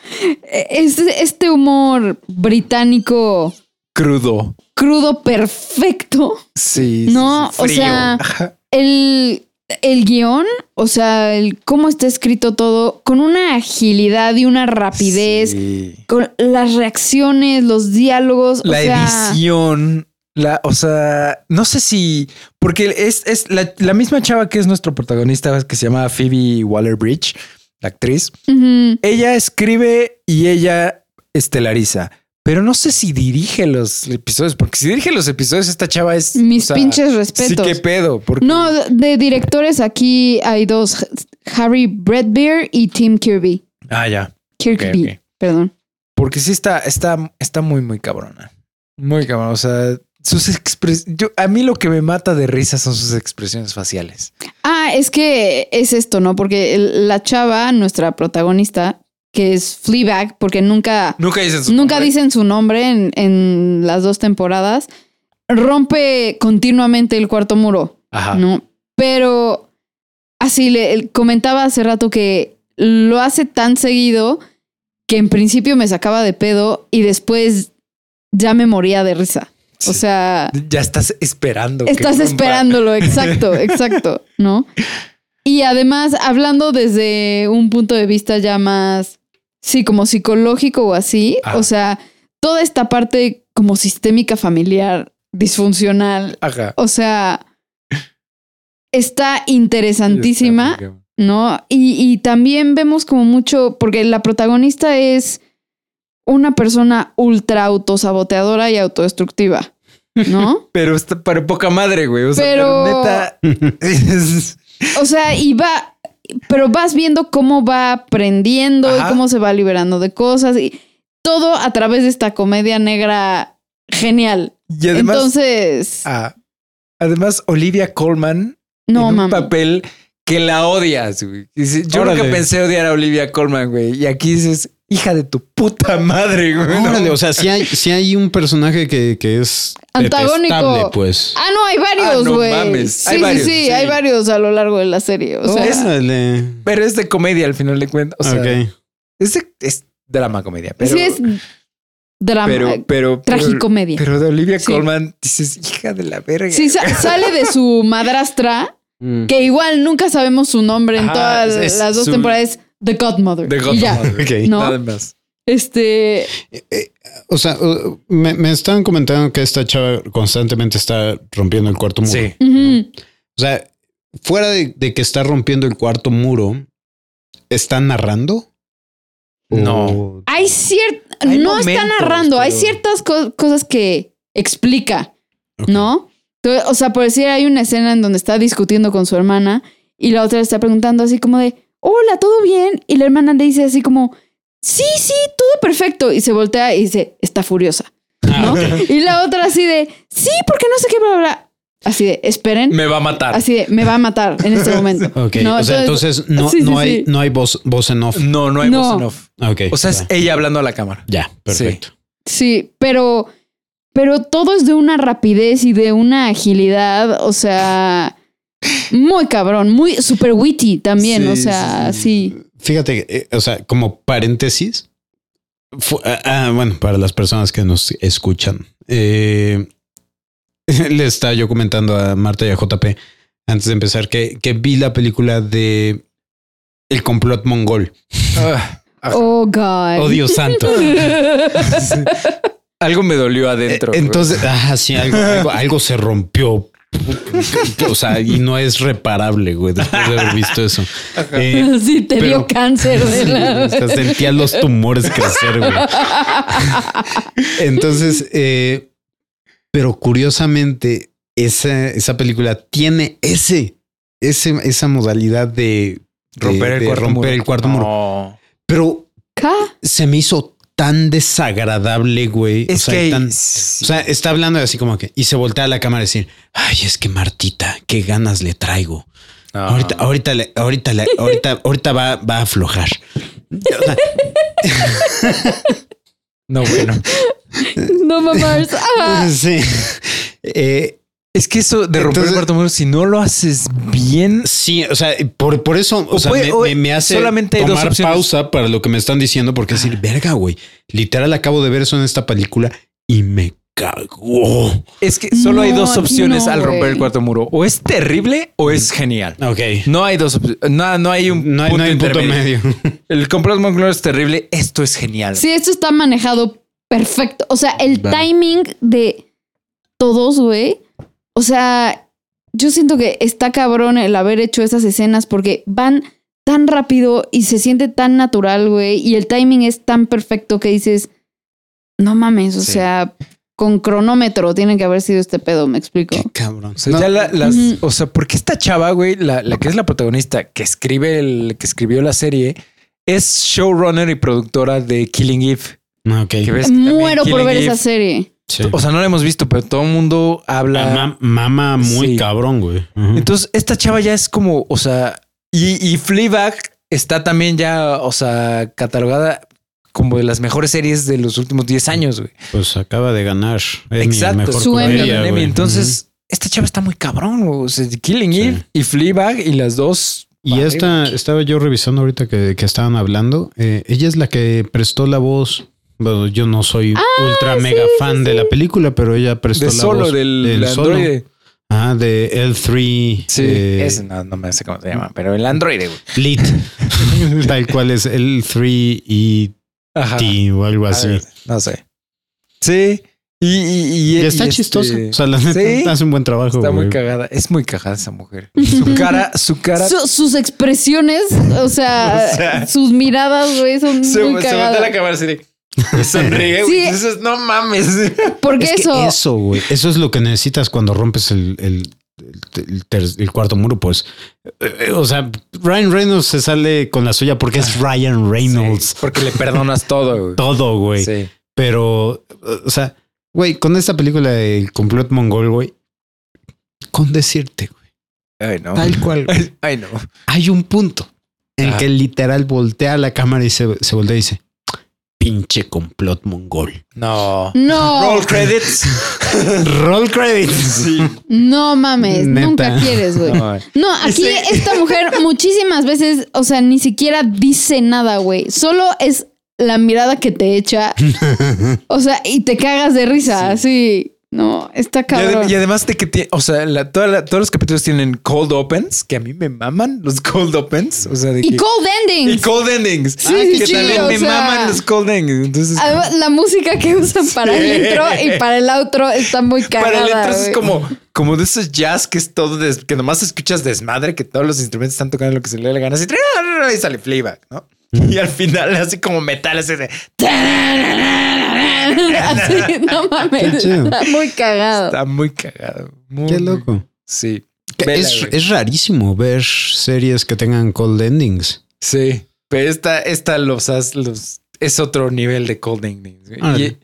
[SPEAKER 3] es este humor británico
[SPEAKER 2] crudo.
[SPEAKER 3] crudo perfecto.
[SPEAKER 2] Sí.
[SPEAKER 3] No,
[SPEAKER 2] sí,
[SPEAKER 3] o
[SPEAKER 2] frío.
[SPEAKER 3] sea-
[SPEAKER 2] Ajá.
[SPEAKER 3] El, el guión, o sea, el cómo está escrito todo, con una agilidad y una rapidez,
[SPEAKER 2] Sí.
[SPEAKER 3] con las reacciones, los diálogos. o
[SPEAKER 2] La
[SPEAKER 3] sea,
[SPEAKER 2] edición. La, o sea, no sé si. Porque es, es la, la misma chava que es nuestro protagonista, que se llama Phoebe Waller Bridge, la actriz.
[SPEAKER 3] ujú.
[SPEAKER 2] Ella escribe y ella estelariza. Pero no sé si dirige los episodios, porque si dirige los episodios, esta chava es.
[SPEAKER 3] Mis
[SPEAKER 2] o sea,
[SPEAKER 3] pinches respetos.
[SPEAKER 2] Sí, qué pedo. Porque,
[SPEAKER 3] No, de- de directores aquí hay dos, Harry Bradbeer y Tim Kirby.
[SPEAKER 2] Ah, ya.
[SPEAKER 3] Kirby,
[SPEAKER 2] Ok, ok.
[SPEAKER 3] perdón.
[SPEAKER 2] Porque sí está, está, está muy, muy cabrona. Muy cabrona. O sea, sus expresiones. A mí lo que me mata de risa son sus expresiones faciales.
[SPEAKER 3] Ah, es que es esto, ¿no? Porque el- la chava, nuestra protagonista, que es Fleabag, porque nunca...
[SPEAKER 2] Nunca dicen su
[SPEAKER 3] Nunca
[SPEAKER 2] nombre.
[SPEAKER 3] dicen su nombre en, en las dos temporadas. Rompe continuamente el cuarto muro,
[SPEAKER 2] Ajá.
[SPEAKER 3] ¿no? Pero así le él comentaba hace rato que lo hace tan seguido que en principio me sacaba de pedo y después ya me moría de risa. O
[SPEAKER 2] Sí.
[SPEAKER 3] sea,
[SPEAKER 2] Ya estás esperando. que
[SPEAKER 3] estás
[SPEAKER 2] rompa.
[SPEAKER 3] esperándolo, exacto, exacto, ¿no? Y además, hablando desde un punto de vista ya más, sí, como psicológico o así,
[SPEAKER 2] Ajá.
[SPEAKER 3] o sea, toda esta parte como sistémica familiar, disfuncional,
[SPEAKER 2] Ajá.
[SPEAKER 3] o sea, está interesantísima.
[SPEAKER 2] Está muy cabrón.
[SPEAKER 3] ¿no? Y, y también vemos como mucho, porque la protagonista es una persona ultra autosaboteadora y autodestructiva, ¿no?
[SPEAKER 2] Pero está para poca madre, güey. O sea, pero,
[SPEAKER 3] Pero-
[SPEAKER 2] neta. es-
[SPEAKER 3] o sea, y va, pero vas viendo cómo va aprendiendo
[SPEAKER 2] Ajá.
[SPEAKER 3] y cómo se va liberando de cosas y todo a través de esta comedia negra genial.
[SPEAKER 2] y además.
[SPEAKER 3] Entonces,
[SPEAKER 2] ah, además, Olivia Colman
[SPEAKER 3] no
[SPEAKER 2] en un
[SPEAKER 3] mames.
[SPEAKER 2] papel que la odias, güey. Dice, Yo
[SPEAKER 1] Órale.
[SPEAKER 2] nunca pensé odiar a Olivia Colman, güey. Y aquí dices, hija de tu puta madre, güey. No.
[SPEAKER 1] Órale, o sea, si hay, sí hay un personaje que, que es
[SPEAKER 3] Antagónico.
[SPEAKER 1] detestable, pues.
[SPEAKER 3] Ah, no, hay
[SPEAKER 2] Ah,
[SPEAKER 3] varios,
[SPEAKER 2] no
[SPEAKER 3] güey.
[SPEAKER 2] mames.
[SPEAKER 3] sí,
[SPEAKER 2] Hay
[SPEAKER 3] sí,
[SPEAKER 2] varios,
[SPEAKER 3] sí,
[SPEAKER 2] sí.
[SPEAKER 3] hay varios a lo largo de la serie. O sea,
[SPEAKER 1] Órale.
[SPEAKER 2] Pero es de comedia al final de cuentas. O sea,
[SPEAKER 1] Ok.
[SPEAKER 2] es, de- es drama comedia. Pero,
[SPEAKER 3] sí es drama,
[SPEAKER 2] pero, pero, pero,
[SPEAKER 3] tragicomedia.
[SPEAKER 2] pero de Olivia
[SPEAKER 3] Sí.
[SPEAKER 2] Colman dices, hija de la verga.
[SPEAKER 3] Sí, sa- sale de su madrastra,
[SPEAKER 1] Mm.
[SPEAKER 3] que igual nunca sabemos su nombre en
[SPEAKER 2] Ajá,
[SPEAKER 3] todas
[SPEAKER 2] es- es
[SPEAKER 3] las dos
[SPEAKER 2] su-
[SPEAKER 3] temporadas, The Godmother.
[SPEAKER 2] De
[SPEAKER 3] Y ya,
[SPEAKER 2] Godfather.
[SPEAKER 1] Ok.
[SPEAKER 3] ¿no?
[SPEAKER 2] Nada más.
[SPEAKER 3] Este,
[SPEAKER 1] eh, O sea, uh, me, me están comentando que esta chava constantemente está rompiendo el cuarto muro.
[SPEAKER 2] Sí.
[SPEAKER 3] ujú,
[SPEAKER 1] O sea, fuera de, de que está rompiendo el cuarto muro, ¿está narrando?
[SPEAKER 2] No.
[SPEAKER 3] hay cierta,
[SPEAKER 2] Hay
[SPEAKER 3] no está
[SPEAKER 2] momentos,
[SPEAKER 3] narrando, hay
[SPEAKER 2] pero-
[SPEAKER 3] ciertas co- cosas que explica,
[SPEAKER 1] Ok.
[SPEAKER 3] ¿no? Entonces, o sea, por decir, hay una escena en donde está discutiendo con su hermana y la otra le está preguntando así como de, hola, ¿todo bien? Y la hermana le dice así como, sí, sí, todo perfecto. Y se voltea y dice, está furiosa.
[SPEAKER 2] Ah,
[SPEAKER 3] ¿no? Y la otra así de, sí, porque no sé qué, bla, bla, bla. Así de, esperen.
[SPEAKER 2] Me va a matar.
[SPEAKER 3] Así de, me va a matar en este momento.
[SPEAKER 1] Ok,
[SPEAKER 3] No,
[SPEAKER 1] o sea, entonces, no,
[SPEAKER 3] sí, sí,
[SPEAKER 1] no, hay,
[SPEAKER 3] sí.
[SPEAKER 1] no hay voz, voz en off.
[SPEAKER 2] No, no hay
[SPEAKER 3] No.
[SPEAKER 2] voz en off.
[SPEAKER 1] Ok.
[SPEAKER 2] O sea, es
[SPEAKER 1] ya,
[SPEAKER 2] ella hablando a la cámara.
[SPEAKER 1] ya, perfecto.
[SPEAKER 3] Sí, pero, pero todo es de una rapidez y de una agilidad, o sea, muy cabrón, muy super witty también,
[SPEAKER 2] Sí,
[SPEAKER 3] o sea, sí.
[SPEAKER 1] Fíjate, eh, o sea, como paréntesis, fu- ah, ah, bueno, para las personas que nos escuchan, eh, le estaba yo comentando a Marta y a JP antes de empezar que, que vi la película de El complot mongol.
[SPEAKER 2] Ah, ajá.
[SPEAKER 3] Oh, God.
[SPEAKER 1] Oh, Dios santo.
[SPEAKER 2] Algo me dolió adentro.
[SPEAKER 1] Eh, Entonces, ah, sí, algo, algo, algo se rompió. O sea, y no es reparable, güey, después de haber visto eso. Eh,
[SPEAKER 3] sí, te
[SPEAKER 1] pero-
[SPEAKER 3] dio cáncer de la-
[SPEAKER 1] O sea, sentía los tumores crecer, güey. Entonces, eh, pero curiosamente, esa, esa película tiene ese, ese, esa modalidad de de- de romper el cuarto muro.
[SPEAKER 2] No.
[SPEAKER 1] Pero
[SPEAKER 3] Ca-
[SPEAKER 1] se me hizo tan desagradable, güey.
[SPEAKER 2] Es
[SPEAKER 1] o sea,
[SPEAKER 2] que.
[SPEAKER 1] tan-
[SPEAKER 2] sí.
[SPEAKER 1] o sea, está hablando así como que, y se voltea a la cámara a decir, ay, es que Martita, qué ganas le traigo.
[SPEAKER 2] No.
[SPEAKER 1] Ahorita, ahorita, le- ahorita, le- ahorita, ahorita va, va a aflojar. O sea,
[SPEAKER 2] No, bueno.
[SPEAKER 3] No mamás. Ah.
[SPEAKER 1] Sí. Eh,
[SPEAKER 2] Es que eso de romper
[SPEAKER 1] Entonces-
[SPEAKER 2] el cuarto muro, si no lo haces bien,
[SPEAKER 1] Sí, o sea, por, por eso o
[SPEAKER 2] O
[SPEAKER 1] sea,
[SPEAKER 2] puede-
[SPEAKER 1] me,
[SPEAKER 2] o
[SPEAKER 1] me- me hace
[SPEAKER 2] solamente hay dos
[SPEAKER 1] tomar
[SPEAKER 2] opciones. Ah.
[SPEAKER 1] pausa para lo que me están diciendo, porque decir, verga, güey, literal acabo de ver eso en esta película y me cagó.
[SPEAKER 2] es que solo hay
[SPEAKER 3] No,
[SPEAKER 2] dos opciones
[SPEAKER 3] no,
[SPEAKER 2] al romper
[SPEAKER 3] güey.
[SPEAKER 2] el cuarto muro. O es terrible o es genial.
[SPEAKER 1] Ok.
[SPEAKER 2] No hay dos opciones. No, no hay un
[SPEAKER 1] No hay, no hay un punto
[SPEAKER 2] intermedio.
[SPEAKER 1] medio.
[SPEAKER 2] El complot Moncler es terrible. Esto es genial.
[SPEAKER 3] Sí, esto está manejado perfecto. O sea, el
[SPEAKER 2] Vale.
[SPEAKER 3] timing de todos, güey. O sea, yo siento que está cabrón el haber hecho esas escenas porque van tan rápido y se siente tan natural, güey. Y el timing es tan perfecto que dices, no mames, o
[SPEAKER 2] Sí.
[SPEAKER 3] sea, con cronómetro tiene que haber sido este pedo, me explico.
[SPEAKER 1] Qué cabrón.
[SPEAKER 2] O sea,
[SPEAKER 1] No,
[SPEAKER 2] ya la- las-
[SPEAKER 3] Ujú.
[SPEAKER 2] o sea, porque esta chava, güey, la, la que es la protagonista, que escribe el, que escribió la serie, es showrunner y productora de Killing Eve.
[SPEAKER 1] no, ok.
[SPEAKER 2] que ves que también
[SPEAKER 3] Muero por
[SPEAKER 2] Killing
[SPEAKER 3] ver
[SPEAKER 2] Eve-
[SPEAKER 3] esa serie.
[SPEAKER 1] Sí.
[SPEAKER 2] O sea, no la hemos visto, pero todo el mundo habla.
[SPEAKER 1] La ma- mama muy
[SPEAKER 2] Sí.
[SPEAKER 1] cabrón, güey. Ujú.
[SPEAKER 2] Entonces, esta chava ya es como, o sea, y, y Fleabag está también ya, o sea, catalogada como de las mejores series de los últimos 10 años, güey.
[SPEAKER 1] Pues acaba de ganar. Es mi
[SPEAKER 2] Exacto,
[SPEAKER 1] mejor
[SPEAKER 3] su
[SPEAKER 1] comedia,
[SPEAKER 3] Emmy.
[SPEAKER 1] güey.
[SPEAKER 2] Emmy.
[SPEAKER 1] Ujú.
[SPEAKER 2] Entonces, esta chava está muy cabrón, güey. O sea, Killing
[SPEAKER 1] Sí.
[SPEAKER 2] Eve y Fleabag y las dos.
[SPEAKER 1] Y
[SPEAKER 2] Vale,
[SPEAKER 1] esta, estaba yo revisando ahorita que, que estaban hablando. eh, ella es la que prestó la voz. Bueno, yo no soy ultra mega fan de la película, pero ella prestó
[SPEAKER 2] De
[SPEAKER 1] la
[SPEAKER 2] solo,
[SPEAKER 1] voz
[SPEAKER 2] del, del
[SPEAKER 1] solo.
[SPEAKER 2] androide.
[SPEAKER 1] Ah, de L3
[SPEAKER 2] Sí,
[SPEAKER 1] eh, mm.
[SPEAKER 2] ese no, no me sé cómo se llama, pero el androide, güey.
[SPEAKER 1] Lit. Tal cual es L3 y
[SPEAKER 2] Ajá.
[SPEAKER 1] T o algo
[SPEAKER 2] A
[SPEAKER 1] así.
[SPEAKER 2] ver, no sé. Sí. Y, y, y-
[SPEAKER 1] Y
[SPEAKER 2] y
[SPEAKER 1] está
[SPEAKER 2] este-
[SPEAKER 1] chistosa. O sea, la neta
[SPEAKER 2] Sí.
[SPEAKER 1] hace un buen trabajo.
[SPEAKER 2] Está muy
[SPEAKER 1] güey.
[SPEAKER 2] cagada. Es muy cagada esa mujer. Su cara, su cara.
[SPEAKER 3] Su- sus expresiones, o sea,
[SPEAKER 2] O sea,
[SPEAKER 3] sus miradas, güey, son
[SPEAKER 2] se se
[SPEAKER 3] muy
[SPEAKER 2] voltea
[SPEAKER 3] cagadas.
[SPEAKER 2] la cámara así de. y Sonríe,
[SPEAKER 3] Sí.
[SPEAKER 2] güey. Dices, no mames.
[SPEAKER 3] Porque
[SPEAKER 1] Es que
[SPEAKER 3] eso,
[SPEAKER 1] eso, güey. Eso es lo que necesitas cuando rompes el, el- el ter- el cuarto muro, pues. Eh, eh, O sea, Ryan Reynolds se sale con la suya porque es Ryan Reynolds.
[SPEAKER 2] Sí, porque le perdonas todo, güey.
[SPEAKER 1] Todo, güey.
[SPEAKER 2] Sí.
[SPEAKER 1] Pero, eh, o sea, güey, con esta película del complot mongol, güey, con decirte, güey,
[SPEAKER 2] Ay, no.
[SPEAKER 1] tal cual, güey,
[SPEAKER 2] Ay, ay, no.
[SPEAKER 1] hay un punto en
[SPEAKER 2] Ah.
[SPEAKER 1] que literal voltea la cámara y se, se voltea y dice, pinche complot mongol.
[SPEAKER 2] No.
[SPEAKER 3] no.
[SPEAKER 2] Roll credits.
[SPEAKER 1] Roll credits.
[SPEAKER 2] Sí.
[SPEAKER 3] No mames,
[SPEAKER 1] Neta.
[SPEAKER 3] nunca quieres, güey. No,
[SPEAKER 2] No.
[SPEAKER 3] aquí
[SPEAKER 2] Ese-
[SPEAKER 3] esta mujer muchísimas veces, o sea, ni siquiera dice nada, güey. Solo es la mirada que te echa. O sea, y te cagas de risa, así. No, está
[SPEAKER 2] Y, adem-
[SPEAKER 3] cabrón.
[SPEAKER 2] y además de que tiene, o sea, la- toda la- todos los capítulos tienen cold opens, que a mí me maman los cold opens. O sea, de
[SPEAKER 3] Y
[SPEAKER 2] que-
[SPEAKER 3] cold endings.
[SPEAKER 2] y cold endings.
[SPEAKER 3] Sí,
[SPEAKER 2] Ah,
[SPEAKER 3] sí,
[SPEAKER 2] que
[SPEAKER 3] sí,
[SPEAKER 2] también
[SPEAKER 3] o
[SPEAKER 2] me
[SPEAKER 3] sea-
[SPEAKER 2] maman los cold endings. Entonces,
[SPEAKER 3] Además, la música que usan para
[SPEAKER 2] Sí.
[SPEAKER 3] el intro y para el outro está muy cagada.
[SPEAKER 2] para el entonces es
[SPEAKER 3] güey.
[SPEAKER 2] como, como de esos jazz que es todo, des- que nomás escuchas desmadre, que todos los instrumentos están tocando lo que se le dé la gana. Así, y sale Fleabag, ¿no? Y al final, así como metal, así de.
[SPEAKER 3] Así, no mames.
[SPEAKER 1] Qué chido.
[SPEAKER 3] Está muy cagado.
[SPEAKER 2] Está muy cagado. Muy,
[SPEAKER 1] Qué loco.
[SPEAKER 2] Sí.
[SPEAKER 1] Que
[SPEAKER 2] Vela,
[SPEAKER 1] es,
[SPEAKER 2] güey.
[SPEAKER 1] es rarísimo ver series que tengan cold endings.
[SPEAKER 2] Sí, pero esta, esta los, has- los es otro nivel de cold endings. güey.
[SPEAKER 1] Órale.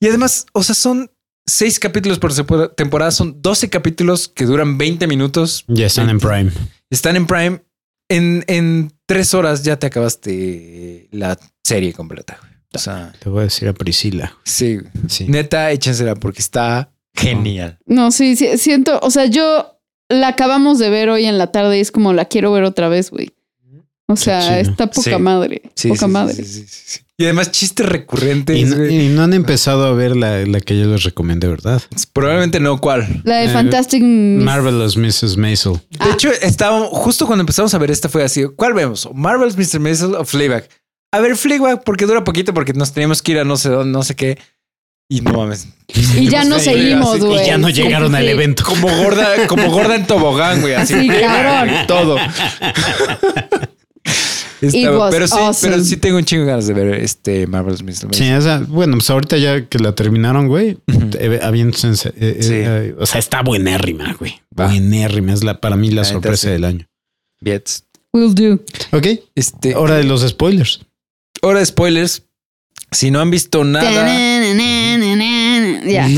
[SPEAKER 2] Y, y además, o sea, son seis capítulos por sepo- temporada, son 12 capítulos que duran 20 minutos.
[SPEAKER 1] Ya están en Prime.
[SPEAKER 2] Están en Prime. En, en tres horas ya te acabaste la serie completa. güey. O sea,
[SPEAKER 1] Te voy a decir a Priscila.
[SPEAKER 2] sí, güey.
[SPEAKER 1] Sí.
[SPEAKER 2] neta, échensela porque está genial.
[SPEAKER 3] No, sí, sí, siento, o sea, yo la acabamos de ver hoy en la tarde y es como la quiero ver otra vez, güey. O sea,
[SPEAKER 1] chido.
[SPEAKER 3] está poca
[SPEAKER 2] Sí.
[SPEAKER 3] madre,
[SPEAKER 2] Sí,
[SPEAKER 3] poca
[SPEAKER 2] sí, sí,
[SPEAKER 3] madre.
[SPEAKER 2] sí, sí, sí, sí. Y además, chistes recurrentes.
[SPEAKER 1] Y no,
[SPEAKER 2] güey.
[SPEAKER 1] y no han empezado a ver la, la que yo les recomendé, ¿verdad?
[SPEAKER 2] Probablemente no cuál.
[SPEAKER 3] La de
[SPEAKER 1] Eh,
[SPEAKER 3] Fantastic
[SPEAKER 2] Mm.
[SPEAKER 3] Miss-
[SPEAKER 1] Marvelous Mrs. Maisel.
[SPEAKER 2] De hecho, estaba justo cuando empezamos a ver esta fue así. ¿Cuál vemos? Marvel's Mr. Maisel o Fleabag. A ver, Fleabag porque dura poquito porque nos teníamos que ir a no sé dónde, no sé qué. Y no mames.
[SPEAKER 3] Y ya no
[SPEAKER 2] Sí,
[SPEAKER 3] seguimos,
[SPEAKER 2] así que-
[SPEAKER 3] güey.
[SPEAKER 2] y ya no
[SPEAKER 3] Sí, sí.
[SPEAKER 2] Como gorda, como gorda en tobogán, güey, así.
[SPEAKER 3] Sí, cabrón.
[SPEAKER 2] y Todo. Estaba-
[SPEAKER 3] was
[SPEAKER 2] pero sí,
[SPEAKER 3] awesome.
[SPEAKER 2] pero sí tengo un chingo de ganas de ver este Marvel's Mr. Maisel.
[SPEAKER 1] Sí, esa, bueno, pues ahorita ya que la terminaron, güey, eh, aviéntense, eh, eh,
[SPEAKER 2] Sí.
[SPEAKER 1] eh, o sea, está buenérrima, güey.
[SPEAKER 2] Va.
[SPEAKER 1] Buenérrima, es la, para mí la
[SPEAKER 2] La neta,
[SPEAKER 1] sorpresa
[SPEAKER 2] sí.
[SPEAKER 1] del año.
[SPEAKER 2] Bits.
[SPEAKER 3] Will do.
[SPEAKER 1] Ok,
[SPEAKER 2] Este,
[SPEAKER 1] hora de los spoilers.
[SPEAKER 2] hora de spoilers. Si no han visto nada.
[SPEAKER 3] Ta-na-na-na-na-na. Ya.
[SPEAKER 2] Si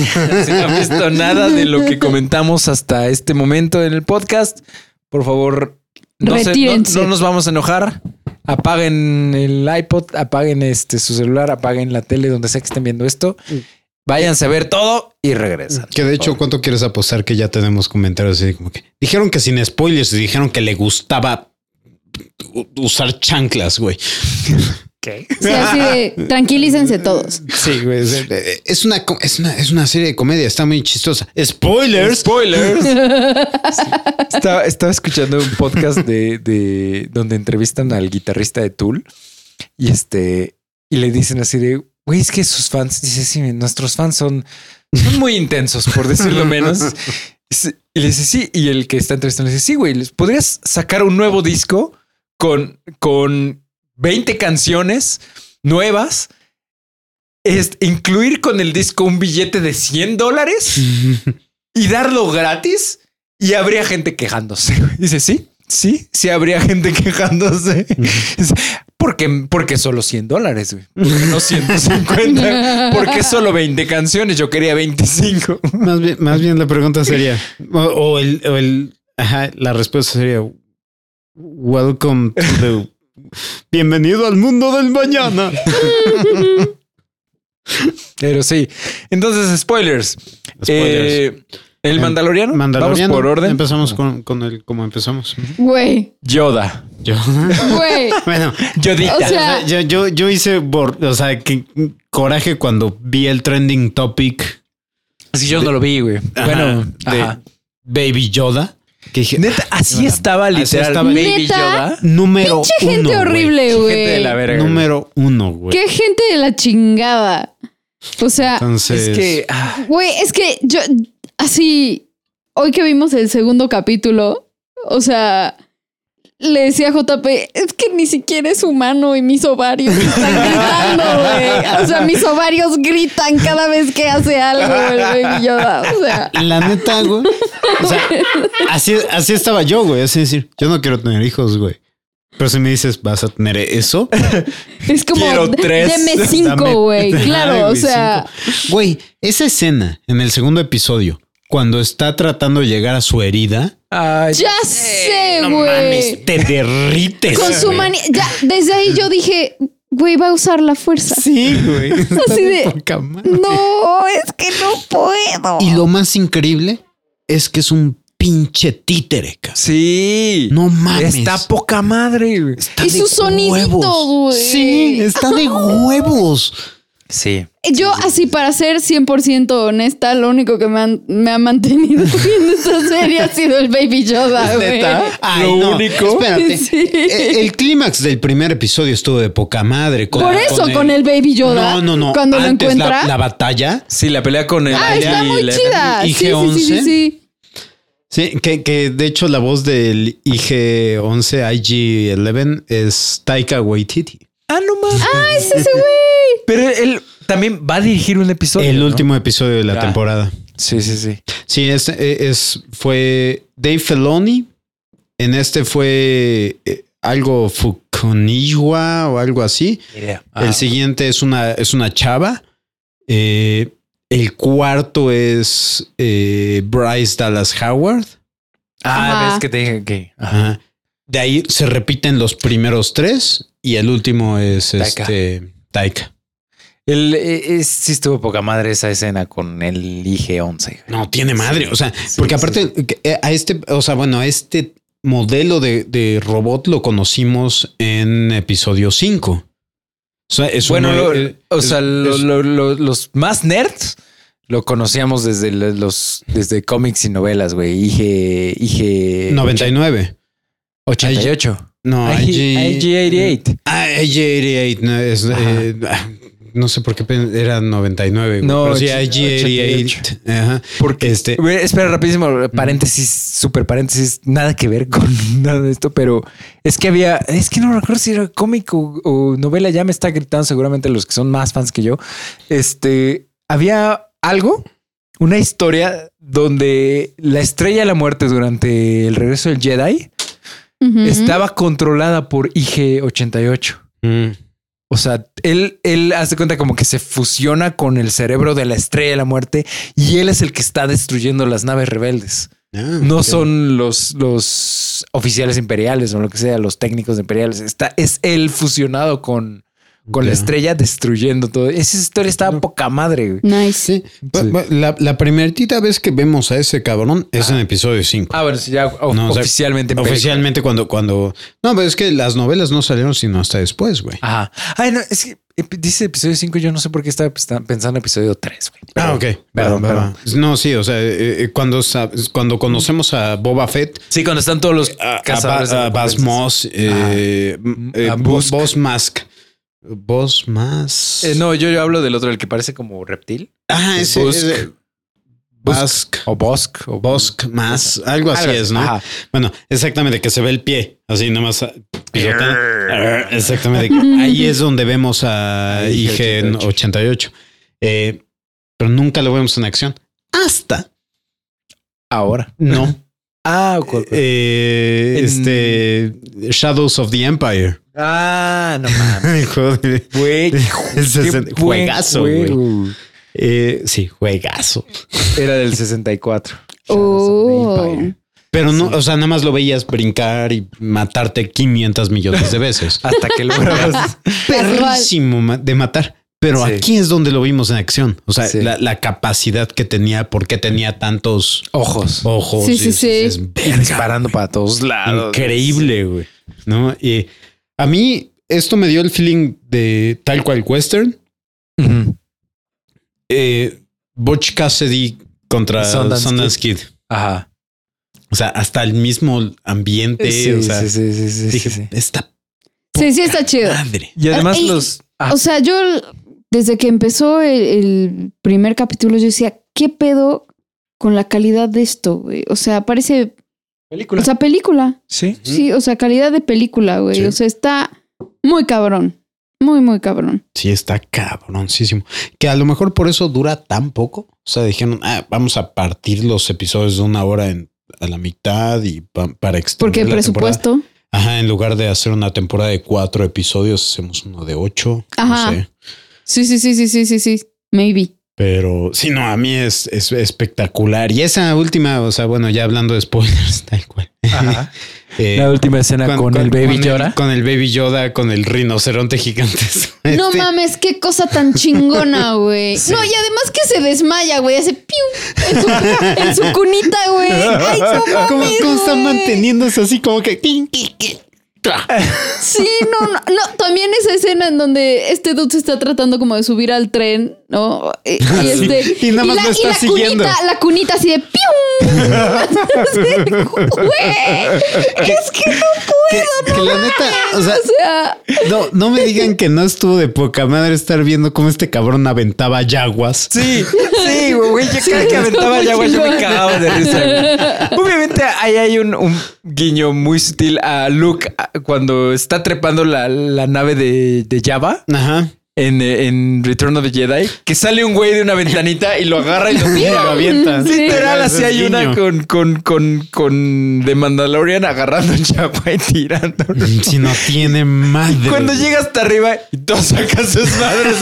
[SPEAKER 2] no han visto nada de lo que comentamos hasta este momento en el podcast, por favor, no, se- no-
[SPEAKER 3] Retírense.
[SPEAKER 2] no nos vamos a enojar.
[SPEAKER 1] Mm.
[SPEAKER 2] Apaguen el iPod, apaguen este, su celular, apaguen la tele, donde sea que estén viendo esto. Váyanse a ver todo y regresan.
[SPEAKER 1] Que de hecho, ¿cuánto quieres apostar que ya tenemos comentarios así como que dijeron que sin spoilers y dijeron que le gustaba u- usar chanclas, güey?
[SPEAKER 2] ¿Qué?
[SPEAKER 3] Sí, así de, tranquilícense todos.
[SPEAKER 1] Sí, güey. Es, Eh, es una, co- es, una, es una serie de comedia, está muy chistosa. Spoilers.
[SPEAKER 2] Spoilers. estaba, estaba escuchando un podcast de, de- donde entrevistan al guitarrista de Tool y este y le dicen así de güey, es que sus fans, dice, sí, nuestros fans son, son muy intensos, por decirlo menos. Sí, Y le dice, sí, y el que está entrevistando le dice, sí, güey, ¿les podrías sacar un nuevo disco con, con 20 canciones nuevas? Est- incluir con el disco un billete de 100 dólares y darlo gratis y habría gente quejándose. Dice, sí, sí, sí habría gente quejándose. Dice, Porque, porque solo 100 dólares, güey. ¿Por qué no 150. Porque solo 20 canciones. Yo quería 25.
[SPEAKER 1] Más bien, más bien la pregunta sería, o, o el, o el- ajá, la respuesta sería, welcome to the, Eh, bienvenido al mundo del mañana.
[SPEAKER 2] Pero sí. Entonces, spoilers.
[SPEAKER 1] Spoilers.
[SPEAKER 2] Eh, el Mandaloriano.
[SPEAKER 1] Mandaloriano,
[SPEAKER 2] Vamos por orden.
[SPEAKER 1] Empezamos con, con el, como empezamos.
[SPEAKER 3] Güey,
[SPEAKER 2] Yoda.
[SPEAKER 1] Yo,
[SPEAKER 3] güey.
[SPEAKER 1] bueno,
[SPEAKER 2] Yodita.
[SPEAKER 3] O
[SPEAKER 1] Ah,
[SPEAKER 3] sea,
[SPEAKER 1] yo, yo, yo hice, bor- o sea, que coraje cuando vi el trending topic
[SPEAKER 2] si yo no lo vi, güey. Bueno,
[SPEAKER 1] de
[SPEAKER 2] ajá.
[SPEAKER 1] Baby Yoda, que dije,
[SPEAKER 2] Neta, así estaba literal.
[SPEAKER 1] estaba.
[SPEAKER 2] Baby
[SPEAKER 3] Neta.
[SPEAKER 2] Yoda.
[SPEAKER 1] número
[SPEAKER 3] Pinche gente
[SPEAKER 1] uno, güey.
[SPEAKER 3] horrible,
[SPEAKER 2] Gente de
[SPEAKER 3] güey.
[SPEAKER 2] la verga.
[SPEAKER 1] Número uno, güey.
[SPEAKER 3] Qué gente de la chingada. O sea,
[SPEAKER 1] Entonces,
[SPEAKER 2] Es que. ah,
[SPEAKER 3] Güey, es que yo, así, hoy que vimos el segundo capítulo, o sea, le decía a JP, es que ni siquiera es humano y mis ovarios están gritando, güey. O sea, mis ovarios gritan cada vez que hace algo el Baby Yoda. O sea,
[SPEAKER 1] La neta, güey. O sea, así, así estaba yo, güey. Así decir, yo no quiero tener hijos, güey. Pero si me dices, ¿vas a tener eso? pues
[SPEAKER 3] es como,
[SPEAKER 2] Quiero
[SPEAKER 3] d-
[SPEAKER 2] tres.
[SPEAKER 3] deme
[SPEAKER 1] Dame-
[SPEAKER 3] cinco, güey.
[SPEAKER 1] Ay,
[SPEAKER 3] Claro, o
[SPEAKER 1] güey,
[SPEAKER 3] sea,
[SPEAKER 1] cinco. Güey, esa escena en el segundo episodio, cuando está tratando de llegar a su herida,
[SPEAKER 2] ay,
[SPEAKER 3] ya sé, güey.
[SPEAKER 1] te derrites.
[SPEAKER 3] Con su
[SPEAKER 1] güey.
[SPEAKER 3] mani, ya, desde ahí yo dije, güey, va a usar la fuerza.
[SPEAKER 1] Sí, güey. Está
[SPEAKER 3] de-
[SPEAKER 1] poca madre.
[SPEAKER 3] No, es que no puedo.
[SPEAKER 1] Y lo más increíble es que es un pinche títere, cabrón.
[SPEAKER 2] Sí.
[SPEAKER 1] No mames.
[SPEAKER 2] Está poca madre. güey.
[SPEAKER 1] Está
[SPEAKER 3] Y
[SPEAKER 1] de
[SPEAKER 3] su sonidito,
[SPEAKER 1] huevos.
[SPEAKER 3] güey.
[SPEAKER 1] Sí, está de huevos.
[SPEAKER 2] Sí.
[SPEAKER 3] Yo, así para ser 100% honesta, lo único que me, han- me ha mantenido viendo esta serie ha sido el Baby Yoda, güey.
[SPEAKER 1] Ay,
[SPEAKER 2] Lo
[SPEAKER 1] no,
[SPEAKER 2] único.
[SPEAKER 1] Espérate. E-,
[SPEAKER 3] Sí.
[SPEAKER 1] El, el clímax del primer episodio estuvo de poca madre. con-
[SPEAKER 3] Por eso, con el Baby Yoda.
[SPEAKER 1] No, no, no.
[SPEAKER 3] Cuando lo
[SPEAKER 1] Antes la-
[SPEAKER 3] encuentra.
[SPEAKER 1] La, batalla.
[SPEAKER 2] Sí, la pelea con el.
[SPEAKER 3] ah, está
[SPEAKER 2] y
[SPEAKER 3] muy
[SPEAKER 2] la-
[SPEAKER 3] chida.
[SPEAKER 1] y
[SPEAKER 3] Sí, sí, sí,
[SPEAKER 1] G11.
[SPEAKER 3] sí, sí.
[SPEAKER 1] Sí, que, que de hecho la voz del IG-11, IG-11 es Taika Waititi.
[SPEAKER 2] Ah, no mames.
[SPEAKER 3] Ah, es ese güey.
[SPEAKER 2] Pero él también va a dirigir un episodio.
[SPEAKER 1] El
[SPEAKER 2] ¿no?
[SPEAKER 1] último episodio de la
[SPEAKER 2] Ya.
[SPEAKER 1] temporada.
[SPEAKER 2] Sí, sí, sí.
[SPEAKER 1] Sí, es, e, es, fue Dave Filoni. En este fue eh, algo Fuconiwa o algo así.
[SPEAKER 2] Idea.
[SPEAKER 1] El siguiente es una, es una chava. Eh, el cuarto es eh, Bryce Dallas Howard.
[SPEAKER 2] Ah,
[SPEAKER 3] Ajá.
[SPEAKER 2] ves que te dije que. Ajá.
[SPEAKER 1] Ajá. De ahí se repiten los primeros tres y el último es
[SPEAKER 2] Taika.
[SPEAKER 1] este Taika.
[SPEAKER 2] El, eh, es- sí estuvo poca madre esa escena con el IG-11.
[SPEAKER 1] No, tiene madre. O sea,
[SPEAKER 2] Sí,
[SPEAKER 1] porque
[SPEAKER 2] sí,
[SPEAKER 1] aparte que, eh, a este, o sea, bueno, a este modelo de, de robot lo conocimos en episodio 5. O sea, es
[SPEAKER 2] Bueno,
[SPEAKER 1] uno-
[SPEAKER 2] lo-
[SPEAKER 1] eh,
[SPEAKER 2] o
[SPEAKER 1] es-
[SPEAKER 2] sea, lo-
[SPEAKER 1] es-
[SPEAKER 2] lo- lo- los más nerds lo conocíamos desde los- los desde cómics y novelas, güey. IG, IG
[SPEAKER 1] 99.
[SPEAKER 2] 88.
[SPEAKER 1] No,
[SPEAKER 2] IG-88.
[SPEAKER 1] Ah, IG-88, no, es,
[SPEAKER 2] Ajá.
[SPEAKER 1] eh, ah, no sé por qué pen- era 99, güey,
[SPEAKER 2] No,
[SPEAKER 1] pero sí,
[SPEAKER 2] och-
[SPEAKER 1] IG-88. Ajá.
[SPEAKER 2] Porque
[SPEAKER 1] Este-
[SPEAKER 2] Güey, espera rapidísimo, paréntesis, super paréntesis, nada que ver con nada de esto, pero es que había, es que no recuerdo si era cómico o novela, ya me está gritando seguramente los que son más fans que yo. Este, había algo, una historia donde la estrella de la muerte durante el regreso del Jedi
[SPEAKER 3] Ujú.
[SPEAKER 2] estaba controlada por IG-88.
[SPEAKER 1] Mm.
[SPEAKER 2] O sea, él, él hace cuenta como que se fusiona con el cerebro de la estrella de la muerte y él es el que está destruyendo las naves rebeldes.
[SPEAKER 1] Ah,
[SPEAKER 2] No
[SPEAKER 1] ok.
[SPEAKER 2] son los, los oficiales imperiales o lo que sea, los técnicos imperiales. Está, es él fusionado con, con la
[SPEAKER 1] Ya.
[SPEAKER 2] estrella destruyendo todo. Esa historia estaba poca madre, güey.
[SPEAKER 3] Nice.
[SPEAKER 1] Sí. Pa- pa- La, la primerita vez que vemos a ese cabrón es en episodio 5.
[SPEAKER 2] Ah, bueno, sí, ya o-
[SPEAKER 1] No, o sea,
[SPEAKER 2] oficialmente. en
[SPEAKER 1] Oficialmente cuando, cuando... No, pero es que las novelas no salieron sino hasta después, güey.
[SPEAKER 2] película. Ajá. Ay, no, es que ep- dice episodio 5, yo no sé por qué estaba pesta- pensando en episodio 3, güey.
[SPEAKER 1] Ah, ok.
[SPEAKER 2] Perdón,
[SPEAKER 1] Va, va,
[SPEAKER 2] perdón.
[SPEAKER 1] va. No, sí, o sea, eh, eh, cuando, sab- cuando conocemos a Boba Fett,
[SPEAKER 2] Sí, cuando están todos los
[SPEAKER 1] a, a
[SPEAKER 2] Ah, cazadores.
[SPEAKER 1] Ba-
[SPEAKER 2] de
[SPEAKER 1] a Bas
[SPEAKER 2] recompensas.
[SPEAKER 1] Moss, eh, eh,
[SPEAKER 2] a
[SPEAKER 1] Bo-
[SPEAKER 2] Busk.
[SPEAKER 1] Boss Mask. Boss Mask.
[SPEAKER 2] Eh, no, eh, yo, yo hablo del otro, el que parece como reptil.
[SPEAKER 1] Ah, ese.
[SPEAKER 2] Busk.
[SPEAKER 1] ese-
[SPEAKER 2] Busk.
[SPEAKER 1] Bask.
[SPEAKER 2] O Bosk. O
[SPEAKER 1] Bosk más, algo así
[SPEAKER 2] Algo así,
[SPEAKER 1] es, ¿no?
[SPEAKER 2] ajá.
[SPEAKER 1] Bueno, exactamente, que se ve el pie, así nomás ah, pisoteando. Arr, Exactamente. Ahí es donde vemos a
[SPEAKER 2] Ahí,
[SPEAKER 1] IG 88.
[SPEAKER 2] 88.
[SPEAKER 1] Eh, pero nunca lo vemos en acción. Hasta.
[SPEAKER 2] Ahora.
[SPEAKER 1] No.
[SPEAKER 2] Ah, cu-
[SPEAKER 1] Eh,
[SPEAKER 2] En-
[SPEAKER 1] Este. Shadows of the Empire.
[SPEAKER 2] ah, no mames.
[SPEAKER 1] El juego de-
[SPEAKER 2] Güey,
[SPEAKER 1] El
[SPEAKER 2] qué
[SPEAKER 1] sesen-
[SPEAKER 2] buen
[SPEAKER 1] juegazo, güey.
[SPEAKER 2] juego.
[SPEAKER 1] eh, sí, juegazo.
[SPEAKER 2] Era del 64. Shadows of the
[SPEAKER 3] Oh.
[SPEAKER 2] Empire.
[SPEAKER 1] Pero no, o sea, nada más lo veías brincar y matarte 500 millones de veces.
[SPEAKER 2] Hasta que lograbas.
[SPEAKER 1] perrísimo ma- de matar. Pero
[SPEAKER 2] Sí.
[SPEAKER 1] aquí es donde lo vimos en acción. O sea,
[SPEAKER 2] Sí.
[SPEAKER 1] la, la capacidad que tenía, porque tenía tantos
[SPEAKER 2] Ojos.
[SPEAKER 1] ojos.
[SPEAKER 3] Sí, sí,
[SPEAKER 1] y-
[SPEAKER 3] sí.
[SPEAKER 1] Es
[SPEAKER 2] Y disparando para todos lados.
[SPEAKER 1] increíble, güey. ¿No? Y a mí esto me dio el feeling de tal cual western.
[SPEAKER 2] Ujú.
[SPEAKER 1] Eh, Butch Cassidy contra
[SPEAKER 2] Sundance
[SPEAKER 1] Sundance Kid.
[SPEAKER 2] Ajá.
[SPEAKER 1] O sea, hasta el mismo ambiente.
[SPEAKER 2] Sí,
[SPEAKER 1] o sea,
[SPEAKER 2] sí, sí, sí, sí,
[SPEAKER 1] dije,
[SPEAKER 2] sí, sí.
[SPEAKER 1] esta
[SPEAKER 3] Sí, sí, está chido.
[SPEAKER 1] madre.
[SPEAKER 2] Y además
[SPEAKER 3] y-
[SPEAKER 2] los. Ah,
[SPEAKER 3] O sea, yo l- desde que empezó el, el primer capítulo, yo decía, ¿qué pedo con la calidad de esto, güey? O sea, parece.
[SPEAKER 2] película.
[SPEAKER 3] O sea, película.
[SPEAKER 2] sí.
[SPEAKER 3] Sí, o sea, calidad de película, güey.
[SPEAKER 1] Sí.
[SPEAKER 3] O sea, está muy cabrón. Muy, muy cabrón.
[SPEAKER 1] Sí, está cabroncísimo. Que a lo mejor por eso dura tan poco. O sea, dijeron, ah, vamos a partir los episodios de una hora en, a la mitad y pa- para extender.
[SPEAKER 3] Porque el
[SPEAKER 1] la temporada".
[SPEAKER 3] presupuesto.
[SPEAKER 1] Ajá, en lugar de hacer una temporada de cuatro episodios, hacemos uno de ocho.
[SPEAKER 3] Ajá.
[SPEAKER 1] No sé.
[SPEAKER 3] Sí, sí, sí, sí, sí, sí, sí. Maybe.
[SPEAKER 1] Pero sí, no, a mí es, es espectacular. Y esa última, o sea, bueno, ya hablando de spoilers, tal cual.
[SPEAKER 2] Ajá.
[SPEAKER 1] Eh,
[SPEAKER 2] La última escena con, el baby
[SPEAKER 1] con
[SPEAKER 2] llora.
[SPEAKER 1] Con el baby Yoda, con el rinoceronte gigante.
[SPEAKER 3] No
[SPEAKER 1] Este,
[SPEAKER 3] mames, qué cosa tan chingona, güey. No, y además que se desmaya, güey. Hace piu en su, en su cunita, güey. Ay, no mames,
[SPEAKER 1] ¿Cómo, cómo están
[SPEAKER 3] güey.
[SPEAKER 1] manteniéndose así como que...
[SPEAKER 3] Sí, no, no, no. También esa escena en donde este dude se está tratando como de subir al tren, ¿no? Y, y este.
[SPEAKER 1] Y nada más
[SPEAKER 3] la,
[SPEAKER 1] lo está
[SPEAKER 3] la
[SPEAKER 1] siguiendo.
[SPEAKER 3] Cunita, la cunita así de piu. Güey, es que no puedo.
[SPEAKER 1] que, que la neta, o sea,
[SPEAKER 3] O sea,
[SPEAKER 1] no, no me digan que no estuvo de poca madre estar viendo cómo este cabrón aventaba yaguas.
[SPEAKER 2] Sí, sí, güey. Yo cada que aventaba ya, güey, yo me cagaba de risa. güey. Obviamente, ahí hay un, un guiño muy sutil a Luke a- cuando está trepando la, la nave de, de Java
[SPEAKER 1] Ajá.
[SPEAKER 2] en, eh, en Return of the Jedi, que sale un güey de una ventanita y lo agarra y lo
[SPEAKER 1] Lo
[SPEAKER 2] tira.
[SPEAKER 1] avientas.
[SPEAKER 3] Sí.
[SPEAKER 2] Literal,
[SPEAKER 1] Ese
[SPEAKER 2] así
[SPEAKER 1] es
[SPEAKER 2] hay una
[SPEAKER 1] guiño.
[SPEAKER 2] con, con, con, con The Mandalorian agarrando a Java y tirando.
[SPEAKER 1] Si no tiene madre.
[SPEAKER 2] Cuando llega hasta arriba y todos sacan sus madres.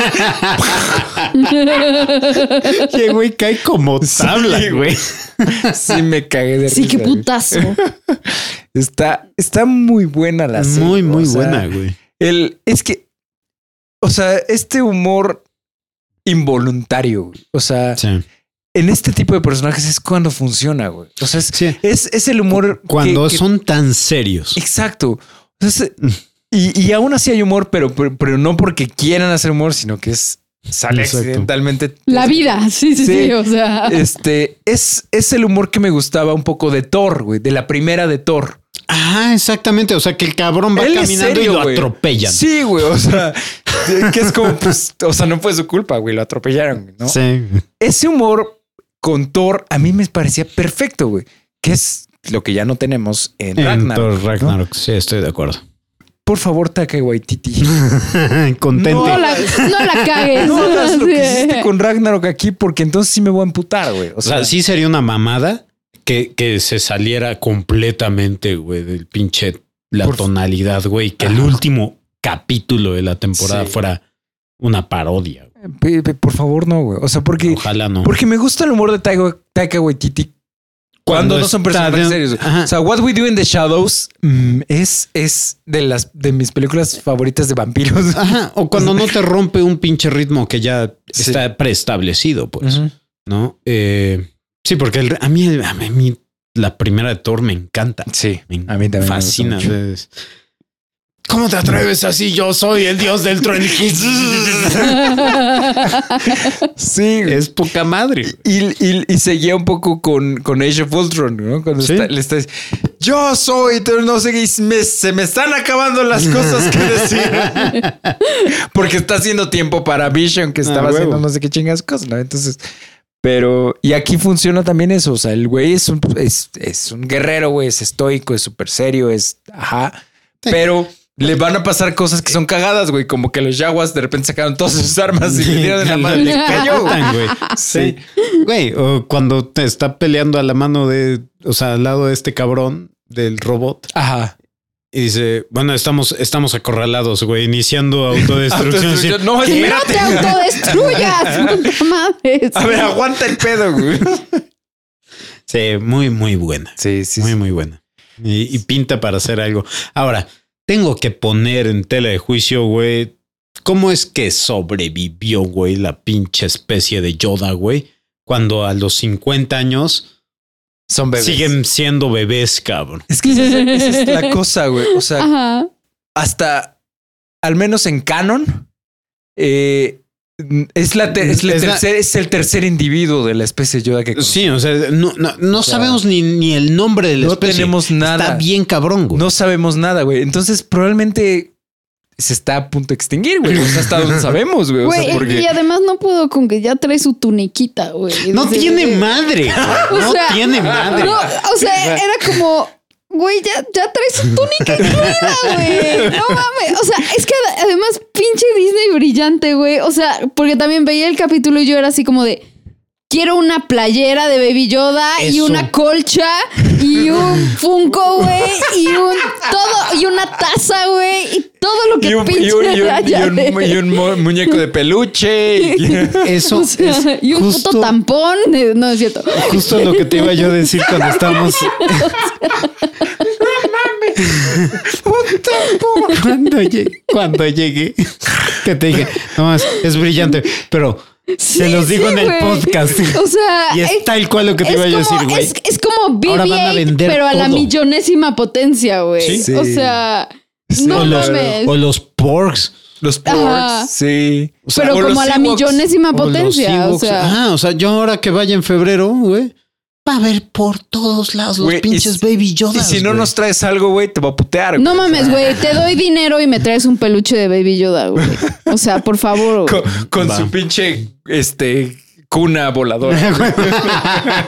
[SPEAKER 1] Ese güey cae como
[SPEAKER 2] Sí,
[SPEAKER 1] tabla, güey.
[SPEAKER 2] Sí, me cagué de
[SPEAKER 3] sí,
[SPEAKER 2] risa.
[SPEAKER 3] qué
[SPEAKER 2] güey.
[SPEAKER 3] putazo.
[SPEAKER 2] Está, está muy buena la serie.
[SPEAKER 1] Muy,
[SPEAKER 2] ¿no?
[SPEAKER 1] muy
[SPEAKER 2] O sea,
[SPEAKER 1] buena, güey.
[SPEAKER 2] El, es que, o sea, este humor involuntario, güey. o sea,
[SPEAKER 1] Sí.
[SPEAKER 2] en este tipo de personajes es cuando funciona, güey. O sea, es,
[SPEAKER 1] Sí.
[SPEAKER 2] es, es el humor. que-
[SPEAKER 1] Cuando
[SPEAKER 2] que-
[SPEAKER 1] son Mm. tan serios.
[SPEAKER 2] Exacto. O sea, es- y, y aún así hay humor, pero, pero, pero no porque quieran hacer humor, sino que es sale
[SPEAKER 1] Exacto.
[SPEAKER 2] accidentalmente.
[SPEAKER 3] La vida, sí, sí, sí,
[SPEAKER 2] Sí.
[SPEAKER 3] o sea.
[SPEAKER 2] Este es, es el humor que me gustaba un poco de Thor, güey, de la primera de Thor.
[SPEAKER 1] Ajá, exactamente. O sea, que el cabrón va
[SPEAKER 2] Él es
[SPEAKER 1] caminando
[SPEAKER 2] serio,
[SPEAKER 1] y lo
[SPEAKER 2] güey.
[SPEAKER 1] atropellan.
[SPEAKER 2] Sí, güey. O sea, que es como, pues, o sea, no fue su culpa, güey. Lo atropellaron, güey, ¿no?
[SPEAKER 1] Sí.
[SPEAKER 2] Ese humor con Thor a mí me parecía perfecto, güey. Que es lo que ya no tenemos en,
[SPEAKER 1] En
[SPEAKER 2] Ragnarok.
[SPEAKER 1] Thor
[SPEAKER 2] ¿no?
[SPEAKER 1] Ragnarok. Sí, estoy de acuerdo.
[SPEAKER 2] Por favor, Taka Waititi.
[SPEAKER 1] Contente.
[SPEAKER 3] No la, no la cagues.
[SPEAKER 2] No hagas lo que
[SPEAKER 3] Sí.
[SPEAKER 2] hiciste con Ragnarok aquí, porque entonces sí me voy a emputar, güey. O
[SPEAKER 1] O sea,
[SPEAKER 2] sea,
[SPEAKER 1] sí sería una mamada que, que se saliera completamente, güey, del pinche la
[SPEAKER 2] Por-
[SPEAKER 1] tonalidad, güey, que el
[SPEAKER 2] Ajá.
[SPEAKER 1] último capítulo de la temporada
[SPEAKER 2] Sí.
[SPEAKER 1] fuera una parodia. güey.
[SPEAKER 2] pe- pe- por favor, no, güey. O sea, porque,
[SPEAKER 1] Ojalá no.
[SPEAKER 2] porque me gusta el humor de Taika, Taika Waititi Cuando, no son
[SPEAKER 1] está de-
[SPEAKER 2] personajes serios. güey.
[SPEAKER 1] Ajá.
[SPEAKER 2] O sea, What We Do in the Shadows mm, es, es de las de mis películas favoritas de vampiros.
[SPEAKER 1] Ajá, o cuando no te rompe un pinche ritmo que ya está preestablecido, pues,
[SPEAKER 2] Ujú.
[SPEAKER 1] ¿no? Eh, sí, porque el- a, mí, a mí la primera de Thor me encanta.
[SPEAKER 2] Sí,
[SPEAKER 1] Me
[SPEAKER 2] a mí también. me gusta
[SPEAKER 1] fascina.
[SPEAKER 2] mucho.
[SPEAKER 1] Es- ¿Cómo te atreves así? Yo soy el dios del trueno.
[SPEAKER 2] Sí. güey.
[SPEAKER 1] es poca madre.
[SPEAKER 2] Y, y, y seguía un poco con, con Age of Ultron, ¿no? Cuando
[SPEAKER 1] Sí.
[SPEAKER 2] está- le está diciendo, yo soy, tú no sé, qué, y me- se me están acabando las cosas que decir. Porque está haciendo tiempo para Vision, que estaba
[SPEAKER 1] Ah, huevo.
[SPEAKER 2] haciendo no sé qué chingas cosas, ¿no? Entonces, pero, y aquí funciona también eso, o sea, el güey es un, es, es un guerrero, güey, es estoico, es súper serio, es, ajá, pero... Le van a pasar cosas que son cagadas, güey. Como que los yaguas de repente sacaron todas sus armas y le dieron en la madre. Le cayó, güey.
[SPEAKER 1] Tan, güey.
[SPEAKER 2] Sí.
[SPEAKER 1] Güey, o cuando te está peleando a la mano de, o sea, al lado de este cabrón del robot.
[SPEAKER 2] Ajá.
[SPEAKER 1] Y dice, bueno, estamos, estamos acorralados, güey, iniciando autodestrucción. Sí.
[SPEAKER 2] Autodestrucción. No,
[SPEAKER 3] ¡No
[SPEAKER 2] espérate.
[SPEAKER 3] te autodestruyas! ¡Nunca mames!
[SPEAKER 2] A ver, aguanta el pedo, güey.
[SPEAKER 1] Sí, muy, muy buena.
[SPEAKER 2] Sí, sí.
[SPEAKER 1] Muy, muy buena. Y, y pinta para hacer algo. Ahora, tengo que poner en tela de juicio, güey, cómo es que sobrevivió, güey, la pinche especie de Yoda, güey, cuando a los 50 años
[SPEAKER 2] Son bebés.
[SPEAKER 1] siguen siendo bebés, cabrón.
[SPEAKER 2] Es que esa es, esa es la cosa, güey. O sea,
[SPEAKER 3] Ajá.
[SPEAKER 2] hasta al menos en canon, eh, es, la ter- es, la
[SPEAKER 1] Es la-
[SPEAKER 2] tercer- es el tercer individuo de la especie Yoda que
[SPEAKER 1] Sí, o sea, no, no, no
[SPEAKER 2] sea,
[SPEAKER 1] sabemos ni, ni el nombre de la
[SPEAKER 2] no
[SPEAKER 1] especie.
[SPEAKER 2] tenemos nada.
[SPEAKER 1] Está bien cabrón, güey.
[SPEAKER 2] No sabemos nada, güey. Entonces, probablemente se está a punto de extinguir, güey. O sea, hasta donde sabemos, güey. O sea,
[SPEAKER 3] Güey,
[SPEAKER 2] porque-
[SPEAKER 3] y además no pudo con que ya trae su tuniquita, güey.
[SPEAKER 1] No
[SPEAKER 3] Desde-
[SPEAKER 1] tiene madre. güey.
[SPEAKER 3] O
[SPEAKER 1] No
[SPEAKER 3] sea,
[SPEAKER 1] tiene madre.
[SPEAKER 3] No, o sea, era como, güey, ya, ya trae su túnica incluida, güey. No mames. O sea, es que ad- además, pinche Disney brillante, güey. O sea, porque también veía el capítulo y yo era así como de. Quiero una playera de Baby Yoda y
[SPEAKER 1] Eso.
[SPEAKER 3] una colcha y un Funko, güey, y un todo, y una taza, güey, y todo lo que
[SPEAKER 2] Y un, y un-
[SPEAKER 3] pinche
[SPEAKER 2] y un- y
[SPEAKER 3] haya
[SPEAKER 2] un-
[SPEAKER 3] de-
[SPEAKER 2] y un mu- muñeco de peluche. y-
[SPEAKER 1] Eso
[SPEAKER 3] o sea,
[SPEAKER 1] es
[SPEAKER 3] y un puto
[SPEAKER 1] justo,
[SPEAKER 3] tampón. eh, No es cierto.
[SPEAKER 1] justo lo que te iba yo a decir cuando estábamos. Cuando llegué, cuando llegué, que te dije, no más, es brillante, pero se
[SPEAKER 3] Sí,
[SPEAKER 1] los digo
[SPEAKER 3] sí,
[SPEAKER 1] en el
[SPEAKER 3] güey.
[SPEAKER 1] podcast.
[SPEAKER 3] O sea,
[SPEAKER 1] Y es
[SPEAKER 3] eh,
[SPEAKER 1] tal cual lo que te iba yo a
[SPEAKER 3] como,
[SPEAKER 1] decir, güey.
[SPEAKER 3] Es, es como
[SPEAKER 1] Ahora van a
[SPEAKER 3] BB-8,
[SPEAKER 1] vender
[SPEAKER 3] pero a la
[SPEAKER 1] todo.
[SPEAKER 3] millonésima potencia, güey.
[SPEAKER 2] Sí.
[SPEAKER 3] O
[SPEAKER 2] Sí.
[SPEAKER 3] sea, no
[SPEAKER 1] o, los,
[SPEAKER 3] mames.
[SPEAKER 1] o los porks.
[SPEAKER 2] Los
[SPEAKER 3] Ajá.
[SPEAKER 2] porks, sí. O sea,
[SPEAKER 3] pero
[SPEAKER 2] o los
[SPEAKER 3] como a la
[SPEAKER 2] Ewoks.
[SPEAKER 3] millonésima
[SPEAKER 1] o los
[SPEAKER 3] potencia, o
[SPEAKER 1] Ewoks.
[SPEAKER 3] sea.
[SPEAKER 1] Ah, o sea, yo ahora que vaya en febrero, güey, va a haber por todos lados los
[SPEAKER 2] Güey, y
[SPEAKER 1] pinches
[SPEAKER 2] si-
[SPEAKER 1] Baby Yoda.
[SPEAKER 2] Y si no nos traes algo, güey, te va a putear.
[SPEAKER 3] No
[SPEAKER 2] güey.
[SPEAKER 3] mames, güey, te doy dinero y me traes un peluche de Baby Yoda, güey. O sea, por favor, güey.
[SPEAKER 2] Con, con
[SPEAKER 1] Va.
[SPEAKER 2] su pinche este, cuna voladora.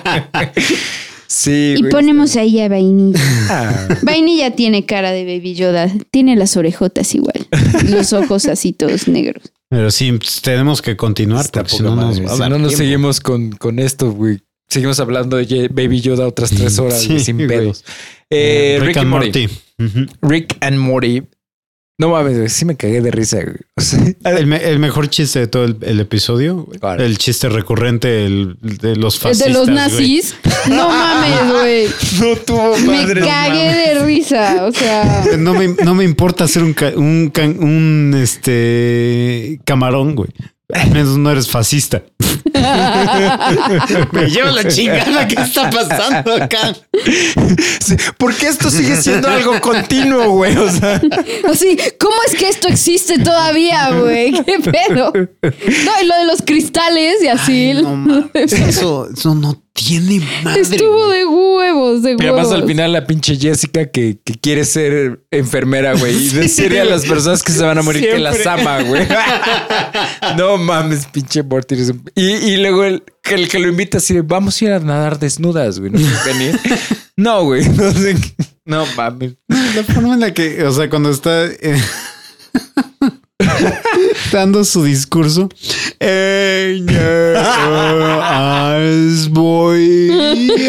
[SPEAKER 2] sí,
[SPEAKER 3] Y
[SPEAKER 2] güey.
[SPEAKER 3] ponemos ahí a Vainilla.
[SPEAKER 2] Ah,
[SPEAKER 3] Vainilla tiene cara de Baby Yoda. Tiene las orejotas igual. Los ojos así todos negros.
[SPEAKER 1] Pero sí, pues, tenemos que continuar
[SPEAKER 2] está
[SPEAKER 1] porque si
[SPEAKER 2] poca
[SPEAKER 1] no nos
[SPEAKER 2] madre.
[SPEAKER 1] va a
[SPEAKER 2] Si
[SPEAKER 1] dar
[SPEAKER 2] no nos
[SPEAKER 1] tiempo.
[SPEAKER 2] seguimos con, con esto, güey. Seguimos hablando de Ye- Baby Yoda otras tres horas
[SPEAKER 1] Sí,
[SPEAKER 2] güey, sin
[SPEAKER 1] güey.
[SPEAKER 2] pedos. Eh,
[SPEAKER 1] Rick,
[SPEAKER 2] Rick,
[SPEAKER 1] and
[SPEAKER 2] and Morty.
[SPEAKER 1] Morty. Ujú.
[SPEAKER 2] Rick and Morty. No mames, güey, sí me cagué de risa. güey. O sea,
[SPEAKER 1] el, me- el mejor chiste de todo el, el episodio, güey.
[SPEAKER 2] ¿Cuál?
[SPEAKER 1] el chiste recurrente el- de los
[SPEAKER 3] El
[SPEAKER 1] fascistas.
[SPEAKER 3] de los
[SPEAKER 1] güey.
[SPEAKER 3] nazis. No mames, güey.
[SPEAKER 2] no
[SPEAKER 1] Oh,
[SPEAKER 2] tuvo
[SPEAKER 3] Me cagué de risa, o sea.
[SPEAKER 1] No me, no me importa ser un, ca- un, can- un, este camarón, güey. Al menos no eres fascista. me lleva la chingada que está pasando acá.
[SPEAKER 2] Sí, porque esto sigue siendo algo continuo, güey. O sea,
[SPEAKER 3] Así, ¿cómo es que esto existe todavía, güey? ¿Qué pedo? No, y lo de los cristales y así.
[SPEAKER 1] No mames, eso, eso no tiene madre.
[SPEAKER 3] Estuvo de huevos, de
[SPEAKER 2] Y
[SPEAKER 3] huevos.
[SPEAKER 2] además al final la pinche Jessica que, que quiere ser enfermera, güey. Y decirle a las personas que se van a morir que las ama, güey. no mames, pinche Morty. eres un- Y, y luego el, que el que lo invita así, de, vamos a ir a nadar desnudas, güey. No, sé qué ni- No, güey. No, sé qué- no mames.
[SPEAKER 1] La forma en la que, o sea, cuando está eh, dando su discurso. "Ey, eh, as voy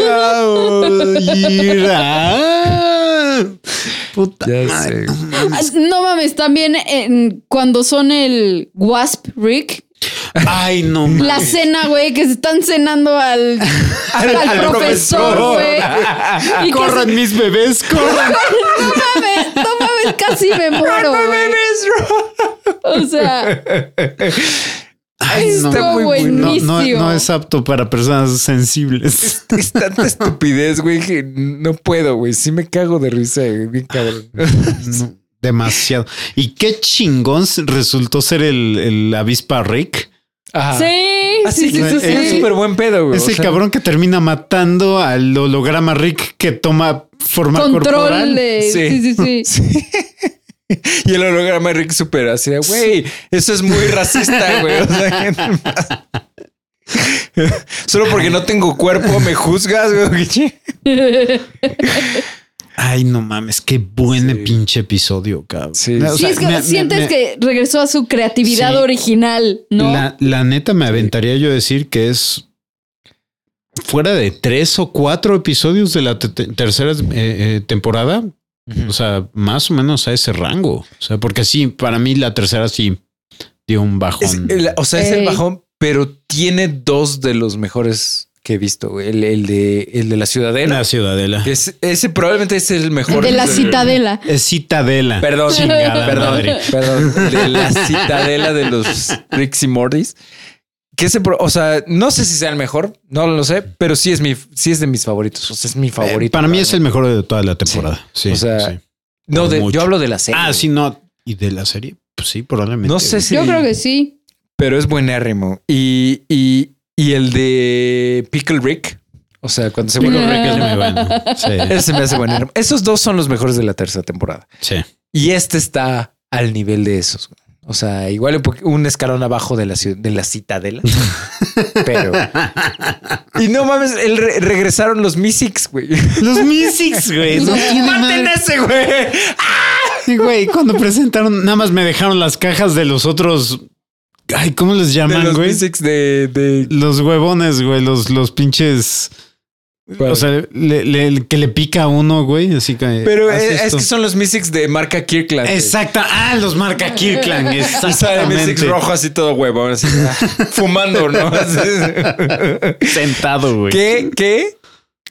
[SPEAKER 1] a oír a-". Puta
[SPEAKER 2] Ya
[SPEAKER 1] madre.
[SPEAKER 2] sé. güey.
[SPEAKER 3] Ah, No mames, también en- cuando son el Wasp Rick.
[SPEAKER 1] Ay, no mames.
[SPEAKER 3] La cena, güey, que se están cenando al, al,
[SPEAKER 1] al
[SPEAKER 3] profesor,
[SPEAKER 1] profesor.
[SPEAKER 3] güey. Y que se-
[SPEAKER 1] Corran mis bebés, corran.
[SPEAKER 3] No mames, no mames, casi me muero. güey. O sea,
[SPEAKER 1] Ay, no.
[SPEAKER 2] Está muy bueno.
[SPEAKER 1] No, no,
[SPEAKER 3] buenísimo.
[SPEAKER 1] no es apto para personas sensibles.
[SPEAKER 2] Es tanta estupidez, güey, que no puedo, güey. Sí me cago de risa, güey, bien cabrón.
[SPEAKER 1] No, demasiado. Y qué chingón resultó ser el, el avispa Rick.
[SPEAKER 2] Ajá.
[SPEAKER 3] Sí,
[SPEAKER 2] Así
[SPEAKER 3] sí, sí,
[SPEAKER 2] que
[SPEAKER 1] güey,
[SPEAKER 3] sí,
[SPEAKER 2] Ah, es un
[SPEAKER 3] sí.
[SPEAKER 2] súper buen pedo, güey.
[SPEAKER 1] Es
[SPEAKER 2] O
[SPEAKER 1] el
[SPEAKER 2] sea,
[SPEAKER 1] cabrón que termina matando al holograma Rick que toma forma
[SPEAKER 3] Control
[SPEAKER 1] corporal.
[SPEAKER 3] de.
[SPEAKER 2] Sí.
[SPEAKER 3] Sí, sí, sí.
[SPEAKER 2] Y el holograma de Rick super así de, güey, eso es muy racista, güey. O sea, que- Solo porque no tengo cuerpo me juzgas, güey.
[SPEAKER 1] Ay, no mames, qué buen
[SPEAKER 2] Sí.
[SPEAKER 1] pinche episodio, cabrón.
[SPEAKER 2] Sí,
[SPEAKER 1] O
[SPEAKER 2] sí.
[SPEAKER 3] Sí,
[SPEAKER 1] sea,
[SPEAKER 3] es que
[SPEAKER 1] me- me-
[SPEAKER 3] sientes
[SPEAKER 1] me-
[SPEAKER 3] que regresó a su creatividad
[SPEAKER 1] Sí.
[SPEAKER 3] original, ¿no?
[SPEAKER 1] La, la neta me aventaría yo a decir que es fuera de tres o cuatro episodios de la te- te- tercera eh, eh, temporada. O sea, más o menos a ese rango. O sea, porque sí, para mí la tercera sí dio un
[SPEAKER 2] Es
[SPEAKER 1] bajón.
[SPEAKER 2] el- o sea, es el
[SPEAKER 3] Ey.
[SPEAKER 2] bajón, pero tiene dos de los mejores que he visto, güey. El, el de, el de la ciudadela.
[SPEAKER 1] la ciudadela.
[SPEAKER 2] que es- ese probablemente es el mejor.
[SPEAKER 3] de la citadela.
[SPEAKER 1] Es citadela.
[SPEAKER 2] Perdón,
[SPEAKER 1] Chingada
[SPEAKER 2] perdón,
[SPEAKER 1] madre.
[SPEAKER 2] perdón. De la citadela de los Ricks y Mortis. Que ese, pro- o sea, no sé si sea el mejor, no lo sé, pero sí es mi, sí es de mis favoritos. O sea, es mi
[SPEAKER 1] Eh,
[SPEAKER 2] favorito.
[SPEAKER 1] para mí es el
[SPEAKER 2] mejor.
[SPEAKER 1] mejor de toda la temporada. Sí,
[SPEAKER 2] O sea, eh,
[SPEAKER 1] sí.
[SPEAKER 2] No,
[SPEAKER 1] por
[SPEAKER 2] de-
[SPEAKER 1] mucho.
[SPEAKER 2] yo hablo de la serie.
[SPEAKER 1] Ah,
[SPEAKER 2] güey.
[SPEAKER 1] sí, no. ¿Y de la serie? Pues sí, probablemente.
[SPEAKER 2] No sé si.
[SPEAKER 3] Yo creo que sí.
[SPEAKER 2] Pero es buenérrimo. Y, y, y el de Pickle Rick. O sea, cuando se
[SPEAKER 1] Digo,
[SPEAKER 2] vuelve.
[SPEAKER 1] creo que es muy bueno. Sí,
[SPEAKER 2] Ese me hace buenérrimo. Esos dos son los mejores de la tercera temporada.
[SPEAKER 1] sí.
[SPEAKER 2] Y este está al nivel de esos. güey. O sea, igual un po- un escalón abajo de la, ciu- de la citadela. Pero. Y no mames, el re- regresaron los Mysics, güey.
[SPEAKER 1] Los Mysics, güey. no tiene
[SPEAKER 2] ¡Maten
[SPEAKER 1] madre.
[SPEAKER 2] a ese, güey!
[SPEAKER 1] Sí, güey, cuando presentaron, nada más me dejaron las cajas de los otros. Ay, ¿cómo les
[SPEAKER 2] De
[SPEAKER 1] llaman,
[SPEAKER 2] los
[SPEAKER 1] güey?
[SPEAKER 2] Mysics de. de-
[SPEAKER 1] Los huevones, güey, los, los pinches. O sea, le- le- el que le pica a uno, güey. Así que.
[SPEAKER 2] pero eh,
[SPEAKER 1] haz
[SPEAKER 2] es, es
[SPEAKER 1] esto.
[SPEAKER 2] que son los Mysics de marca Kirkland. güey.
[SPEAKER 1] Exacta. Ah, los marca Kirkland.
[SPEAKER 2] Y sale Mystics
[SPEAKER 1] Exactamente.
[SPEAKER 2] rojo así todo huevo, así, ah, fumando, ¿no?
[SPEAKER 1] Sentado, güey.
[SPEAKER 2] ¿Qué? ¿Qué?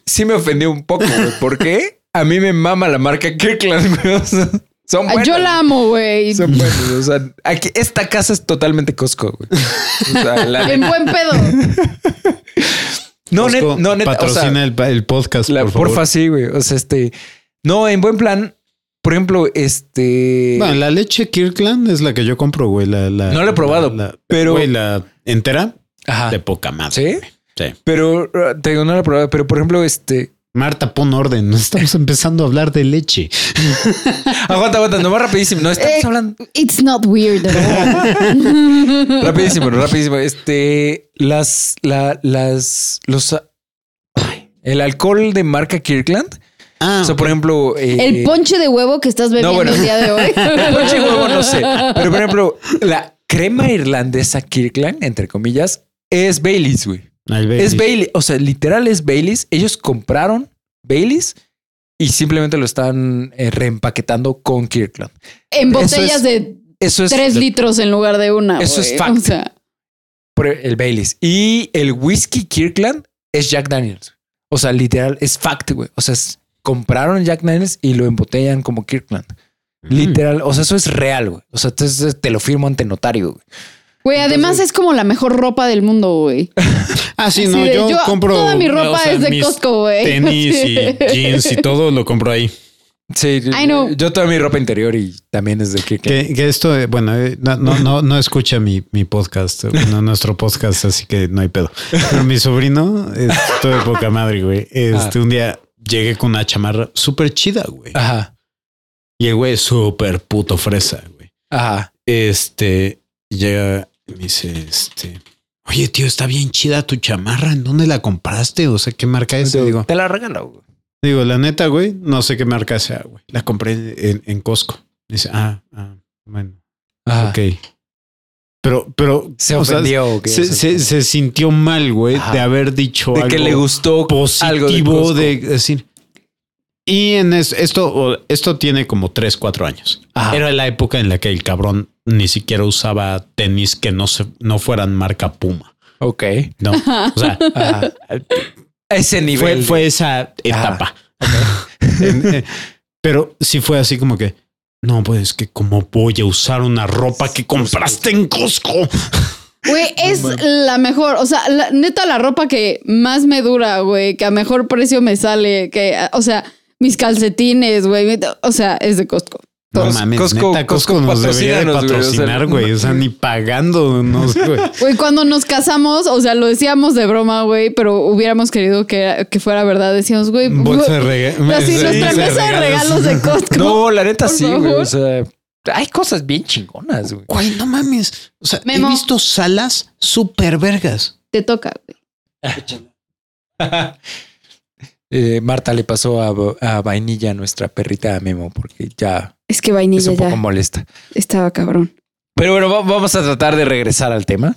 [SPEAKER 2] Sí me ofendió un poco, güey. ¿Por qué? A mí me mama la marca Kirkland, güey. O sea, Son
[SPEAKER 3] Ah,
[SPEAKER 2] buenos.
[SPEAKER 3] Yo la amo, güey.
[SPEAKER 2] Son buenos. O sea, aquí, esta casa es totalmente Costco, güey. O sea, la
[SPEAKER 3] En
[SPEAKER 2] neta.
[SPEAKER 3] buen pedo.
[SPEAKER 2] No, net,
[SPEAKER 1] Costco,
[SPEAKER 2] no, neta. O sea,
[SPEAKER 1] Patrocina el, pa- el podcast.
[SPEAKER 2] la-
[SPEAKER 1] por favor.
[SPEAKER 2] porfa, sí, güey. O sea, este. No, en buen plan, por ejemplo, este.
[SPEAKER 1] Bueno, la leche Kirkland es la que yo compro, güey. La, la-
[SPEAKER 2] No la he probado,
[SPEAKER 1] la- la-
[SPEAKER 2] pero-
[SPEAKER 1] Güey, la entera
[SPEAKER 2] Ajá.
[SPEAKER 1] de poca madre.
[SPEAKER 2] ¿Sí?
[SPEAKER 1] Sí.
[SPEAKER 2] Pero eh, te digo, no la he probado, pero por ejemplo, este.
[SPEAKER 1] Marta, pon orden. Estamos empezando a hablar de leche.
[SPEAKER 2] Aguanta, aguanta, nomás rapidísimo. No, estamos
[SPEAKER 3] Eh,
[SPEAKER 2] hablando.
[SPEAKER 3] It's not weird at all.
[SPEAKER 2] Rapidísimo, rapidísimo. Este, las, la, las, los. ay, el alcohol de marca Kirkland.
[SPEAKER 1] Ah,
[SPEAKER 2] O sea, por ejemplo. eh,
[SPEAKER 3] El ponche de huevo que estás bebiendo
[SPEAKER 2] bueno.
[SPEAKER 3] el día de hoy.
[SPEAKER 2] el ponche de huevo, no sé. Pero por ejemplo, la crema irlandesa Kirkland, entre comillas, es Baileys, güey.
[SPEAKER 1] Al Baileys.
[SPEAKER 2] Es Baileys. O sea, literal es Baileys. Ellos compraron Baileys y simplemente lo están eh, reempaquetando con Kirkland.
[SPEAKER 3] En
[SPEAKER 2] Eso
[SPEAKER 3] botellas
[SPEAKER 2] es-
[SPEAKER 3] de
[SPEAKER 2] Eso es.
[SPEAKER 3] tres litros en lugar de una.
[SPEAKER 2] Eso es
[SPEAKER 3] güey.
[SPEAKER 2] fact.
[SPEAKER 3] O sea,
[SPEAKER 2] Por el Baileys. Y el whisky Kirkland es Jack Daniels. O sea, literal, es fact, güey. O sea, es- compraron Jack Daniels y lo embotellan como Kirkland. Literal, o sea, eso es real, güey. O sea, entonces te lo firmo ante notario, güey.
[SPEAKER 3] güey, además es como la mejor ropa del mundo, güey.
[SPEAKER 1] Ah, sí,
[SPEAKER 3] Así
[SPEAKER 1] no,
[SPEAKER 3] de,
[SPEAKER 1] yo,
[SPEAKER 3] yo-
[SPEAKER 1] compro.
[SPEAKER 3] toda mi ropa es de
[SPEAKER 1] mis
[SPEAKER 3] Costco, ¿eh? güey.
[SPEAKER 1] Tenis y jeans y todo lo compro ahí.
[SPEAKER 2] Sí,
[SPEAKER 3] I know.
[SPEAKER 2] yo toda mi ropa interior y también es de Kirkland.
[SPEAKER 1] Que, que esto, eh, bueno, eh, no, no, no, no escucha mi, mi podcast, eh, no nuestro podcast, así que no hay pedo. Pero mi sobrino, esto de poca madre, güey. Este, un día llegué con una chamarra súper chida, güey.
[SPEAKER 2] Ajá,
[SPEAKER 1] Y el güey es súper puto fresa, güey.
[SPEAKER 2] ajá.
[SPEAKER 1] Este, llega y me dice, este, oye, tío, está bien chida tu chamarra. ¿En dónde la compraste? O sea, ¿qué marca es? Y digo,
[SPEAKER 2] Te la regalo, güey.
[SPEAKER 1] Digo, la neta, güey, no sé qué marca sea, güey. La compré en, en Costco. Dice, ah, ah, bueno,
[SPEAKER 2] Ajá.
[SPEAKER 1] ok. Pero, pero
[SPEAKER 2] Ah. Se
[SPEAKER 1] o sea,
[SPEAKER 2] ofendió. o qué?
[SPEAKER 1] se, se- se sintió mal, güey,
[SPEAKER 2] Ajá.
[SPEAKER 1] de haber dicho
[SPEAKER 2] de
[SPEAKER 1] algo
[SPEAKER 2] que le gustó
[SPEAKER 1] positivo
[SPEAKER 2] algo
[SPEAKER 1] de,
[SPEAKER 2] de, Costco.
[SPEAKER 1] decir, Y en es- esto, esto tiene como 3, 4 años.
[SPEAKER 2] Ajá.
[SPEAKER 1] Era la época en la que el cabrón ni siquiera usaba tenis que no, se, no fueran marca Puma.
[SPEAKER 2] Ok.
[SPEAKER 1] No, o sea,
[SPEAKER 2] Ajá. Ese
[SPEAKER 1] fue,
[SPEAKER 2] nivel.
[SPEAKER 1] fue esa etapa. En- eh, Pero sí fue así como que, no, pues es que como voy a usar una ropa que compraste en Costco.
[SPEAKER 3] Güey, es la mejor. O sea, la- neta, la ropa que más me dura, güey, que a mejor precio me sale, que, o sea, mis calcetines, güey, mi- o sea, es de Costco.
[SPEAKER 1] No
[SPEAKER 2] Cos-
[SPEAKER 1] mames,
[SPEAKER 2] Costco-
[SPEAKER 1] neta, Costco,
[SPEAKER 2] Costco
[SPEAKER 1] nos debería de
[SPEAKER 2] patrocínanos, güey, o sea,
[SPEAKER 1] patrocinar, güey. O sea, ni pagando, no sé, güey.
[SPEAKER 3] Güey, cuando nos casamos, o sea, lo decíamos de broma, güey, pero hubiéramos querido que, que fuera verdad. Decíamos, güey,
[SPEAKER 1] Bolsa de
[SPEAKER 3] güey,
[SPEAKER 1] rega-
[SPEAKER 3] así,
[SPEAKER 1] sí,
[SPEAKER 3] nuestra
[SPEAKER 1] bolsa de
[SPEAKER 3] mesa de
[SPEAKER 1] regalos.
[SPEAKER 3] regalos de Costco.
[SPEAKER 2] No, la neta
[SPEAKER 3] Por
[SPEAKER 2] sí, güey.
[SPEAKER 3] favor.
[SPEAKER 2] O sea, hay cosas bien chingonas, güey.
[SPEAKER 1] Güey, no mames. O sea,
[SPEAKER 3] Memo.
[SPEAKER 1] he visto salas super vergas.
[SPEAKER 3] Te toca, güey.
[SPEAKER 2] Eh, Marta le pasó a, a Vainilla, nuestra perrita a Memo, porque ya
[SPEAKER 3] Es que vainilla
[SPEAKER 2] es un
[SPEAKER 3] ya
[SPEAKER 2] poco molesta.
[SPEAKER 3] estaba cabrón.
[SPEAKER 2] Pero bueno, va- vamos a tratar de regresar al tema.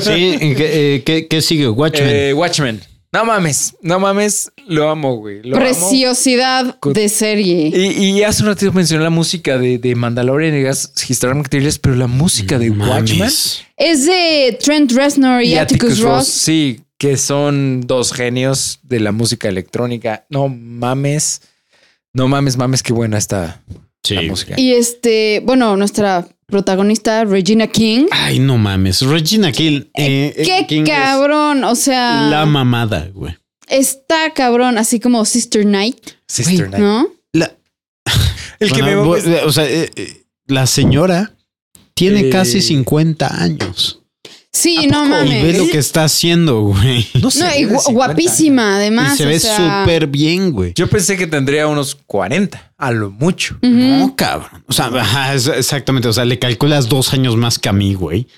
[SPEAKER 1] Sí, ¿qué, eh, qué- qué sigue? Watchmen.
[SPEAKER 2] Eh, Watchmen. No mames, no mames, lo amo, güey. Lo amo.
[SPEAKER 3] Preciosidad
[SPEAKER 2] Con-
[SPEAKER 3] de serie.
[SPEAKER 2] Y, y hace un ratito mencioné la música de, de Mandalorian y Gas Histogram Materials, pero la música de Watchmen
[SPEAKER 1] Mames.
[SPEAKER 3] Es de Trent Reznor y, Atticus, Ross.
[SPEAKER 2] sí, que son dos genios de la música electrónica. No mames, no mames, mames, qué buena está la
[SPEAKER 1] Sí.
[SPEAKER 2] música.
[SPEAKER 3] Y este, bueno, nuestra protagonista, Regina King.
[SPEAKER 1] Ay, no mames. Regina Kill. eh, eh,
[SPEAKER 3] Qué
[SPEAKER 1] King es
[SPEAKER 3] cabrón, o sea,
[SPEAKER 1] La mamada, güey.
[SPEAKER 3] está cabrón, así como Sister Knight,
[SPEAKER 2] Sister Night.
[SPEAKER 3] ¿no?
[SPEAKER 1] La,
[SPEAKER 2] El que
[SPEAKER 1] Bueno,
[SPEAKER 2] me
[SPEAKER 1] voy- o sea, eh, eh, la señora tiene
[SPEAKER 2] Eh.
[SPEAKER 1] casi 50 años.
[SPEAKER 3] Sí, no
[SPEAKER 1] Y ve
[SPEAKER 3] mames.
[SPEAKER 1] lo que está haciendo, güey.
[SPEAKER 2] no,
[SPEAKER 3] No,
[SPEAKER 2] sé,
[SPEAKER 3] y gu-
[SPEAKER 2] 50.
[SPEAKER 3] guapísima, además.
[SPEAKER 1] y se
[SPEAKER 3] o
[SPEAKER 1] ve
[SPEAKER 3] sea,
[SPEAKER 1] súper bien, güey.
[SPEAKER 2] Yo pensé que tendría unos 40, a lo mucho.
[SPEAKER 3] ujú.
[SPEAKER 1] No, cabrón. O sea, ajá, es- exactamente. O sea, le calculas dos años más que a mí, güey.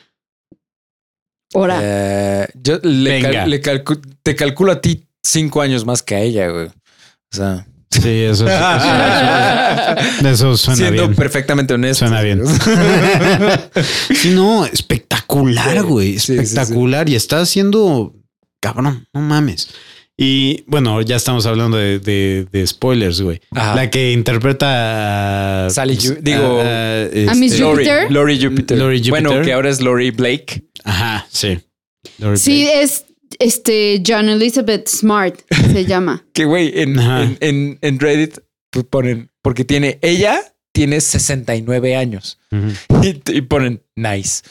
[SPEAKER 3] Ahora,
[SPEAKER 2] Eh, yo le cal-
[SPEAKER 1] Venga.
[SPEAKER 2] le calcu- te calculo a ti cinco años más que a ella, güey. O sea,
[SPEAKER 1] Sí, eso, eso,
[SPEAKER 2] Ah.
[SPEAKER 1] eso- eso suena
[SPEAKER 2] siendo
[SPEAKER 1] bien.
[SPEAKER 2] perfectamente honesto.
[SPEAKER 1] Suena bien. sí, no, espectacular,
[SPEAKER 2] Sí,
[SPEAKER 1] güey.
[SPEAKER 2] sí, sí, sí.
[SPEAKER 1] Espectacular. Y está haciendo cabrón, no mames. Y bueno, ya estamos hablando de, de- de spoilers, güey.
[SPEAKER 2] Ajá.
[SPEAKER 1] La que interpreta a-
[SPEAKER 2] Sally Ju- digo,
[SPEAKER 1] este-
[SPEAKER 3] a Miss Ju-
[SPEAKER 2] Lori,
[SPEAKER 3] Jupiter.
[SPEAKER 2] Lori Jupiter.
[SPEAKER 1] Lori Jupiter.
[SPEAKER 2] Bueno, que ahora es Lori Blake.
[SPEAKER 1] Ajá, sí. Lori
[SPEAKER 3] sí,
[SPEAKER 1] Blake.
[SPEAKER 3] es este John Elizabeth Smart, se llama.
[SPEAKER 2] Que güey, en,
[SPEAKER 1] Ajá.
[SPEAKER 2] en, en- en Reddit pues, ponen, porque tiene, ella tiene 69 años.
[SPEAKER 1] Ujú.
[SPEAKER 2] Y, y ponen, nice.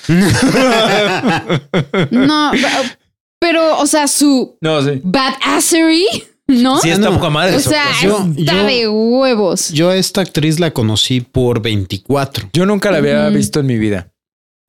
[SPEAKER 3] No, pe- pero, o sea, su
[SPEAKER 2] No, sí.
[SPEAKER 3] badassery, ¿no?
[SPEAKER 2] Sí, está
[SPEAKER 1] Ah, no.
[SPEAKER 2] poca madre.
[SPEAKER 3] o
[SPEAKER 2] eso,
[SPEAKER 3] sea,
[SPEAKER 2] pues.
[SPEAKER 1] Yo-
[SPEAKER 3] está
[SPEAKER 1] yo-
[SPEAKER 3] de huevos.
[SPEAKER 1] Yo a esta actriz la conocí por 24.
[SPEAKER 2] yo nunca la había
[SPEAKER 3] Ujú.
[SPEAKER 2] visto en mi vida.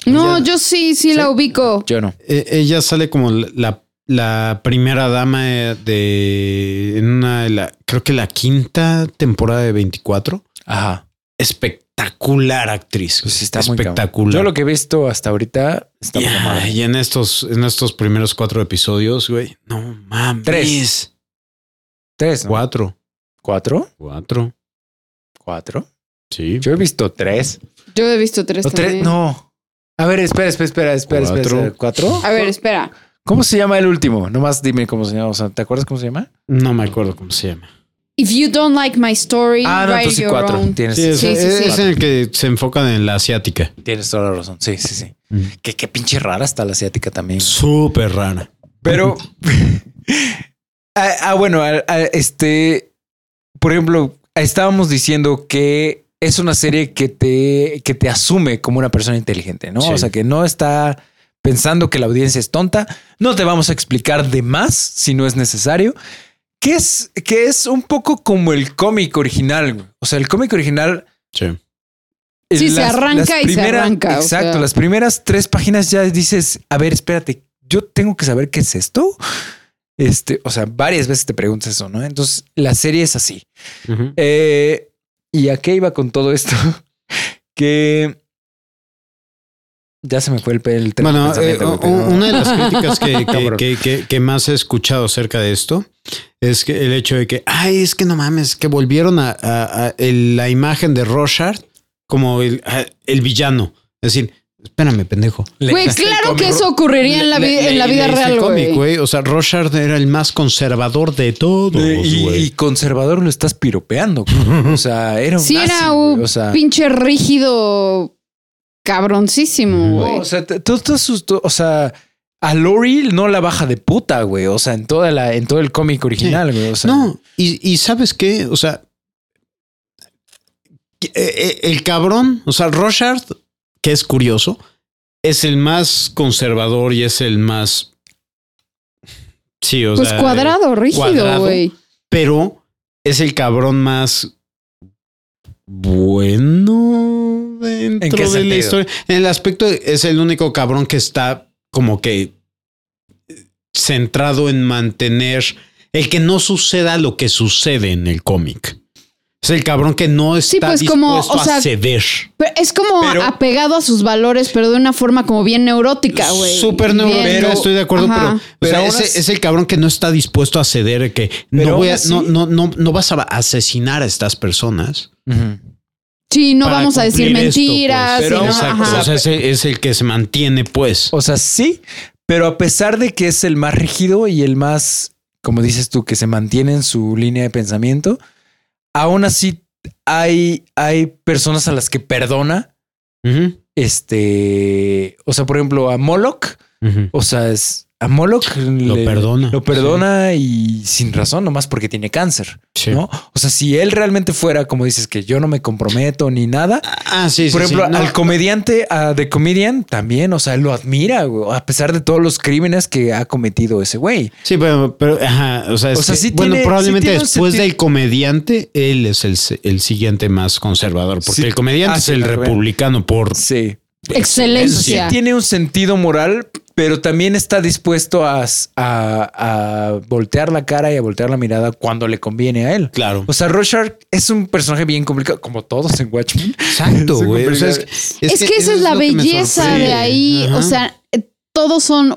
[SPEAKER 3] No,
[SPEAKER 1] ya-
[SPEAKER 3] yo sí, sí,
[SPEAKER 2] Sí.
[SPEAKER 3] la ubico.
[SPEAKER 2] Yo no.
[SPEAKER 1] E- ella sale como la, la primera dama eh, de en una de la, creo que la quinta temporada de 24.
[SPEAKER 2] Ajá.
[SPEAKER 1] Espectacular actriz.
[SPEAKER 2] Pues sí, está muy cabrón.
[SPEAKER 1] espectacular.
[SPEAKER 2] Yo lo que he visto hasta ahorita está poca
[SPEAKER 1] y,
[SPEAKER 2] madre.
[SPEAKER 1] ay, en estos, en estos primeros cuatro episodios, güey. No mames.
[SPEAKER 2] Tres. Tres. ¿no?
[SPEAKER 1] Cuatro.
[SPEAKER 2] ¿Cuatro?
[SPEAKER 1] Cuatro.
[SPEAKER 2] ¿Cuatro?
[SPEAKER 1] Sí.
[SPEAKER 2] Yo he visto tres.
[SPEAKER 3] Yo he visto tres
[SPEAKER 2] O tres
[SPEAKER 3] también.
[SPEAKER 2] no. A ver, espera, espera, espera, espera, espera,
[SPEAKER 1] Cuatro.
[SPEAKER 2] espera. ¿Cuatro?
[SPEAKER 3] A ver, espera.
[SPEAKER 2] ¿Cómo se llama el último? Nomás dime cómo se llama. O sea, ¿te acuerdas cómo se llama?
[SPEAKER 1] No me acuerdo cómo se llama.
[SPEAKER 3] If you don't like my story, write
[SPEAKER 2] Ah, entonces
[SPEAKER 3] your own.
[SPEAKER 2] Tienes,
[SPEAKER 1] Ah, Sí, es,
[SPEAKER 3] sí, sí,
[SPEAKER 1] es
[SPEAKER 3] sí.
[SPEAKER 1] en el que se enfocan en la asiática.
[SPEAKER 2] tienes toda la razón. Sí, sí, sí.
[SPEAKER 1] Mm.
[SPEAKER 2] Que qué pinche rara está la asiática también.
[SPEAKER 1] Súper rara.
[SPEAKER 2] Pero. ah, ah, bueno, ah, ah, este. Por ejemplo, estábamos diciendo que es una serie que te, que te asume como una persona inteligente, ¿no?
[SPEAKER 1] Sí.
[SPEAKER 2] O sea, que no está pensando que la audiencia es tonta. No te vamos a explicar de más si no es necesario. Que es, que es un poco como el cómic original. güey. O sea, el cómic original
[SPEAKER 1] Sí.
[SPEAKER 3] Sí, se arranca y se arranca, o
[SPEAKER 2] Exacto.
[SPEAKER 3] sea.
[SPEAKER 2] Las primeras tres páginas ya dices, a ver, espérate, yo tengo que saber qué es esto. Este, o sea, varias veces te preguntas eso, ¿no? Entonces, la serie es así.
[SPEAKER 1] Ujú.
[SPEAKER 2] Eh, ¿Y a qué iba con todo esto? que ya se me fue el, pe- el tren de
[SPEAKER 1] Bueno, eh,
[SPEAKER 2] pensamiento, güey,
[SPEAKER 1] u-
[SPEAKER 2] pero-
[SPEAKER 1] una de las críticas que, que,
[SPEAKER 2] Cabrón.
[SPEAKER 1] que- que- que más he escuchado acerca de esto es que el hecho de que, ay, es que no mames, que volvieron a, a- a el- la imagen de Rorschach como el, a- el villano. Es decir, Espérame, pendejo.
[SPEAKER 3] Güey, claro que eso ocurrería en la, vida en la vida real,
[SPEAKER 1] cómic,
[SPEAKER 3] güey.
[SPEAKER 1] güey. O sea, Rochard era el más conservador de todos,
[SPEAKER 2] Eh, y,
[SPEAKER 1] güey.
[SPEAKER 2] y conservador lo estás piropeando. güey. O sea, era un
[SPEAKER 3] Sí,
[SPEAKER 2] nazi,
[SPEAKER 3] era
[SPEAKER 2] güey.
[SPEAKER 3] un
[SPEAKER 2] O sea,
[SPEAKER 3] pinche rígido cabroncísimo, güey.
[SPEAKER 2] o sea, t- tú estás susto- o sea, a Lori no la baja de puta, güey. O sea, en toda la, en todo el cómic original, güey. O sea,
[SPEAKER 1] No, y, y ¿sabes qué? O sea, que- eh, eh, el cabrón, o sea, Rochard, que es curioso, es el más conservador y es el más... Sí, o
[SPEAKER 3] Pues
[SPEAKER 1] sea... eh,
[SPEAKER 3] cuadrado, rígido,
[SPEAKER 1] cuadrado.
[SPEAKER 3] güey.
[SPEAKER 1] pero es el cabrón más bueno dentro de
[SPEAKER 2] qué
[SPEAKER 1] la
[SPEAKER 2] sentido?
[SPEAKER 1] historia. En el aspecto de- es el único cabrón que está como que centrado en mantener el que no suceda lo que sucede en el cómic. Es el cabrón que no está
[SPEAKER 3] pues,
[SPEAKER 1] dispuesto
[SPEAKER 3] como, o sea,
[SPEAKER 1] a ceder.
[SPEAKER 3] Pero es como
[SPEAKER 2] Pero-
[SPEAKER 3] apegado a sus valores, pero de una forma como bien neurótica, güey.
[SPEAKER 1] Súper
[SPEAKER 3] Bien-
[SPEAKER 1] neurótico,
[SPEAKER 2] pero-
[SPEAKER 1] estoy de acuerdo,
[SPEAKER 3] Ajá.
[SPEAKER 1] pero, o
[SPEAKER 2] Pero
[SPEAKER 1] sea,
[SPEAKER 2] aún
[SPEAKER 1] ese-
[SPEAKER 2] así-
[SPEAKER 1] es el cabrón que no está dispuesto a ceder, que
[SPEAKER 2] Pero
[SPEAKER 1] no, voy
[SPEAKER 2] aún
[SPEAKER 1] a-
[SPEAKER 2] así-
[SPEAKER 1] no, no, no, no vas a asesinar a estas personas.
[SPEAKER 2] Ujú.
[SPEAKER 3] Sí, no
[SPEAKER 1] para
[SPEAKER 3] vamos a decir
[SPEAKER 1] cumplir esto,
[SPEAKER 3] mentiras.
[SPEAKER 1] pues.
[SPEAKER 2] Pero
[SPEAKER 3] y no-
[SPEAKER 1] Exacto.
[SPEAKER 3] ajá.
[SPEAKER 1] O sea, ese es el que se mantiene, pues.
[SPEAKER 2] O sea, sí, pero a pesar de que es el más rígido y el más, como dices tú, que se mantiene en su línea de pensamiento, aún así hay, hay personas a las que perdona.
[SPEAKER 1] Ujú,
[SPEAKER 2] Este, o sea, por ejemplo, a Moloch,
[SPEAKER 1] ujú.
[SPEAKER 2] o sea, es a Moloch
[SPEAKER 1] Lo perdona.
[SPEAKER 2] Lo perdona y sin razón, nomás porque tiene cáncer,
[SPEAKER 1] Sí.
[SPEAKER 2] ¿no? O sea, si él realmente fuera, como dices, que yo no me comprometo ni nada,
[SPEAKER 1] Ah, sí, sí.
[SPEAKER 2] por
[SPEAKER 1] sí,
[SPEAKER 2] ejemplo,
[SPEAKER 1] no.
[SPEAKER 2] al comediante, a The Comedian, también, o sea, lo admira, güey, a pesar de todos los crímenes que ha cometido ese güey.
[SPEAKER 1] Sí, pero, pero, ajá, o sea, es
[SPEAKER 2] O sea,
[SPEAKER 1] que-
[SPEAKER 2] sí
[SPEAKER 1] bueno,
[SPEAKER 2] tiene-
[SPEAKER 1] probablemente
[SPEAKER 2] sí tiene un
[SPEAKER 1] después
[SPEAKER 2] sentido.
[SPEAKER 1] del comediante, él es el, el siguiente más conservador, porque
[SPEAKER 2] Sí.
[SPEAKER 1] el comediante
[SPEAKER 2] Ah,
[SPEAKER 1] es
[SPEAKER 2] sí,
[SPEAKER 1] el
[SPEAKER 2] la verdad.
[SPEAKER 1] republicano por
[SPEAKER 2] Sí. Eso sí,
[SPEAKER 3] Excelencia.
[SPEAKER 2] tiene un sentido moral, pero también está dispuesto a, s- a- a voltear la cara y a voltear la mirada cuando le conviene a él.
[SPEAKER 1] claro.
[SPEAKER 2] O sea, Rorschach es un personaje bien complicado, como todos en Watchmen.
[SPEAKER 1] Exacto,
[SPEAKER 2] es
[SPEAKER 1] güey. O sea, es,
[SPEAKER 3] Es, que, esa es la
[SPEAKER 1] lo que me
[SPEAKER 3] belleza
[SPEAKER 1] sorprende.
[SPEAKER 3] de ahí.
[SPEAKER 1] Ajá.
[SPEAKER 3] O sea, eh, todos son,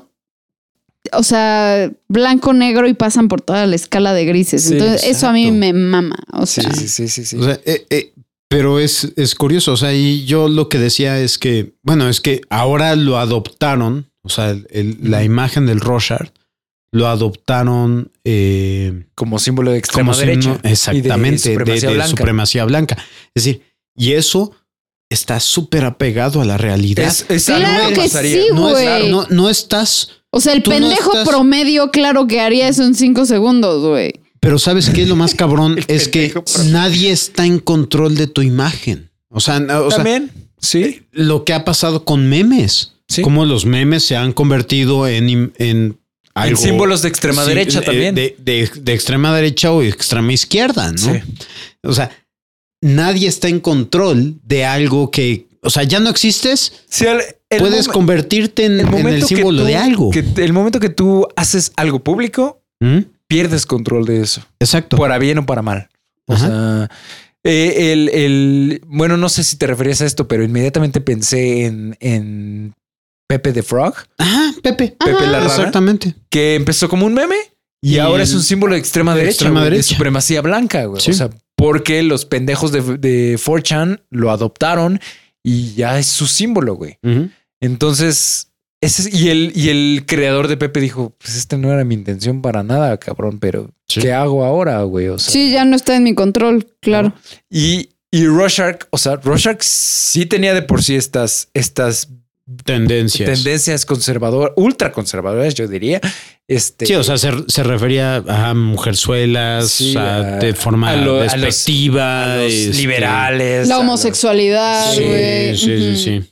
[SPEAKER 3] o sea, blanco, negro y pasan por toda la escala de grises.
[SPEAKER 2] Sí,
[SPEAKER 3] Entonces, eso a mí
[SPEAKER 1] exacto.
[SPEAKER 3] me mama. O sea,
[SPEAKER 2] sí, sí, sí, sí.
[SPEAKER 1] O sea, eh, eh, pero es, es curioso. O sea, y yo lo que decía es que, bueno, es que ahora lo adoptaron. O sea, el- el- la imagen del Rochard lo adoptaron eh,
[SPEAKER 2] como símbolo de extrema
[SPEAKER 1] como si
[SPEAKER 2] derecha.
[SPEAKER 1] no- exactamente
[SPEAKER 2] Y de supremacía
[SPEAKER 1] de- de
[SPEAKER 2] blanca.
[SPEAKER 1] supremacía blanca. Es decir, y eso está súper apegado a la realidad.
[SPEAKER 2] Es- es
[SPEAKER 3] Claro
[SPEAKER 2] algo
[SPEAKER 3] que
[SPEAKER 2] pasaría.
[SPEAKER 3] sí,
[SPEAKER 1] no, es-
[SPEAKER 3] güey.
[SPEAKER 1] no- no estás,
[SPEAKER 3] o sea el
[SPEAKER 1] tú no
[SPEAKER 3] pendejo
[SPEAKER 1] estás-
[SPEAKER 3] promedio, claro que haría eso en cinco segundos, güey.
[SPEAKER 1] pero ¿sabes qué? Lo más cabrón
[SPEAKER 2] El
[SPEAKER 1] es que
[SPEAKER 2] pendejo, pero-
[SPEAKER 1] nadie está en control de tu imagen. O sea, no- o sea,
[SPEAKER 2] También, sí.
[SPEAKER 1] lo que ha pasado con memes.
[SPEAKER 2] Sí.
[SPEAKER 1] Cómo los memes se han convertido en, im- en algo-
[SPEAKER 2] símbolos de extrema derecha
[SPEAKER 1] eh,
[SPEAKER 2] también.
[SPEAKER 1] De, de- de extrema derecha o extrema izquierda, ¿no?
[SPEAKER 2] Sí.
[SPEAKER 1] O sea, nadie está en control de algo que. O sea, ya no existes,
[SPEAKER 2] Sí, el- el
[SPEAKER 1] puedes
[SPEAKER 2] momen-
[SPEAKER 1] convertirte en en el,
[SPEAKER 2] que
[SPEAKER 1] símbolo
[SPEAKER 2] tú-
[SPEAKER 1] de algo.
[SPEAKER 2] que te- el momento que tú haces algo público,
[SPEAKER 1] ¿Mm?
[SPEAKER 2] pierdes control de eso,
[SPEAKER 1] Exacto.
[SPEAKER 2] para bien o para mal. Pues, O sea, eh, el, el- bueno, no sé si te referías a esto, pero inmediatamente pensé en, en Pepe the Frog,
[SPEAKER 1] Ajá, Pepe. Ah,
[SPEAKER 2] Pepe la rana,
[SPEAKER 1] Exactamente.
[SPEAKER 2] que empezó como un meme y,
[SPEAKER 1] Y
[SPEAKER 2] ahora es
[SPEAKER 1] el-
[SPEAKER 2] un símbolo de extrema
[SPEAKER 1] de
[SPEAKER 2] derecha,
[SPEAKER 1] extrema
[SPEAKER 2] güey, de
[SPEAKER 1] derecha.
[SPEAKER 2] supremacía blanca, güey.
[SPEAKER 1] Sí.
[SPEAKER 2] O sea, porque los pendejos de, de 4chan lo adoptaron y ya es su símbolo, güey. Entonces, ese es- y, el, y el creador de Pepe dijo: Pues esta no era mi intención para nada, cabrón, pero
[SPEAKER 1] Sí.
[SPEAKER 2] ¿qué hago ahora, güey? O sea,
[SPEAKER 3] Sí, ya no está en mi control, claro.
[SPEAKER 2] y, y Rorschach, o sea, Rorschach sí tenía de por sí estas, estas
[SPEAKER 1] Tendencias.
[SPEAKER 2] tendencias conservadoras, ultra conservadoras, yo diría. Este,
[SPEAKER 1] Sí, o sea, se, se refería a mujerzuelas,
[SPEAKER 2] Sí,
[SPEAKER 1] a-
[SPEAKER 2] a-
[SPEAKER 1] de forma
[SPEAKER 2] a lo- a los-
[SPEAKER 1] despectiva.
[SPEAKER 2] a los
[SPEAKER 1] este,
[SPEAKER 2] liberales. Ah, a
[SPEAKER 3] La
[SPEAKER 2] los-
[SPEAKER 3] homosexualidad,
[SPEAKER 2] Sí,
[SPEAKER 3] güey.
[SPEAKER 1] sí, sí,
[SPEAKER 3] Ujú.
[SPEAKER 1] sí.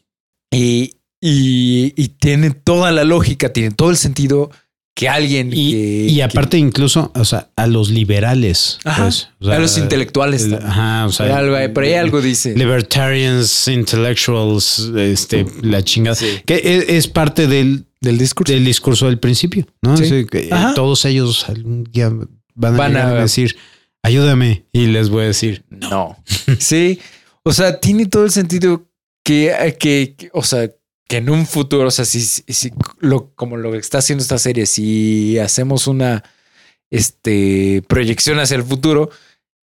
[SPEAKER 2] Y, y, y tiene toda la lógica, tiene todo el sentido que alguien.
[SPEAKER 1] Y,
[SPEAKER 2] que-
[SPEAKER 1] y aparte, incluso, o sea, a los liberales.
[SPEAKER 2] Ajá,
[SPEAKER 1] pues, o
[SPEAKER 2] que-
[SPEAKER 1] sea,
[SPEAKER 2] a los intelectuales.
[SPEAKER 1] el-
[SPEAKER 2] también.
[SPEAKER 1] ajá, o sea,
[SPEAKER 2] Algo- por ahí algo dice.
[SPEAKER 1] Libertarians, intellectuals, este, la chingada.
[SPEAKER 2] Sí.
[SPEAKER 1] Que e- es, parte del,
[SPEAKER 2] del discurso.
[SPEAKER 1] del discurso del principio, ¿no?
[SPEAKER 2] Sí.
[SPEAKER 1] Así que, eh,
[SPEAKER 2] Ajá.
[SPEAKER 1] todos ellos algún día van a,
[SPEAKER 2] Van
[SPEAKER 1] llegar a
[SPEAKER 2] a-
[SPEAKER 1] decir, ayúdame, y les voy a decir,
[SPEAKER 2] No. Sí. O sea, tiene todo el sentido que, que, que- o sea, que en un futuro, o sea, si, si lo, como lo que está haciendo esta serie, si hacemos una este, proyección hacia el futuro,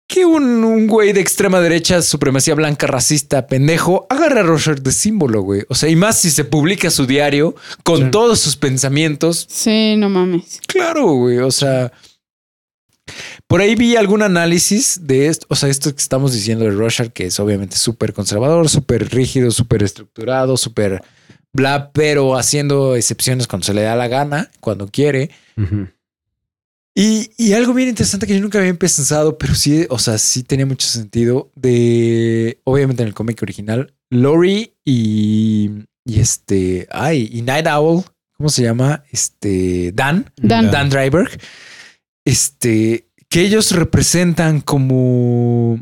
[SPEAKER 2] que un, un güey de extrema derecha, supremacía blanca, racista, pendejo, agarra a Roger de símbolo, güey. O sea, y más si se publica su diario con
[SPEAKER 1] Sí.
[SPEAKER 2] todos sus pensamientos.
[SPEAKER 3] Sí, no mames.
[SPEAKER 2] Claro, güey. O sea, por ahí vi algún análisis de esto. O sea, esto que estamos diciendo de Roger, que es obviamente súper conservador, súper rígido, súper estructurado, súper bla, pero haciendo excepciones cuando se le da la gana, cuando quiere.
[SPEAKER 1] Ujú.
[SPEAKER 2] Y, y algo bien interesante que yo nunca había pensado, pero sí, o sea, sí tenía mucho sentido de, obviamente en el cómic original, Lori y, y este, ay, y Night Owl, ¿cómo se llama? Este, Dan,
[SPEAKER 3] Dan.
[SPEAKER 2] Dan Dryberg, este, que ellos representan como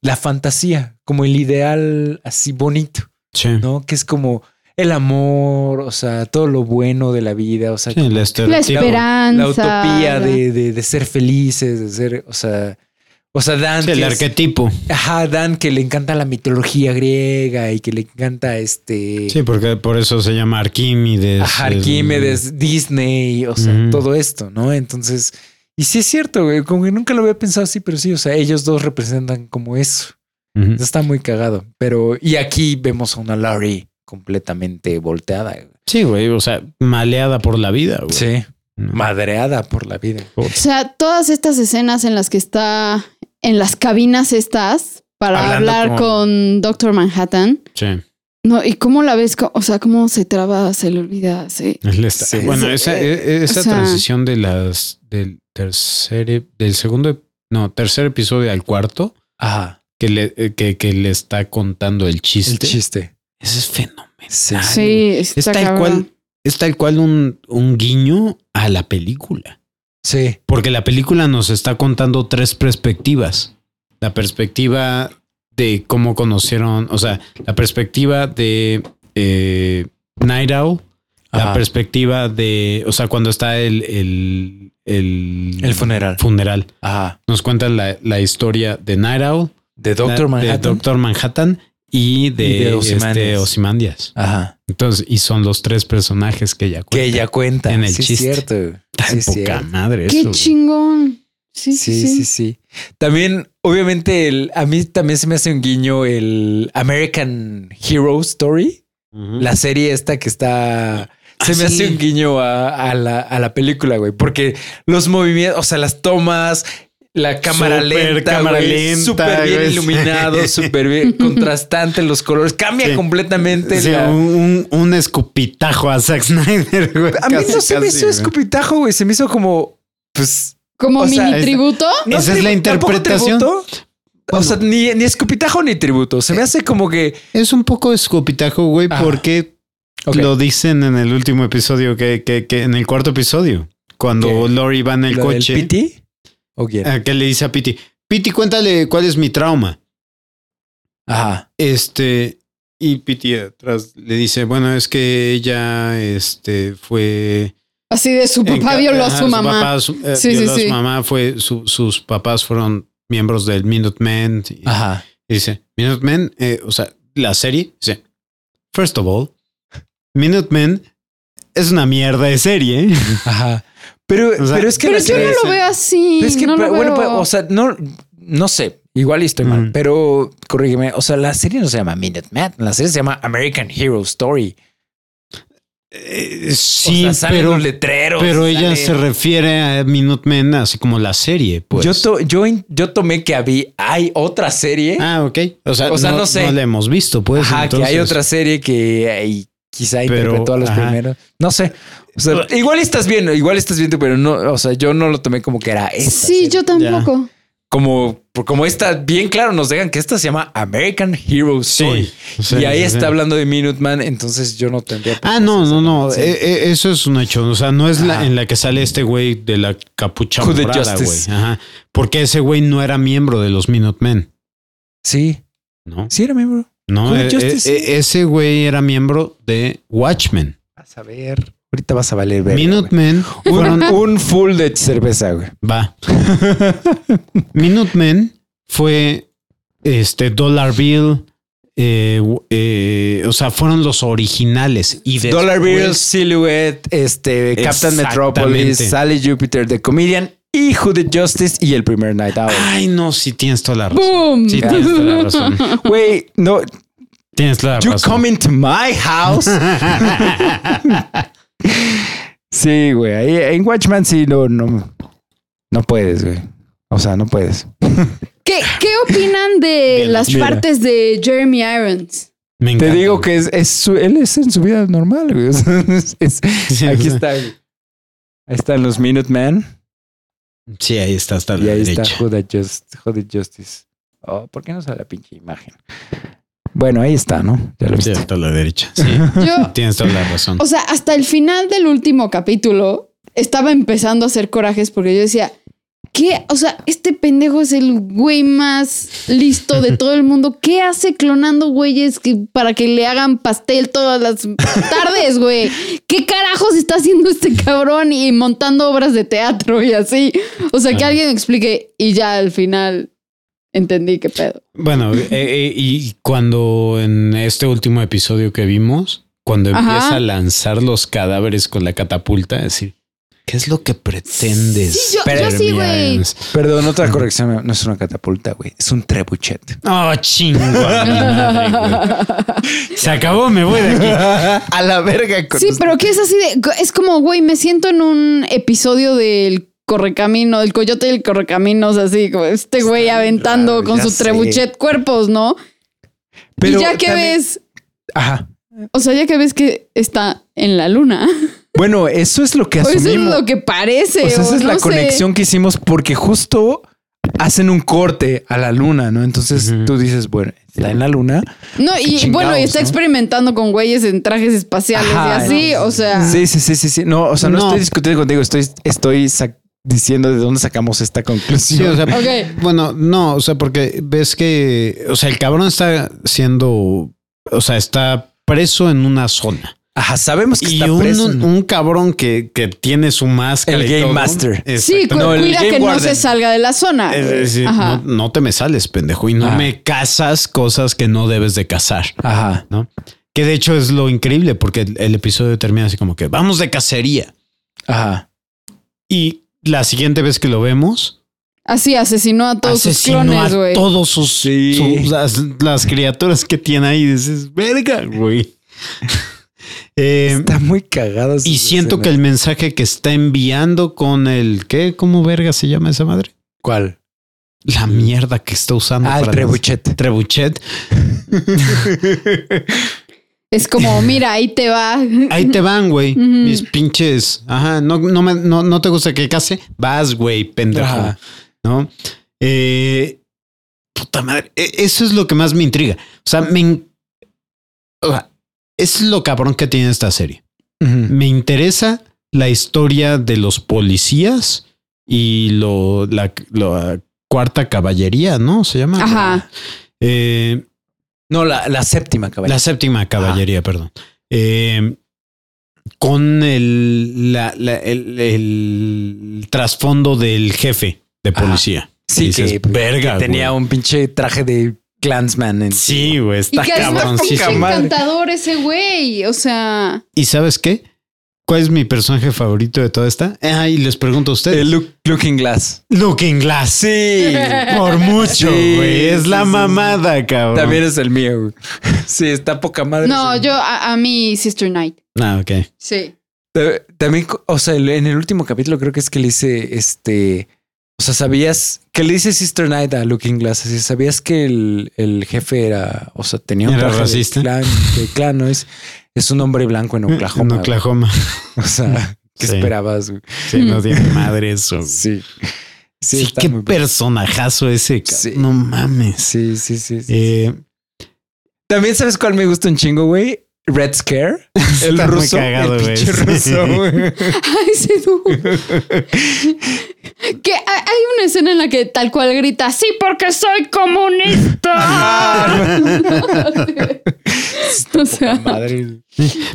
[SPEAKER 2] la fantasía, como el ideal así bonito.
[SPEAKER 1] Sí.
[SPEAKER 2] ¿no? Que es como el amor, o sea, todo lo bueno de la vida, o sea,
[SPEAKER 1] Sí, la
[SPEAKER 3] La
[SPEAKER 1] estereotipo.
[SPEAKER 3] esperanza.
[SPEAKER 2] la utopía
[SPEAKER 3] la-
[SPEAKER 2] de, de- de ser felices, de ser, o sea, o sea, Dan,
[SPEAKER 1] Sí, el
[SPEAKER 2] que es-
[SPEAKER 1] arquetipo.
[SPEAKER 2] ajá, Dan que le encanta la mitología griega y que le encanta este
[SPEAKER 1] Sí, porque por eso se llama Arquímedes.
[SPEAKER 2] ajá,
[SPEAKER 1] el-
[SPEAKER 2] Arquímedes, Disney, o sea,
[SPEAKER 1] Ujú.
[SPEAKER 2] todo esto, ¿no? Entonces, y sí es cierto, güey, como que nunca lo había pensado así, pero sí, o sea, ellos dos representan como eso.
[SPEAKER 1] Ujú.
[SPEAKER 2] Está muy cagado, pero y aquí vemos a una Larry completamente volteada. güey.
[SPEAKER 1] Sí, güey, o sea, maleada por la vida, güey.
[SPEAKER 2] Sí.
[SPEAKER 1] No.
[SPEAKER 2] Madreada por la vida.
[SPEAKER 1] Por-
[SPEAKER 3] O sea, todas estas escenas en las que está en las cabinas estas para
[SPEAKER 2] Hablando
[SPEAKER 3] hablar
[SPEAKER 2] con-
[SPEAKER 3] con Doctor Manhattan.
[SPEAKER 1] Sí.
[SPEAKER 3] No, ¿y cómo la ves? Co- O sea, cómo se traba, se le olvida, se-
[SPEAKER 1] El esta-
[SPEAKER 2] Sí.
[SPEAKER 1] Bueno,
[SPEAKER 3] Sí.
[SPEAKER 1] esa, e- e- esa
[SPEAKER 3] O sea-
[SPEAKER 1] transición de las del tercer e- del segundo ep- no, tercer episodio al cuarto
[SPEAKER 2] Ajá.
[SPEAKER 1] que le eh, que, que le está contando el chiste.
[SPEAKER 2] El chiste.
[SPEAKER 1] Ese es fenomenal.
[SPEAKER 2] Sí.
[SPEAKER 3] Sí, está
[SPEAKER 1] Es tal
[SPEAKER 3] cabrón.
[SPEAKER 1] cual es tal cual un, un guiño a la película,
[SPEAKER 2] Sí.
[SPEAKER 1] porque la película nos está contando tres perspectivas. La perspectiva de cómo conocieron, o sea, la perspectiva de eh, Night Owl, la
[SPEAKER 2] Ajá.
[SPEAKER 1] perspectiva de, o sea, cuando está el, el, el,
[SPEAKER 2] El funeral.
[SPEAKER 1] funeral.
[SPEAKER 2] Ajá.
[SPEAKER 1] Nos cuenta la, la historia de Night Owl, la-
[SPEAKER 2] De
[SPEAKER 1] de
[SPEAKER 2] Doctor Manhattan.
[SPEAKER 1] Doctor Manhattan y de,
[SPEAKER 2] Y de Ozymandias.
[SPEAKER 1] este, Ozymandias.
[SPEAKER 2] Ajá.
[SPEAKER 1] Entonces, y son los tres personajes que ella cuenta.
[SPEAKER 2] Que ella cuenta.
[SPEAKER 1] En el
[SPEAKER 2] sí,
[SPEAKER 1] chiste.
[SPEAKER 2] Es cierto.
[SPEAKER 1] Ay,
[SPEAKER 2] Sí, es
[SPEAKER 1] poca
[SPEAKER 2] cierto.
[SPEAKER 1] madre
[SPEAKER 3] Qué
[SPEAKER 1] eso. güey.
[SPEAKER 3] chingón. Sí, sí,
[SPEAKER 2] Sí,
[SPEAKER 3] sí.
[SPEAKER 2] sí, sí. También, obviamente, el, a mí también se me hace un guiño el American Hero Story.
[SPEAKER 1] Ujú. Ah,
[SPEAKER 2] La serie esta que está. Se me
[SPEAKER 1] sí.
[SPEAKER 2] hace un guiño a, a la, a la película, güey. Porque los movimientos, o sea, las tomas, la cámara
[SPEAKER 1] Súper
[SPEAKER 2] lenta,
[SPEAKER 1] cámara
[SPEAKER 2] güey,
[SPEAKER 1] lenta,
[SPEAKER 2] súper bien
[SPEAKER 1] güey.
[SPEAKER 2] iluminado, súper bien contrastante los colores. Cambia
[SPEAKER 1] Sí.
[SPEAKER 2] completamente
[SPEAKER 1] Sí,
[SPEAKER 2] la-
[SPEAKER 1] un, un- un escupitajo a Zack Snyder. güey,
[SPEAKER 2] A mí no
[SPEAKER 1] casi,
[SPEAKER 2] se me
[SPEAKER 1] casi,
[SPEAKER 2] hizo
[SPEAKER 1] güey.
[SPEAKER 2] escupitajo, güey. Se me hizo como. Pues.
[SPEAKER 3] Como
[SPEAKER 2] O sea,
[SPEAKER 3] mini
[SPEAKER 1] es-
[SPEAKER 3] tributo.
[SPEAKER 2] no
[SPEAKER 1] Esa es la
[SPEAKER 2] tribu- tampoco
[SPEAKER 1] interpretación.
[SPEAKER 2] tributo. O sea, ni, ni escupitajo ni tributo.
[SPEAKER 1] Eh,
[SPEAKER 2] Se me hace como que.
[SPEAKER 1] Es un poco escupitajo, güey,
[SPEAKER 2] Ajá.
[SPEAKER 1] porque
[SPEAKER 2] Ok.
[SPEAKER 1] Lo dicen en el último episodio, que, que, que en el cuarto episodio, cuando
[SPEAKER 2] ¿Qué?
[SPEAKER 1] Lori va en el
[SPEAKER 2] ¿Lo del
[SPEAKER 1] coche, Eh,
[SPEAKER 2] Piti? ¿O quién?
[SPEAKER 1] ¿a ¿qué le dice a Piti? Piti, cuéntale cuál es mi trauma.
[SPEAKER 2] Ajá.
[SPEAKER 1] Este, y Piti atrás le dice, bueno, es que ella este, fue...
[SPEAKER 3] Así de su papá
[SPEAKER 1] enca-
[SPEAKER 3] violó a
[SPEAKER 1] ajá,
[SPEAKER 3] su mamá.
[SPEAKER 1] papá, su- eh,
[SPEAKER 3] Sí, sí,
[SPEAKER 1] violó a su
[SPEAKER 3] sí.
[SPEAKER 1] mamá, fue, su- sus papás fueron miembros del Minutemen. Y-
[SPEAKER 2] Ajá.
[SPEAKER 1] y dice, Minutemen, eh, o sea, la serie, dice, first of all, Minutemen es una mierda de serie.
[SPEAKER 2] Ajá. Pero,
[SPEAKER 1] O sea,
[SPEAKER 2] pero es que
[SPEAKER 3] Pero
[SPEAKER 2] la
[SPEAKER 3] yo no
[SPEAKER 2] serie-
[SPEAKER 1] sí.
[SPEAKER 3] lo veo así.
[SPEAKER 2] Pero es que,
[SPEAKER 3] no lo
[SPEAKER 2] pero, bueno,
[SPEAKER 3] veo.
[SPEAKER 2] pero, o sea, no, no sé, igual y estoy mal,
[SPEAKER 1] Mm.
[SPEAKER 2] pero corrígeme. O sea, la serie no se llama Minute Man, la serie se llama American Hero Story.
[SPEAKER 1] Eh,
[SPEAKER 2] O
[SPEAKER 1] sí,
[SPEAKER 2] sea, salen
[SPEAKER 1] pero,
[SPEAKER 2] los letreros.
[SPEAKER 1] pero ella
[SPEAKER 2] sale-
[SPEAKER 1] se refiere a Minutemen así como la serie, pues.
[SPEAKER 2] Yo, to- yo, in- yo tomé que había, hay otra serie.
[SPEAKER 1] ah, ok. O sea,
[SPEAKER 2] O sea,
[SPEAKER 1] no,
[SPEAKER 2] no sé.
[SPEAKER 1] no la hemos visto, pues.
[SPEAKER 2] ajá, que hay
[SPEAKER 1] entonces.
[SPEAKER 2] otra serie que ay, quizá
[SPEAKER 1] Pero,
[SPEAKER 2] interpretó a los
[SPEAKER 1] ajá.
[SPEAKER 2] primeros. No sé. O sea, igual estás bien, igual estás bien, tú, pero no, o sea, yo no lo tomé como que era esta
[SPEAKER 3] sí,
[SPEAKER 2] serie.
[SPEAKER 3] yo tampoco.
[SPEAKER 2] como, como esta, bien claro, nos dejan que esta se llama American Hero Story.
[SPEAKER 1] Sí, sí,
[SPEAKER 2] y ahí
[SPEAKER 1] sí,
[SPEAKER 2] está
[SPEAKER 1] sí.
[SPEAKER 2] hablando de Minuteman, entonces yo no tendría. por
[SPEAKER 1] Ah,
[SPEAKER 2] qué
[SPEAKER 1] no,
[SPEAKER 2] hacer
[SPEAKER 1] no, no.
[SPEAKER 2] esa-
[SPEAKER 1] Eh, eh, eso es un hecho. O sea, no es la
[SPEAKER 2] Ajá.
[SPEAKER 1] en la que sale este güey de la capucha
[SPEAKER 2] Who did
[SPEAKER 1] morada, güey.
[SPEAKER 2] justice.
[SPEAKER 1] Ajá. Porque ese güey no era miembro de los Minutemen,
[SPEAKER 2] Sí,
[SPEAKER 1] ¿no?
[SPEAKER 2] sí era miembro.
[SPEAKER 1] No,
[SPEAKER 2] Who did
[SPEAKER 1] eh,
[SPEAKER 2] justice,
[SPEAKER 1] eh, eh, ese güey era miembro de Watchmen.
[SPEAKER 2] Vas a ver. Ahorita vas a valer ver.
[SPEAKER 1] Minutemen
[SPEAKER 2] Un,
[SPEAKER 1] fueron
[SPEAKER 2] un full de cerveza, güey.
[SPEAKER 1] Va. Minutemen fue este Dollar Bill. eh, w- eh, o sea, fueron los originales. Y después-
[SPEAKER 2] Dollar Bill, Silhouette, este, Captain
[SPEAKER 1] Exactamente.
[SPEAKER 2] Metropolis, Sally Jupiter, The Comedian y Who Did Justice y el primer Night Owl.
[SPEAKER 1] Ay, no, sí tienes toda la razón.
[SPEAKER 3] ¡Boom!
[SPEAKER 1] Sí tienes toda la razón.
[SPEAKER 2] Güey, no,
[SPEAKER 1] Tienes toda la
[SPEAKER 2] you
[SPEAKER 1] razón.
[SPEAKER 2] come into my house. sí, güey, ahí en Watchman sí, no, no, no puedes, güey. O sea, no puedes.
[SPEAKER 3] ¿Qué, qué opinan de
[SPEAKER 1] Bien,
[SPEAKER 3] las
[SPEAKER 2] mira.
[SPEAKER 3] partes de Jeremy Irons?
[SPEAKER 1] Me
[SPEAKER 2] Te
[SPEAKER 1] encanta.
[SPEAKER 2] digo que es, es su- él es en su vida normal, güey. O sea, es- es-
[SPEAKER 1] Sí,
[SPEAKER 2] aquí
[SPEAKER 1] o sea,
[SPEAKER 2] está. güey. Ahí están los Minutemen.
[SPEAKER 1] Sí, ahí está hasta
[SPEAKER 2] Y
[SPEAKER 1] la
[SPEAKER 2] ahí
[SPEAKER 1] derecha.
[SPEAKER 2] está Who Did Just- Who Did Justice. Oh, ¿Por qué no sale la pinche imagen? Bueno, ahí está, ¿no? Ya lo
[SPEAKER 1] Sí,
[SPEAKER 2] viste.
[SPEAKER 1] hasta la derecha. Sí,
[SPEAKER 3] Yo,
[SPEAKER 1] tienes toda la razón.
[SPEAKER 3] o sea, hasta el final del último capítulo estaba empezando a hacer corajes porque yo decía, ¿qué? O sea, este pendejo es el güey más listo de todo el mundo. ¿Qué hace clonando güeyes que- para que le hagan pastel todas las tardes, güey? ¿Qué carajos está haciendo este cabrón y montando obras de teatro y así? O sea, que
[SPEAKER 1] Ah.
[SPEAKER 3] alguien explique y ya al final entendí qué pedo.
[SPEAKER 1] Bueno, eh, eh, y cuando en este último episodio que vimos, cuando
[SPEAKER 3] Ajá.
[SPEAKER 1] empieza a lanzar los cadáveres con la catapulta, es decir, ¿qué es lo que pretendes?
[SPEAKER 3] Sí, yo- yo sí,
[SPEAKER 1] Jeremy
[SPEAKER 3] güey.
[SPEAKER 1] Irons?
[SPEAKER 2] Perdón, otra corrección. No es una catapulta, güey. Es un trebuchet.
[SPEAKER 1] Oh, chingón. Se acabó, me voy de aquí.
[SPEAKER 2] A la verga. con
[SPEAKER 3] Sí,
[SPEAKER 2] los-
[SPEAKER 3] pero que es así de. Es como, güey, me siento en un episodio del correcamino, del coyote del correcaminos, así, como este güey aventando
[SPEAKER 2] raro,
[SPEAKER 3] con
[SPEAKER 2] ya
[SPEAKER 3] su
[SPEAKER 2] sé.
[SPEAKER 3] trebuchet cuerpos, ¿no?
[SPEAKER 2] Pero
[SPEAKER 3] y ya que
[SPEAKER 2] también-
[SPEAKER 3] ves,
[SPEAKER 2] Ajá.
[SPEAKER 3] o sea, ya que ves que está en la luna.
[SPEAKER 2] Bueno, eso es lo que
[SPEAKER 3] O
[SPEAKER 2] asumimos.
[SPEAKER 3] Pues eso es lo que parece.
[SPEAKER 2] O sea, esa
[SPEAKER 3] o
[SPEAKER 2] es la
[SPEAKER 3] no sé.
[SPEAKER 2] conexión que hicimos porque justo hacen un corte a la luna, ¿no? Entonces
[SPEAKER 1] Ujú.
[SPEAKER 2] tú dices, bueno, está en la luna.
[SPEAKER 3] No,
[SPEAKER 2] Qué
[SPEAKER 3] y bueno, y
[SPEAKER 2] chingados,
[SPEAKER 3] está
[SPEAKER 2] ¿no?
[SPEAKER 3] experimentando con güeyes en trajes espaciales
[SPEAKER 2] Ajá,
[SPEAKER 3] y así, o sea.
[SPEAKER 2] Sí, sí, sí, sí, sí. No, o sea, no,
[SPEAKER 1] No.
[SPEAKER 2] estoy discutiendo contigo, estoy, estoy sac- diciendo de dónde sacamos esta conclusión.
[SPEAKER 1] Sí, o sea,
[SPEAKER 3] Ok.
[SPEAKER 1] bueno, no, o sea, porque ves que, o sea, el cabrón está siendo, o sea, está preso en una zona.
[SPEAKER 2] Ajá, sabemos que
[SPEAKER 1] Y
[SPEAKER 2] está
[SPEAKER 1] un,
[SPEAKER 2] preso. ¿no?
[SPEAKER 1] un cabrón que, que tiene su máscara.
[SPEAKER 2] El
[SPEAKER 1] y
[SPEAKER 2] Game
[SPEAKER 1] todo.
[SPEAKER 2] Master.
[SPEAKER 3] Sí, cu-
[SPEAKER 1] Exactamente.
[SPEAKER 2] No, el
[SPEAKER 3] cuida
[SPEAKER 2] Game
[SPEAKER 3] que no
[SPEAKER 2] Warden.
[SPEAKER 3] se salga de la zona.
[SPEAKER 1] Es decir,
[SPEAKER 3] Ajá.
[SPEAKER 1] no, no te me sales, pendejo, y no
[SPEAKER 2] Ajá.
[SPEAKER 1] me casas cosas que no debes de casar.
[SPEAKER 2] Ajá.
[SPEAKER 1] Que de hecho es lo increíble, porque el, el episodio termina así como que vamos de cacería.
[SPEAKER 2] Ajá.
[SPEAKER 1] Y la siguiente vez que lo vemos,
[SPEAKER 3] Así asesinó a todos
[SPEAKER 1] asesinó
[SPEAKER 3] sus clones,
[SPEAKER 1] a
[SPEAKER 3] güey.
[SPEAKER 1] todos sus,
[SPEAKER 2] Sí.
[SPEAKER 1] sus- las, las criaturas que tiene ahí. Dices, verga, güey. Eh,
[SPEAKER 2] Está muy cagado.
[SPEAKER 1] Y siento que el mensaje que está enviando con el ¿qué? ¿Cómo verga se llama esa madre?
[SPEAKER 2] ¿Cuál?
[SPEAKER 1] La mierda que está usando.
[SPEAKER 2] Ah, el
[SPEAKER 1] para
[SPEAKER 2] trebuchet.
[SPEAKER 1] las- Trebuchet.
[SPEAKER 3] Es como, mira, ahí te va.
[SPEAKER 1] Ahí te van, güey.
[SPEAKER 3] Ujú.
[SPEAKER 1] Mis pinches. Ajá. No, no, me- no, no te gusta que case. Vas, güey, pendejo.
[SPEAKER 2] Ajá.
[SPEAKER 1] ¿No? Eh, puta madre. E- Eso es lo que más me intriga. O sea, me. en- o sea, es lo cabrón que tiene esta serie.
[SPEAKER 2] Ujú.
[SPEAKER 1] Me interesa la historia de los policías y lo, la, la cuarta caballería, ¿no? Se llama.
[SPEAKER 3] Ajá.
[SPEAKER 1] Eh,
[SPEAKER 2] No, la, la séptima, caballo.
[SPEAKER 1] la séptima caballería, perdón. Eh, con el, la- la- el- el trasfondo del jefe de
[SPEAKER 2] Ajá.
[SPEAKER 1] policía.
[SPEAKER 2] Sí,
[SPEAKER 1] Dices,
[SPEAKER 2] que,
[SPEAKER 1] verga,
[SPEAKER 2] que tenía
[SPEAKER 1] güey".
[SPEAKER 2] un pinche traje de clansman. en-
[SPEAKER 1] Sí, güey,
[SPEAKER 3] Y
[SPEAKER 1] está
[SPEAKER 3] que es un
[SPEAKER 1] cabrón.
[SPEAKER 3] pinche
[SPEAKER 2] cabroncísimo.
[SPEAKER 3] encantador ese güey. O sea,
[SPEAKER 1] ¿Y sabes qué? ¿Cuál es mi personaje favorito de toda esta? Ah, y les pregunto a ustedes.
[SPEAKER 2] El look- Looking Glass.
[SPEAKER 1] Looking Glass.
[SPEAKER 2] Sí.
[SPEAKER 1] Por mucho,
[SPEAKER 2] Sí,
[SPEAKER 1] güey. es
[SPEAKER 2] sí,
[SPEAKER 1] la
[SPEAKER 2] sí, sí.
[SPEAKER 1] mamada, cabrón.
[SPEAKER 2] También es el mío. güey. Sí, está poca madre.
[SPEAKER 3] no,
[SPEAKER 2] ese-
[SPEAKER 3] yo a, a mi Sister Night.
[SPEAKER 1] Ah, ok.
[SPEAKER 3] Sí.
[SPEAKER 2] Ta- También, co- o sea, el- en el último capítulo creo que es que le dice, este, o sea, sabías que le dice Sister Night a Looking Glass, así, sabías que el, el jefe era, o sea, tenía un
[SPEAKER 1] Era
[SPEAKER 2] traje de
[SPEAKER 1] racista. Mm,
[SPEAKER 2] clan, de clan, ¿no? Es, es un hombre blanco en Oklahoma.
[SPEAKER 1] En Oklahoma.
[SPEAKER 2] güey. O sea, ¿qué
[SPEAKER 1] Sí.
[SPEAKER 2] esperabas? güey?
[SPEAKER 1] Sí, no tiene madre eso. güey.
[SPEAKER 2] Sí. Sí,
[SPEAKER 1] Sí,
[SPEAKER 2] está
[SPEAKER 1] qué
[SPEAKER 2] muy-
[SPEAKER 1] personajazo ese. ca-
[SPEAKER 2] Sí.
[SPEAKER 1] No mames.
[SPEAKER 2] sí, sí, sí, sí.
[SPEAKER 1] Eh,
[SPEAKER 2] También sabes cuál me gusta un chingo, güey. Red Scare. El
[SPEAKER 1] Está muy
[SPEAKER 2] ruso.
[SPEAKER 1] cagado,
[SPEAKER 2] el
[SPEAKER 1] güey.
[SPEAKER 2] pinche
[SPEAKER 1] Sí.
[SPEAKER 2] ruso, güey.
[SPEAKER 3] Ay, ese dude. que hay hay una escena en la que tal cual grita, sí, porque soy comunista. o sea,
[SPEAKER 2] Madre.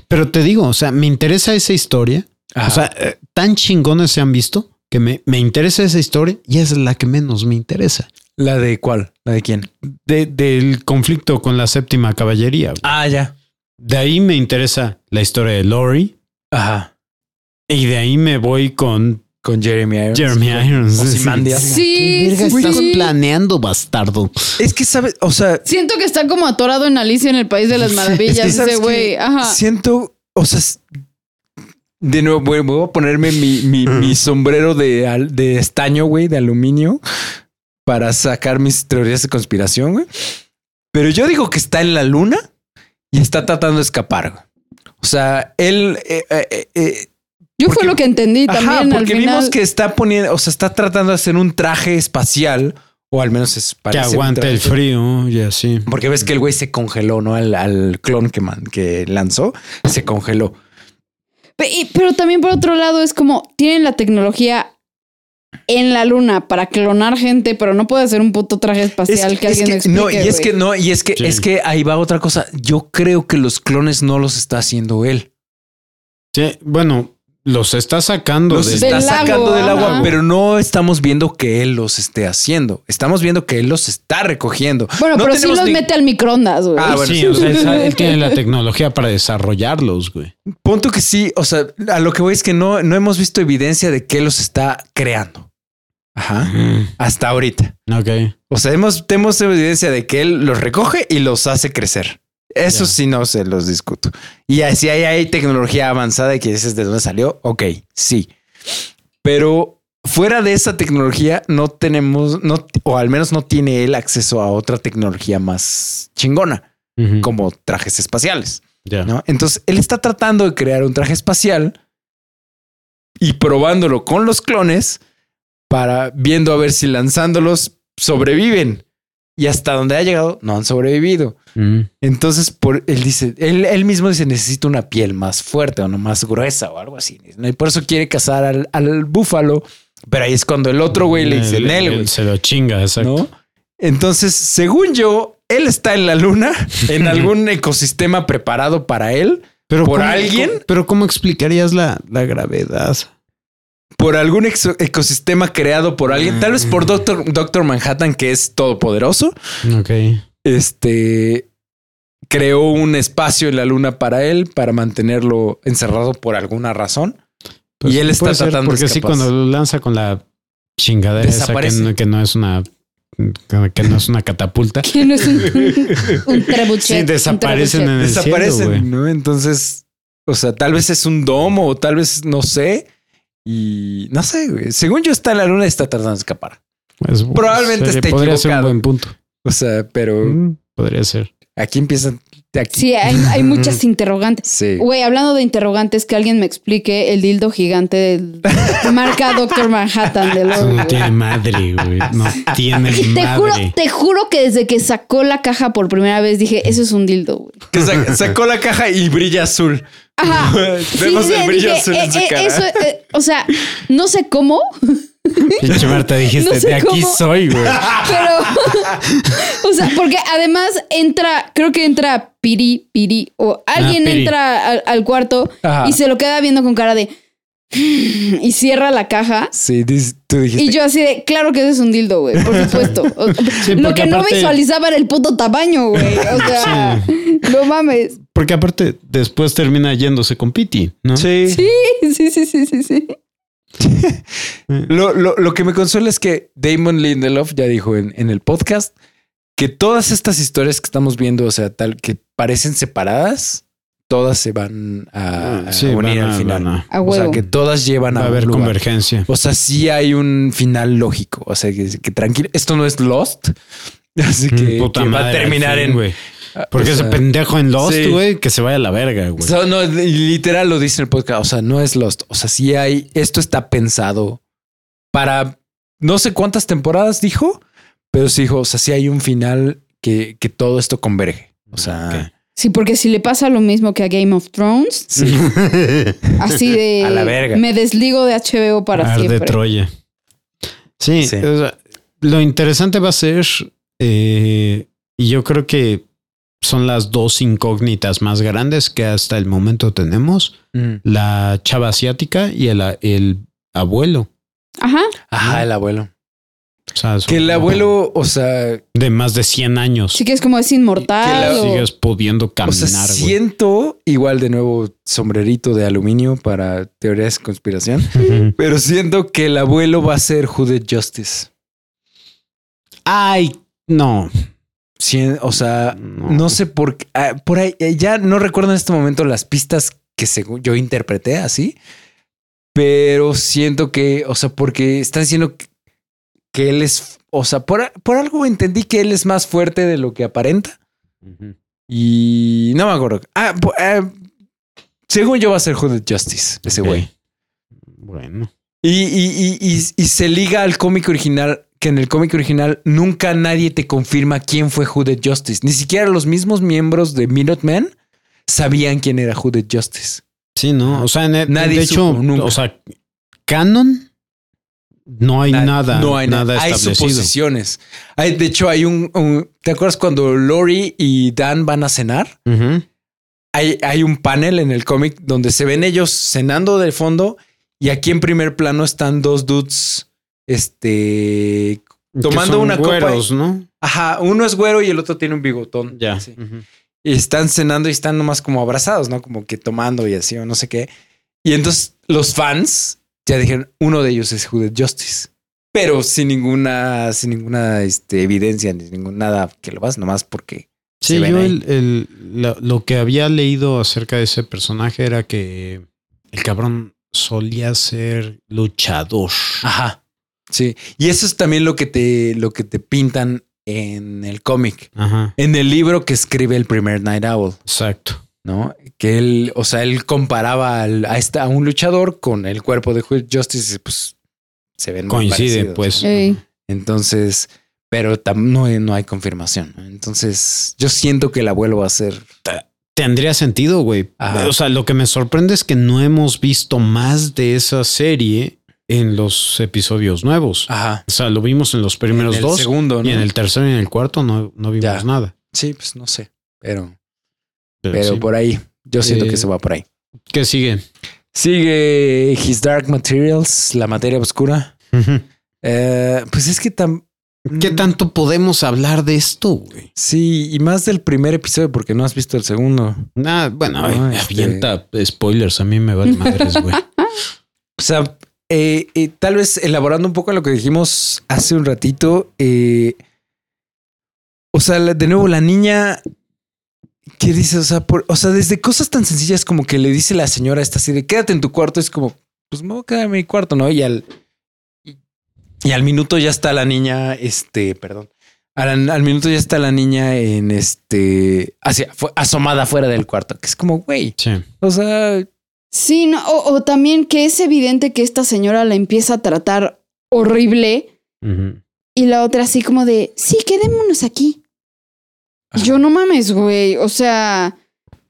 [SPEAKER 1] pero te digo, o sea, me interesa esa historia.
[SPEAKER 2] Ajá.
[SPEAKER 1] O sea, eh, tan chingones se han visto que me, me interesa esa historia y es la que menos me interesa.
[SPEAKER 2] ¿La de cuál? ¿La de quién?
[SPEAKER 1] De- del conflicto con la séptima caballería. güey.
[SPEAKER 2] Ah, ya.
[SPEAKER 1] De ahí me interesa la historia de Lori
[SPEAKER 2] Ajá.
[SPEAKER 1] y de ahí me voy con
[SPEAKER 2] Con Jeremy Irons.
[SPEAKER 1] Jeremy Irons.
[SPEAKER 2] Ozymandias.
[SPEAKER 3] Sí,
[SPEAKER 1] ¿Qué verga
[SPEAKER 3] sí.
[SPEAKER 1] estás planeando, bastardo?
[SPEAKER 2] Es que, ¿sabes? O sea,
[SPEAKER 3] Siento que está como atorado en Alicia en el País de las
[SPEAKER 2] es que
[SPEAKER 3] Maravillas,
[SPEAKER 2] ¿sabes
[SPEAKER 3] ese
[SPEAKER 2] qué?
[SPEAKER 3] güey. Ajá.
[SPEAKER 2] siento, o sea, s- de nuevo, voy, voy a ponerme mi, mi-
[SPEAKER 1] Mm.
[SPEAKER 2] mi sombrero de, al- de estaño, güey, de aluminio, para sacar mis teorías de conspiración, güey. Pero yo digo que está en la luna y está tratando de escapar, güey. O sea, él... eh, eh, eh,
[SPEAKER 3] Yo
[SPEAKER 2] porque-
[SPEAKER 3] fue lo que entendí
[SPEAKER 2] Ajá,
[SPEAKER 3] también al
[SPEAKER 2] porque vimos
[SPEAKER 3] final.
[SPEAKER 2] que está poniendo, o sea, está tratando de hacer un traje espacial, o al menos es
[SPEAKER 1] Que
[SPEAKER 2] parece un
[SPEAKER 1] aguanta
[SPEAKER 2] traje.
[SPEAKER 1] el frío y así.
[SPEAKER 2] Porque ves que el güey se congeló, ¿no? Al, al clon que, man- que lanzó, se congeló.
[SPEAKER 3] Pe- y- Pero también por otro lado es como tienen la tecnología en la luna para clonar gente, pero no puede hacer un puto traje espacial que alguien explique.
[SPEAKER 2] no, y es
[SPEAKER 3] güey.
[SPEAKER 2] que no, y es que,
[SPEAKER 1] Sí.
[SPEAKER 2] es que ahí va otra cosa. Yo creo que los clones no los está haciendo él.
[SPEAKER 1] Sí, bueno, los está sacando.
[SPEAKER 2] Los
[SPEAKER 1] de-
[SPEAKER 2] está
[SPEAKER 3] Del
[SPEAKER 2] sacando
[SPEAKER 3] lago,
[SPEAKER 2] del agua,
[SPEAKER 3] ajá.
[SPEAKER 2] pero no estamos viendo que él los esté haciendo. Estamos viendo que él los está recogiendo.
[SPEAKER 3] Bueno,
[SPEAKER 2] No
[SPEAKER 3] pero sí
[SPEAKER 2] tenemos
[SPEAKER 3] los
[SPEAKER 2] ni-
[SPEAKER 3] mete al microondas, güey.
[SPEAKER 2] Ah, bueno,
[SPEAKER 1] sí,
[SPEAKER 2] sí,
[SPEAKER 1] o sea, esa- él tiene la tecnología para desarrollarlos, güey.
[SPEAKER 2] Punto que sí, o sea, a lo que voy es que no, no hemos visto evidencia de que los está creando. Ajá. Hasta ahorita.
[SPEAKER 1] Ok.
[SPEAKER 2] O sea, hemos, tenemos evidencia de que él los recoge y los hace crecer. Eso
[SPEAKER 1] Ya.
[SPEAKER 2] sí no se los discuto. Y así hay, hay tecnología avanzada que dices de dónde salió. Ok, sí. Pero fuera de esa tecnología no tenemos, no, o al menos no tiene él acceso a otra tecnología más chingona,
[SPEAKER 1] Ujú.
[SPEAKER 2] como trajes espaciales.
[SPEAKER 1] Ya.
[SPEAKER 2] ¿no? Entonces, él está tratando de crear un traje espacial y probándolo con los clones para viendo a ver si lanzándolos sobreviven. Y hasta donde ha llegado, no han sobrevivido.
[SPEAKER 1] Mm.
[SPEAKER 2] Entonces, por, él dice, él, él mismo dice, necesito una piel más fuerte o no más gruesa o algo así. ¿no? Y por eso quiere cazar al, al búfalo. Pero ahí es cuando el otro güey le dice,
[SPEAKER 1] Él-
[SPEAKER 2] Nel,
[SPEAKER 1] Eh, él
[SPEAKER 2] güey.
[SPEAKER 1] Se lo chinga, exacto.
[SPEAKER 2] ¿no? Entonces, según yo, él está en la luna, en algún ecosistema preparado para él,
[SPEAKER 1] Pero
[SPEAKER 2] ¿Por
[SPEAKER 1] ¿cómo-
[SPEAKER 2] alguien?
[SPEAKER 1] cómo- pero ¿cómo explicarías la, la gravedad?
[SPEAKER 2] por algún exo- ecosistema creado por alguien, tal vez
[SPEAKER 1] Mm.
[SPEAKER 2] por Doctor, Doctor Manhattan, que es todopoderoso,
[SPEAKER 1] Ok.
[SPEAKER 2] este creó un espacio en la luna para él, para mantenerlo encerrado por alguna razón.
[SPEAKER 1] Pues
[SPEAKER 2] y él
[SPEAKER 1] sí,
[SPEAKER 2] está
[SPEAKER 1] puede ser,
[SPEAKER 2] tratando de
[SPEAKER 1] Porque sí,
[SPEAKER 2] escapar.
[SPEAKER 1] cuando lo lanza con la chingadera esa que
[SPEAKER 2] Desaparece.
[SPEAKER 1] no- que, no es una que no es una catapulta.
[SPEAKER 3] Que no es un, un, un trebuchet,
[SPEAKER 1] Sí,
[SPEAKER 3] un
[SPEAKER 1] desaparecen
[SPEAKER 3] trebuchet.
[SPEAKER 1] en el cielo,
[SPEAKER 2] Desaparecen,
[SPEAKER 1] güey.
[SPEAKER 2] ¿no? Entonces, o sea, tal vez es un domo o tal vez no sé. Y no sé, güey. Según yo está en la luna y está tratando de escapar.
[SPEAKER 1] Pues,
[SPEAKER 2] Probablemente
[SPEAKER 1] sería-
[SPEAKER 2] esté
[SPEAKER 1] Podría ser un
[SPEAKER 2] equivocado.
[SPEAKER 1] buen punto.
[SPEAKER 2] O sea, pero
[SPEAKER 1] Mm, Podría ser.
[SPEAKER 2] aquí empiezan... Aquí.
[SPEAKER 3] Sí, hay, hay muchas interrogantes.
[SPEAKER 2] Sí.
[SPEAKER 3] Güey, hablando de interrogantes, que alguien me explique el dildo gigante del marca Doctor Manhattan de
[SPEAKER 1] Eso
[SPEAKER 3] Lord.
[SPEAKER 1] no tiene madre, güey. No tiene
[SPEAKER 3] Ah. Te juro,
[SPEAKER 1] madre.
[SPEAKER 3] te juro que desde que sacó la caja por primera vez dije, eso es un dildo, güey.
[SPEAKER 2] Que sa- sacó la caja y brilla azul.
[SPEAKER 3] Ajá.
[SPEAKER 2] Vemos
[SPEAKER 3] Sí,
[SPEAKER 2] el
[SPEAKER 3] sí,
[SPEAKER 2] brillo
[SPEAKER 3] dije,
[SPEAKER 2] azul en
[SPEAKER 3] eh,
[SPEAKER 2] su
[SPEAKER 3] eh,
[SPEAKER 2] cara.
[SPEAKER 3] eso, eh, o sea, no sé cómo,
[SPEAKER 1] Pinche Marta, dijiste,
[SPEAKER 3] No sé
[SPEAKER 1] de aquí
[SPEAKER 3] cómo-
[SPEAKER 1] soy, güey.
[SPEAKER 3] pero. o sea, porque además entra, creo que entra Piri, Piri, o alguien
[SPEAKER 1] Piri.
[SPEAKER 3] entra al, al cuarto
[SPEAKER 2] Ah, Ajá.
[SPEAKER 3] y se lo queda viendo con cara de. "Mm", Y cierra la caja.
[SPEAKER 2] Sí, dis- tú dijiste.
[SPEAKER 3] Y yo así de, claro que ese es un dildo, güey, por supuesto. O- lo
[SPEAKER 1] porque
[SPEAKER 3] que no
[SPEAKER 1] aparte-
[SPEAKER 3] visualizaba era el puto tamaño, güey. O sea, no mames.
[SPEAKER 1] Porque aparte, después termina yéndose con Piti, ¿no?
[SPEAKER 2] Sí.
[SPEAKER 3] Sí, sí, sí, sí, sí.
[SPEAKER 2] Lo, lo- lo que me consuela es que Damon Lindelof ya dijo en, en el podcast que todas estas historias que estamos viendo, o sea, tal que parecen separadas, todas se van a, a
[SPEAKER 1] Sí, van
[SPEAKER 2] unir Ah, al
[SPEAKER 1] a-
[SPEAKER 2] final.
[SPEAKER 1] van a-
[SPEAKER 3] A
[SPEAKER 2] O sea,
[SPEAKER 3] huevo.
[SPEAKER 2] que todas llevan
[SPEAKER 1] Va
[SPEAKER 2] a,
[SPEAKER 1] a
[SPEAKER 2] un
[SPEAKER 1] haber
[SPEAKER 2] lugar.
[SPEAKER 1] convergencia.
[SPEAKER 2] O sea, sí hay un final lógico. O sea, que, que tranquilo. Esto no es Lost. Así
[SPEAKER 1] Mm,
[SPEAKER 2] que,
[SPEAKER 1] Puta
[SPEAKER 2] que va a
[SPEAKER 1] madre,
[SPEAKER 2] terminar
[SPEAKER 1] al fin,
[SPEAKER 2] en. Ah,
[SPEAKER 1] güey. Porque
[SPEAKER 2] o
[SPEAKER 1] ese
[SPEAKER 2] sea,
[SPEAKER 1] pendejo en Lost,
[SPEAKER 2] sí.
[SPEAKER 1] güey, que se vaya a la verga,
[SPEAKER 2] O
[SPEAKER 1] güey.
[SPEAKER 2] sea, no, literal lo dice en el podcast. O sea, no es Lost. O sea, sí hay. Esto está pensado para no sé cuántas temporadas dijo, pero sí dijo, o sea, sí hay un final que, que todo esto converge. O sea,
[SPEAKER 3] Sí, porque si le pasa lo mismo que a Game of Thrones,
[SPEAKER 2] sí.
[SPEAKER 3] así de.
[SPEAKER 2] A la verga.
[SPEAKER 3] Me desligo de HBO para
[SPEAKER 1] Arde
[SPEAKER 3] siempre.
[SPEAKER 1] Troya. Sí,
[SPEAKER 2] Sí.
[SPEAKER 1] o sea, lo interesante va a ser, eh, y yo creo que son las dos incógnitas más grandes que hasta el momento tenemos,
[SPEAKER 2] Mm.
[SPEAKER 1] la chava asiática y el, el abuelo.
[SPEAKER 3] Ajá.
[SPEAKER 2] Ajá, el abuelo.
[SPEAKER 1] O sea, es
[SPEAKER 2] Que el
[SPEAKER 1] un-
[SPEAKER 2] abuelo, o sea,
[SPEAKER 1] De más de 100 años.
[SPEAKER 3] Sí que es como es
[SPEAKER 2] Que
[SPEAKER 3] inmortal.
[SPEAKER 2] la-
[SPEAKER 3] o-
[SPEAKER 1] Sigues pudiendo
[SPEAKER 2] o
[SPEAKER 1] caminar,
[SPEAKER 2] sea,
[SPEAKER 1] güey.
[SPEAKER 2] siento igual de nuevo sombrerito de aluminio para teorías de conspiración,
[SPEAKER 1] Ujú.
[SPEAKER 2] pero siento que el abuelo va a ser Jude Justice.
[SPEAKER 1] Ay, no.
[SPEAKER 2] Cien- o sea,
[SPEAKER 1] No.
[SPEAKER 2] no, sé por qué- ah, por ahí eh, ya no recuerdo en este momento las pistas que según yo interpreté así, pero siento que, o sea, porque están diciendo que, que él es, o sea, por, por algo entendí que él es más fuerte de lo que aparenta
[SPEAKER 1] Ujú.
[SPEAKER 2] y no me acuerdo. Ah, po- ah, según yo va a ser Hooded Justice ese
[SPEAKER 1] Ok.
[SPEAKER 2] güey.
[SPEAKER 1] Bueno.
[SPEAKER 2] Y, y- y- y- y se liga al cómic original, que en el cómic original nunca nadie te confirma quién fue Hooded Justice. Ni siquiera los mismos miembros de Minutemen sabían quién era Hooded Justice.
[SPEAKER 1] Sí, ¿no? O sea, en el-
[SPEAKER 2] Nadie
[SPEAKER 1] de hecho,
[SPEAKER 2] supo nunca.
[SPEAKER 1] o sea, canon, no hay
[SPEAKER 2] Na-
[SPEAKER 1] nada.
[SPEAKER 2] No hay nada. Hay
[SPEAKER 1] establecido.
[SPEAKER 2] suposiciones. Hay, de hecho, hay un, un- ¿Te acuerdas cuando Lori y Dan van a cenar?
[SPEAKER 1] Ujú.
[SPEAKER 2] Hay, hay un panel en el cómic donde se ven ellos cenando de fondo y aquí en primer plano están dos dudes. Este. Tomando
[SPEAKER 1] Que son
[SPEAKER 2] una copa y-
[SPEAKER 1] güeros, ¿no?
[SPEAKER 2] Ajá, uno es güero y el otro tiene un bigotón.
[SPEAKER 1] Ya.
[SPEAKER 2] Sí.
[SPEAKER 1] Ujú.
[SPEAKER 2] y están cenando y están nomás como abrazados, ¿no? Como que tomando y así o no sé qué. Y entonces los fans ya dijeron, uno de ellos es Jude Justice. Pero sin ninguna, sin ninguna este, evidencia, ni ningún nada que lo vas, nomás porque
[SPEAKER 1] Sí,
[SPEAKER 2] se ven
[SPEAKER 1] yo
[SPEAKER 2] ahí.
[SPEAKER 1] el- el- la- lo que había leído acerca de ese personaje era que el cabrón solía ser luchador.
[SPEAKER 2] Ajá. Sí. Y eso es también lo que te, lo que te pintan en el cómic.
[SPEAKER 1] Ajá.
[SPEAKER 2] En el libro que escribe el primer Night Owl,
[SPEAKER 1] Exacto.
[SPEAKER 2] ¿no? Que él, o sea, él comparaba al- a, esta, a un luchador con el cuerpo de Jude Justice, y, pues se ven muy
[SPEAKER 1] Coincide,
[SPEAKER 2] parecidos,
[SPEAKER 1] pues.
[SPEAKER 3] Ey.
[SPEAKER 2] Entonces, pero tam- no, hay- no hay confirmación. ¿no? Entonces, yo siento que el abuelo va a ser.
[SPEAKER 1] Tendría sentido, güey.
[SPEAKER 2] Ajá.
[SPEAKER 1] O sea, lo que me sorprende es que no hemos visto más de esa serie en los episodios nuevos.
[SPEAKER 2] Ajá.
[SPEAKER 1] O sea, lo vimos Ah. en los primeros
[SPEAKER 2] el
[SPEAKER 1] dos.
[SPEAKER 2] segundo, ¿no?
[SPEAKER 1] Y en el tercero y en el cuarto no, no vimos
[SPEAKER 2] Ya.
[SPEAKER 1] nada.
[SPEAKER 2] Sí, pues no sé. Pero,
[SPEAKER 1] Pero, pues-
[SPEAKER 2] pero
[SPEAKER 1] sí.
[SPEAKER 2] por ahí. Yo siento
[SPEAKER 1] Eh,
[SPEAKER 2] que se va por ahí.
[SPEAKER 1] ¿Qué sigue?
[SPEAKER 2] Sigue His Dark Materials, la materia oscura. Eh, pues es que tan.
[SPEAKER 1] ¿Qué tanto podemos hablar de esto, güey?
[SPEAKER 2] Sí, y más del primer episodio, porque no has visto el segundo.
[SPEAKER 1] Nada, bueno,
[SPEAKER 2] No,
[SPEAKER 1] ay,
[SPEAKER 2] este-
[SPEAKER 1] avienta spoilers, a mí me vale madres, güey.
[SPEAKER 2] O sea, eh, eh, tal vez elaborando un poco en lo que dijimos hace un ratito, eh, o sea, la- de nuevo, la niña, ¿qué dice? O sea, por- o sea, desde cosas tan sencillas como que le dice la señora esta así de quédate en tu cuarto, es como, pues me voy a quedar en mi cuarto, ¿no? Y al, y, y al minuto ya está la niña, este, perdón. Al, al minuto ya está la niña en este, hacia, fu- asomada fuera del cuarto, que es como, güey,
[SPEAKER 1] Sí.
[SPEAKER 2] o sea,
[SPEAKER 3] Sí, no, o, o también que es evidente que esta señora la empieza a tratar horrible
[SPEAKER 1] Ujú.
[SPEAKER 3] y la otra así como de, sí, quedémonos aquí. Y Yo no mames, güey. O sea,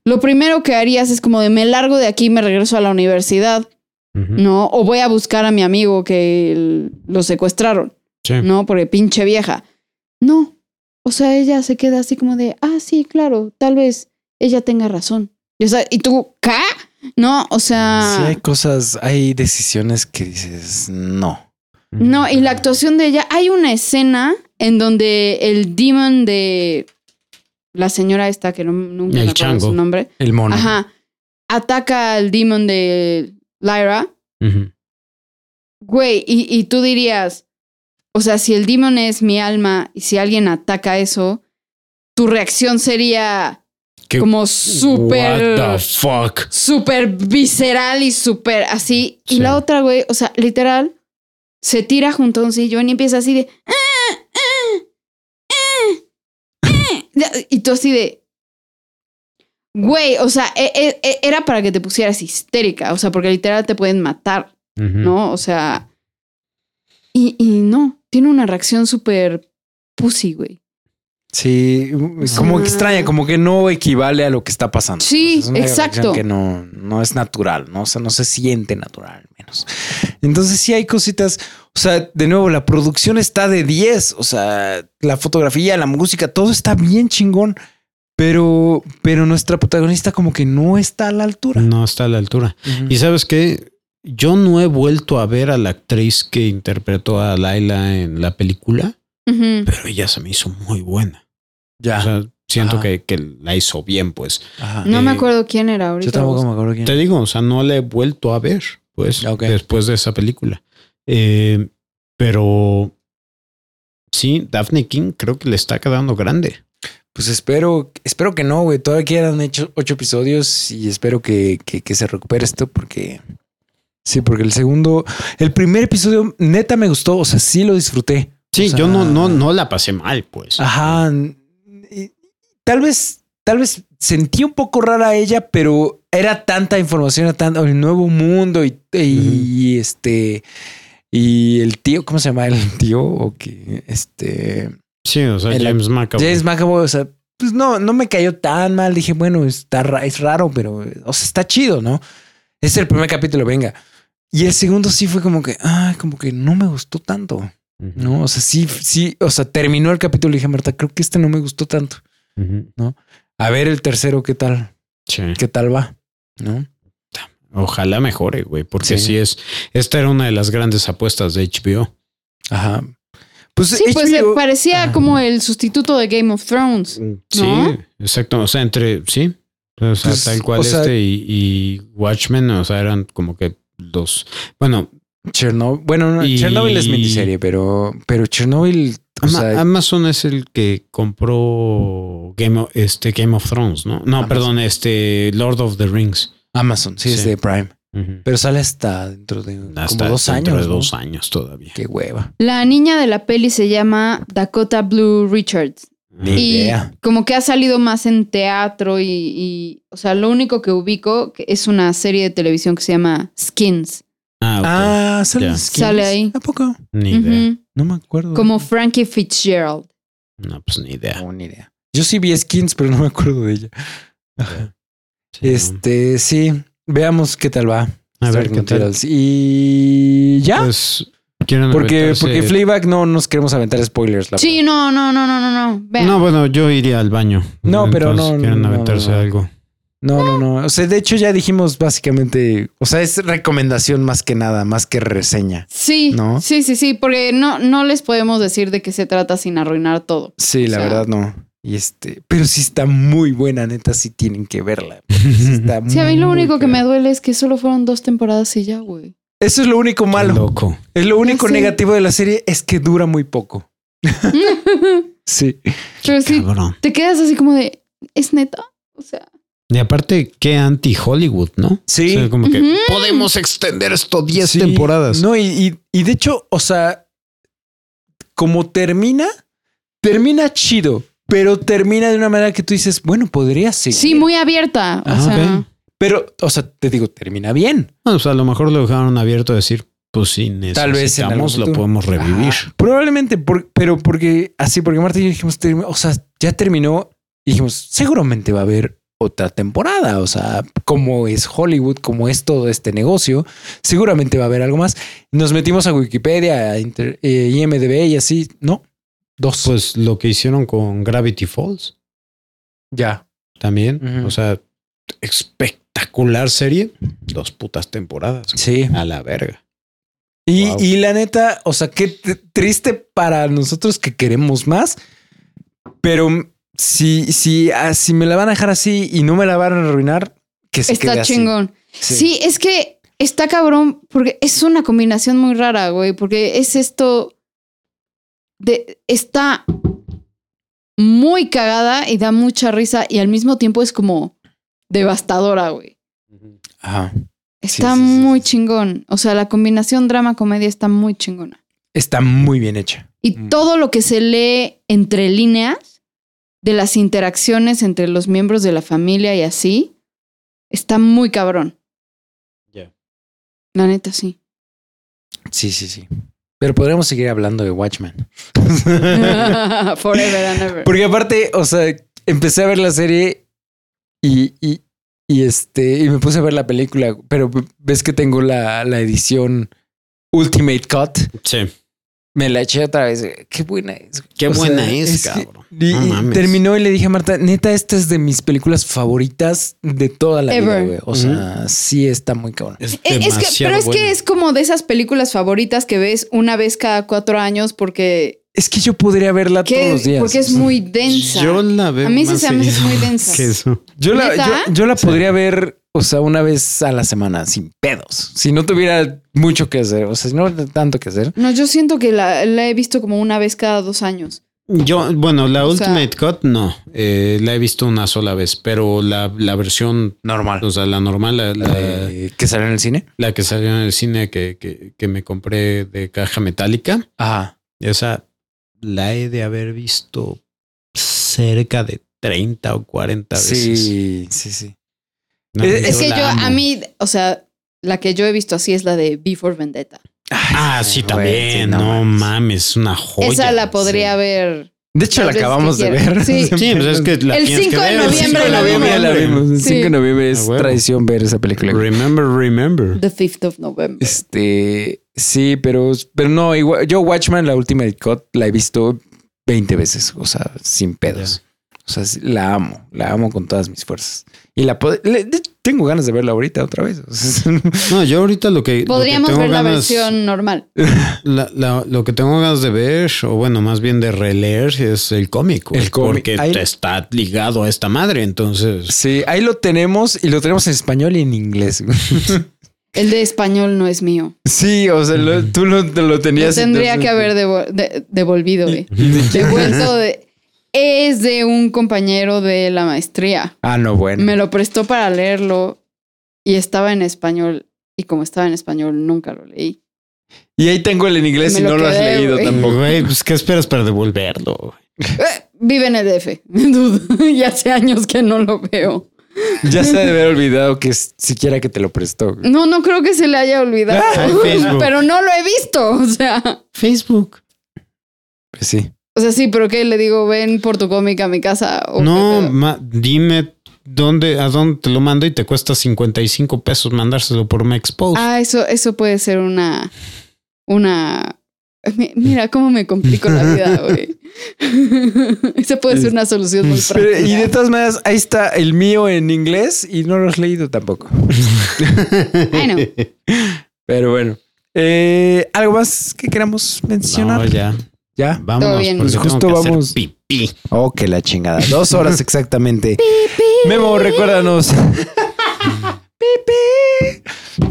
[SPEAKER 3] lo primero que harías es como de me largo de aquí y me regreso a la universidad,
[SPEAKER 1] Ujú.
[SPEAKER 3] ¿no? O voy a buscar a mi amigo que el- lo secuestraron,
[SPEAKER 1] Sí.
[SPEAKER 3] ¿no? Porque pinche vieja. No. O sea, ella se queda así como de, ah, sí, claro, tal vez ella tenga razón. Y, o sea, ¿y tú, ¿qué? No, o sea.
[SPEAKER 2] Sí, hay cosas, hay decisiones que dices no.
[SPEAKER 3] No, y
[SPEAKER 1] Mm.
[SPEAKER 3] la actuación de ella. Hay una escena en donde el demon de la señora esta, que no, nunca
[SPEAKER 1] El
[SPEAKER 3] me acuerdo
[SPEAKER 1] chango.
[SPEAKER 3] su nombre,
[SPEAKER 2] El mono.
[SPEAKER 3] ajá, ataca al demon de Lyra.
[SPEAKER 1] Ujú.
[SPEAKER 3] Güey, y, y tú dirías, o sea, si el demon es mi alma y si alguien ataca eso, tu reacción sería
[SPEAKER 1] ¿Qué-
[SPEAKER 3] como súper.
[SPEAKER 1] What the fuck?
[SPEAKER 3] súper visceral y súper así. Y
[SPEAKER 1] Sí.
[SPEAKER 3] la otra, güey, o sea, literal, se tira junto a un sillón y empieza así de. "Ah, ah, ah, ah". Y tú así de. Güey, o sea, e- e- e- era para que te pusieras histérica, o sea, porque literal te pueden matar,
[SPEAKER 1] Ujú.
[SPEAKER 3] ¿no? O sea. Y, y no, tiene una reacción súper pussy, güey.
[SPEAKER 2] Sí, como que extraña, como que no equivale a lo que está pasando.
[SPEAKER 3] Ah. Sí,
[SPEAKER 2] es una
[SPEAKER 3] exacto.
[SPEAKER 2] reacción Que no, no es natural, ¿no? O sea, no se siente natural, al menos. Entonces sí hay cositas, o sea, de nuevo, la producción está de 10, o sea, la fotografía, la música, todo está bien chingón, pero, pero nuestra protagonista como que no está a la altura.
[SPEAKER 1] No está a la altura. Y sabes qué? Yo no he vuelto a ver a la actriz que interpretó a Laila en la película,
[SPEAKER 3] Ujú.
[SPEAKER 1] pero ella se me hizo muy buena.
[SPEAKER 2] Ya.
[SPEAKER 1] O sea, siento
[SPEAKER 2] Ajá.
[SPEAKER 1] que, que la hizo bien, pues.
[SPEAKER 2] Ajá.
[SPEAKER 3] No me
[SPEAKER 1] eh,
[SPEAKER 3] acuerdo quién era ahorita.
[SPEAKER 2] Yo tampoco me acuerdo quién.
[SPEAKER 1] Te digo, o sea, no la he vuelto a ver, pues,
[SPEAKER 2] Ok.
[SPEAKER 1] después de esa película. Eh, pero sí, Daphne King creo que le está quedando grande.
[SPEAKER 2] Pues espero, espero que no, güey. Todavía quedan hecho ocho episodios y espero que, que- que se recupere esto porque. Sí, porque el segundo. El primer episodio, neta, me gustó. O sea, sí lo disfruté.
[SPEAKER 1] Sí,
[SPEAKER 2] O sea-
[SPEAKER 1] yo no, no, no la pasé mal, pues.
[SPEAKER 2] Ajá. Y Tal vez, tal vez sentí un poco rara a ella, pero era tanta información, era tanto el nuevo mundo y, y- y este. Y el tío, ¿cómo se llama el tío? O que este.
[SPEAKER 1] Sí, o sea,
[SPEAKER 2] El-
[SPEAKER 1] James McAvoy.
[SPEAKER 2] James McAvoy, o sea, pues no, no me cayó tan mal. Dije, bueno, está ra- es raro, pero, o sea, está chido, ¿no? Este es el primer capítulo, venga. Y el segundo sí fue como que, ah, como que no me gustó tanto,
[SPEAKER 1] Ujú,
[SPEAKER 2] ¿no? O sea, sí, sí, o sea, terminó el capítulo y dije, Marta, creo que este no me gustó tanto.
[SPEAKER 1] ujú.
[SPEAKER 2] A ver el tercero, ¿qué tal?
[SPEAKER 1] Sí.
[SPEAKER 2] ¿Qué tal va? ¿No?
[SPEAKER 1] Ojalá mejore, güey, porque
[SPEAKER 2] Sí.
[SPEAKER 1] sí. es. Esta era una de las grandes apuestas de HBO.
[SPEAKER 2] Ajá. Pues,
[SPEAKER 3] Sí, pues
[SPEAKER 2] HBO
[SPEAKER 3] eh, parecía
[SPEAKER 2] Ajá.
[SPEAKER 3] como el sustituto de Game of Thrones.
[SPEAKER 2] Mm.
[SPEAKER 1] Sí, exacto. O sea, entre. Sí. O sea,
[SPEAKER 2] Pues,
[SPEAKER 1] tal cual
[SPEAKER 2] o sea-
[SPEAKER 1] este y, y Watchmen, o sea, eran como que los. Bueno,
[SPEAKER 2] Chernobyl. Bueno, no,
[SPEAKER 1] Y-
[SPEAKER 2] Chernobyl es miniserie, pero, pero Chernobyl, o
[SPEAKER 1] Ama-
[SPEAKER 2] sea,
[SPEAKER 1] Amazon es el que compró Game of, este Game of Thrones, ¿no? No,
[SPEAKER 2] Amazon.
[SPEAKER 1] perdón, este Lord of the Rings.
[SPEAKER 2] Amazon, sí, es
[SPEAKER 1] Sí.
[SPEAKER 2] de Prime.
[SPEAKER 1] Ujú.
[SPEAKER 2] Pero sale hasta dentro de
[SPEAKER 1] Hasta
[SPEAKER 2] como dos
[SPEAKER 1] dentro
[SPEAKER 2] años.
[SPEAKER 1] de
[SPEAKER 2] ¿no?
[SPEAKER 1] dos años todavía.
[SPEAKER 2] Qué hueva.
[SPEAKER 3] La niña de la peli se llama Dakota Blue Richards.
[SPEAKER 2] Ni
[SPEAKER 3] Y
[SPEAKER 2] idea.
[SPEAKER 3] como que ha salido más en teatro y, y, o sea, lo único que ubico que es una serie de televisión que se llama Skins.
[SPEAKER 1] Ah, ok.
[SPEAKER 2] Ah, sale,
[SPEAKER 1] Ya.
[SPEAKER 2] Skins.
[SPEAKER 3] Sale ahí.
[SPEAKER 2] ¿A poco?
[SPEAKER 1] Ni idea.
[SPEAKER 3] Ujú.
[SPEAKER 2] No me acuerdo.
[SPEAKER 3] Como Frankie Fitzgerald.
[SPEAKER 1] No, pues ni idea.
[SPEAKER 2] No, ni idea. Yo sí vi Skins, pero no me acuerdo de ella.
[SPEAKER 1] Sí, no.
[SPEAKER 2] Este, sí. Veamos qué tal va.
[SPEAKER 1] A ver qué
[SPEAKER 2] Stark
[SPEAKER 1] tal.
[SPEAKER 2] Materials. Y ya.
[SPEAKER 1] Pues, ¿quieren
[SPEAKER 2] porque,
[SPEAKER 1] aventarse-
[SPEAKER 2] porque Fleabag no nos queremos aventar spoilers. La
[SPEAKER 3] Sí, no, no, no, no, no, no. Vean.
[SPEAKER 1] No, bueno, yo iría al baño.
[SPEAKER 2] No, pero
[SPEAKER 1] Entonces,
[SPEAKER 2] no,
[SPEAKER 1] ¿Quieren
[SPEAKER 2] no,
[SPEAKER 1] aventarse
[SPEAKER 2] no, no.
[SPEAKER 1] algo?
[SPEAKER 2] No, no, no. O sea, de hecho ya dijimos básicamente, o sea, es recomendación más que nada, más que reseña.
[SPEAKER 3] Sí,
[SPEAKER 2] ¿No?
[SPEAKER 3] sí, sí, sí, porque no, no les podemos decir de qué se trata sin arruinar todo.
[SPEAKER 2] Sí, la
[SPEAKER 3] O sea-
[SPEAKER 2] verdad no. Y este, pero sí está muy buena, neta, sí tienen que verla. Sí, está
[SPEAKER 3] Sí, a mí lo
[SPEAKER 2] Mm, muy
[SPEAKER 3] único que
[SPEAKER 2] buena.
[SPEAKER 3] me duele es que solo fueron dos temporadas y ya, güey.
[SPEAKER 2] Eso es lo único malo.
[SPEAKER 1] Loco.
[SPEAKER 2] Es lo único
[SPEAKER 3] sé.
[SPEAKER 2] negativo de la serie es que dura muy poco. Sí.
[SPEAKER 3] Pero sí,
[SPEAKER 1] Cabrón.
[SPEAKER 3] te quedas así como de, ¿es neta? O sea,
[SPEAKER 1] Y aparte, qué anti-Hollywood, ¿no?
[SPEAKER 2] Sí.
[SPEAKER 1] O sea, como que
[SPEAKER 3] Ujú.
[SPEAKER 1] podemos extender esto 10
[SPEAKER 2] Sí.
[SPEAKER 1] temporadas.
[SPEAKER 2] No, y, y- y de hecho, o sea, como termina, termina chido, pero termina de una manera que tú dices, bueno, podría seguir.
[SPEAKER 3] sí, muy abierta. O
[SPEAKER 1] Ah,
[SPEAKER 3] sea,
[SPEAKER 1] ok.
[SPEAKER 2] Pero, o sea, te digo, termina bien.
[SPEAKER 1] O sea, a lo mejor lo dejaron abierto a decir, pues sí, necesitamos,
[SPEAKER 2] Tal vez en algún
[SPEAKER 1] lo
[SPEAKER 2] futuro.
[SPEAKER 1] podemos revivir.
[SPEAKER 2] Ajá. Probablemente, por- pero porque así, porque Marta y yo dijimos, "Termi- o sea, ya terminó y dijimos, seguramente va a haber otra temporada. O sea, como es Hollywood, como es todo este negocio, seguramente va a haber algo más. Nos metimos a Wikipedia, a Inter- eh, IMDB y así, ¿no? Dos.
[SPEAKER 1] Pues lo que hicieron con Gravity Falls
[SPEAKER 2] ya.
[SPEAKER 1] también.
[SPEAKER 2] Ujú.
[SPEAKER 1] O sea, espectacular serie. Dos putas temporadas.
[SPEAKER 2] Sí.
[SPEAKER 1] A la verga.
[SPEAKER 2] Y,
[SPEAKER 1] Wow.
[SPEAKER 2] y la neta, o sea, qué t- triste para nosotros que queremos más, pero si, si, ah, si me la van a dejar así y no me la van a arruinar, que se quede
[SPEAKER 3] está
[SPEAKER 2] así.
[SPEAKER 3] chingón. Sí. es que está cabrón porque es una combinación muy rara, güey, porque es esto de está muy cagada y da mucha risa y al mismo tiempo es como devastadora, güey.
[SPEAKER 2] Ajá.
[SPEAKER 3] Está
[SPEAKER 2] sí, sí,
[SPEAKER 3] muy
[SPEAKER 2] sí, sí.
[SPEAKER 3] chingón, o sea, la combinación drama comedia está muy chingona.
[SPEAKER 2] Está muy bien hecha.
[SPEAKER 3] Y
[SPEAKER 2] Mm.
[SPEAKER 3] todo lo que se lee entre líneas de las interacciones entre los miembros de la familia y así está muy cabrón.
[SPEAKER 1] Ya.
[SPEAKER 3] La neta sí.
[SPEAKER 2] Sí, sí, sí. Pero podremos seguir hablando de Watchmen.
[SPEAKER 3] Forever and ever.
[SPEAKER 2] Porque aparte, o sea, empecé a ver la serie y, y, y este, y me puse a ver la película,
[SPEAKER 3] Eh,
[SPEAKER 2] pero ves que tengo la, la edición Ultimate Cut.
[SPEAKER 1] Sí.
[SPEAKER 2] Me la eché otra vez. güey. Qué buena es. güey.
[SPEAKER 1] Qué
[SPEAKER 2] O
[SPEAKER 1] buena
[SPEAKER 2] sea,
[SPEAKER 1] es,
[SPEAKER 2] que-
[SPEAKER 1] cabrón.
[SPEAKER 2] y-
[SPEAKER 1] No
[SPEAKER 2] y
[SPEAKER 1] mames.
[SPEAKER 2] terminó y le dije a Marta, neta, esta es de mis películas favoritas de toda la vida,
[SPEAKER 3] Ever.
[SPEAKER 2] güey. O sea, sí está muy cabrón.
[SPEAKER 1] Es
[SPEAKER 3] Eh, Es que,
[SPEAKER 1] demasiado
[SPEAKER 3] pero es
[SPEAKER 1] buena.
[SPEAKER 3] que es como de esas películas favoritas que ves una vez cada cuatro años porque,
[SPEAKER 2] Es que yo podría verla
[SPEAKER 3] que-
[SPEAKER 2] todos los días.
[SPEAKER 3] porque es muy densa.
[SPEAKER 1] Yo la veo.
[SPEAKER 3] A mí sí
[SPEAKER 1] más
[SPEAKER 3] se me hace
[SPEAKER 1] seguido
[SPEAKER 3] muy densa.
[SPEAKER 1] que eso.
[SPEAKER 2] Yo la,
[SPEAKER 3] ¿Neta?
[SPEAKER 2] yo, yo la podría ver, o sea, una vez a la semana, sin pedos. Si no tuviera mucho que hacer, o sea, si no tanto que hacer.
[SPEAKER 3] No, yo siento que la, la he visto como una vez cada dos años.
[SPEAKER 1] Yo, bueno, la
[SPEAKER 3] O sea-
[SPEAKER 1] Ultimate Cut no. Eh, la he visto una sola vez, pero la, la versión,
[SPEAKER 2] Normal.
[SPEAKER 1] o sea, la normal, la, la-
[SPEAKER 2] eh, ¿Que sale en el cine?
[SPEAKER 1] la que salió en el cine que, que, que me compré de caja metálica,
[SPEAKER 2] Ajá.
[SPEAKER 1] esa la he de haber visto cerca de 30 o 40 veces.
[SPEAKER 2] Sí, sí, sí.
[SPEAKER 1] No,
[SPEAKER 2] Es-
[SPEAKER 3] es que yo,
[SPEAKER 1] la amo.
[SPEAKER 3] a mí, o sea, la que yo he visto así es la de Before Vendetta.
[SPEAKER 1] Ah, sí,
[SPEAKER 2] Güey,
[SPEAKER 1] también.
[SPEAKER 2] sí, no
[SPEAKER 1] no
[SPEAKER 2] mames.
[SPEAKER 1] mames. es una joya.
[SPEAKER 3] Esa la podría ver.
[SPEAKER 2] De hecho,
[SPEAKER 3] Tal
[SPEAKER 2] la
[SPEAKER 3] vez
[SPEAKER 2] acabamos
[SPEAKER 3] que
[SPEAKER 2] de
[SPEAKER 3] quiera.
[SPEAKER 2] ver.
[SPEAKER 3] Sí.
[SPEAKER 1] Sí, pues es que la
[SPEAKER 3] El
[SPEAKER 1] tienes que
[SPEAKER 3] 5 de
[SPEAKER 1] ver, el
[SPEAKER 3] noviembre
[SPEAKER 1] 5 de
[SPEAKER 3] la
[SPEAKER 1] noviembre
[SPEAKER 3] vimos.
[SPEAKER 2] la vimos. El 5 de noviembre es
[SPEAKER 1] A Ah, huevo.
[SPEAKER 2] tradición ver esa película.
[SPEAKER 1] Remember, remember.
[SPEAKER 3] The 5th of November.
[SPEAKER 2] Este, sí, pero, pero no, igual, yo Watchman, la Ultimate Cut, la he visto 20 veces, o sea, sin pedos. O sea, sí, la amo, la amo con todas mis fuerzas. Y la pod- le- de- tengo ganas de verla ahorita otra vez. o sea,
[SPEAKER 1] No, yo ahorita lo que. lo que
[SPEAKER 3] Podríamos
[SPEAKER 1] tengo
[SPEAKER 3] ver la
[SPEAKER 1] ganas-
[SPEAKER 3] versión normal.
[SPEAKER 1] la- la- lo que tengo ganas de ver, o bueno, más bien de releer, es el cómic. güey,
[SPEAKER 2] El cómic.
[SPEAKER 1] Porque
[SPEAKER 2] Ahí-
[SPEAKER 1] te está ligado a esta madre. Entonces,
[SPEAKER 2] sí, ahí lo tenemos y lo tenemos en español y en inglés.
[SPEAKER 3] El de español no es mío.
[SPEAKER 2] Sí, o sea, lo- tú lo, te lo
[SPEAKER 3] Lo
[SPEAKER 2] tenías.
[SPEAKER 3] tendría
[SPEAKER 2] entonces-
[SPEAKER 3] que haber devo- de- devolvido, eh. Devuelto de- Es de un compañero de la maestría.
[SPEAKER 2] Ah, no, bueno.
[SPEAKER 3] Me lo prestó para leerlo y estaba en español. Y como estaba en español, nunca lo leí.
[SPEAKER 2] Y ahí tengo el en inglés
[SPEAKER 3] Me
[SPEAKER 2] y
[SPEAKER 3] lo
[SPEAKER 2] no lo has
[SPEAKER 3] quedé,
[SPEAKER 2] leído
[SPEAKER 3] güey.
[SPEAKER 2] tampoco.
[SPEAKER 1] güey, pues, ¿qué esperas para devolverlo? güey?
[SPEAKER 3] Eh, vive en el DF. Dude, y hace años que no lo veo.
[SPEAKER 2] Ya se debe haber olvidado que s- siquiera que te lo prestó. güey.
[SPEAKER 3] No, no creo que se le haya olvidado.
[SPEAKER 2] Ah,
[SPEAKER 1] Ay, Facebook.
[SPEAKER 3] pero no lo he visto. O sea.
[SPEAKER 1] Facebook.
[SPEAKER 3] Mm.
[SPEAKER 2] Pues sí.
[SPEAKER 3] O sea, sí, pero ¿qué? Le digo, ven por tu cómic a mi casa. o qué
[SPEAKER 1] No,
[SPEAKER 3] pedo.
[SPEAKER 1] ma- dime dónde, a dónde te lo mando y te cuesta 55 pesos mandárselo por Mexpost.
[SPEAKER 3] Ah, eso, eso puede ser una. Una. mi- Mira cómo me complico la vida, güey. Esa puede ser una solución muy
[SPEAKER 2] Pues, Pero- y de
[SPEAKER 3] práctica.
[SPEAKER 2] todas maneras, ahí está el mío en inglés y no lo has leído tampoco.
[SPEAKER 3] Bueno,
[SPEAKER 2] Pero bueno. Eh, ¿Algo más que queramos mencionar?
[SPEAKER 1] No, ya.
[SPEAKER 2] ¿Ya?
[SPEAKER 1] Vámonos,
[SPEAKER 3] bien.
[SPEAKER 1] porque
[SPEAKER 2] Pues
[SPEAKER 1] tengo
[SPEAKER 2] justo
[SPEAKER 1] que hacer
[SPEAKER 2] vamos-
[SPEAKER 1] pipí.
[SPEAKER 2] Oh, que la chingada. Dos horas exactamente. Memo, recuérdanos. Pipi.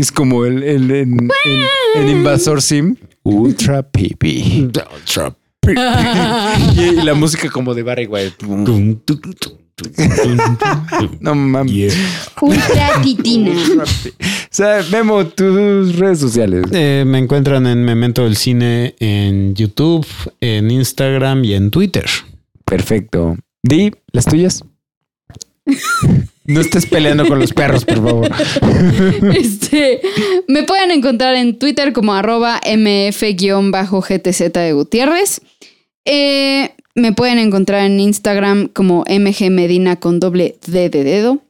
[SPEAKER 2] Es como el, el- en, en- en Invasor Sim. Ultra pipi. Y, y la música como de Barry White. No mames.
[SPEAKER 3] ultra titina.
[SPEAKER 2] O sea, Memo, tus redes sociales.
[SPEAKER 1] Eh, me encuentran en Memento del Cine en YouTube, en Instagram y en Twitter.
[SPEAKER 2] Perfecto. Di, las tuyas. No estés peleando con los perros, por favor.
[SPEAKER 3] Este, me pueden encontrar en Twitter como arroba mf-gtz de Gutiérrez. Eh, me pueden encontrar en Instagram como mgmedina con doble D de dedo.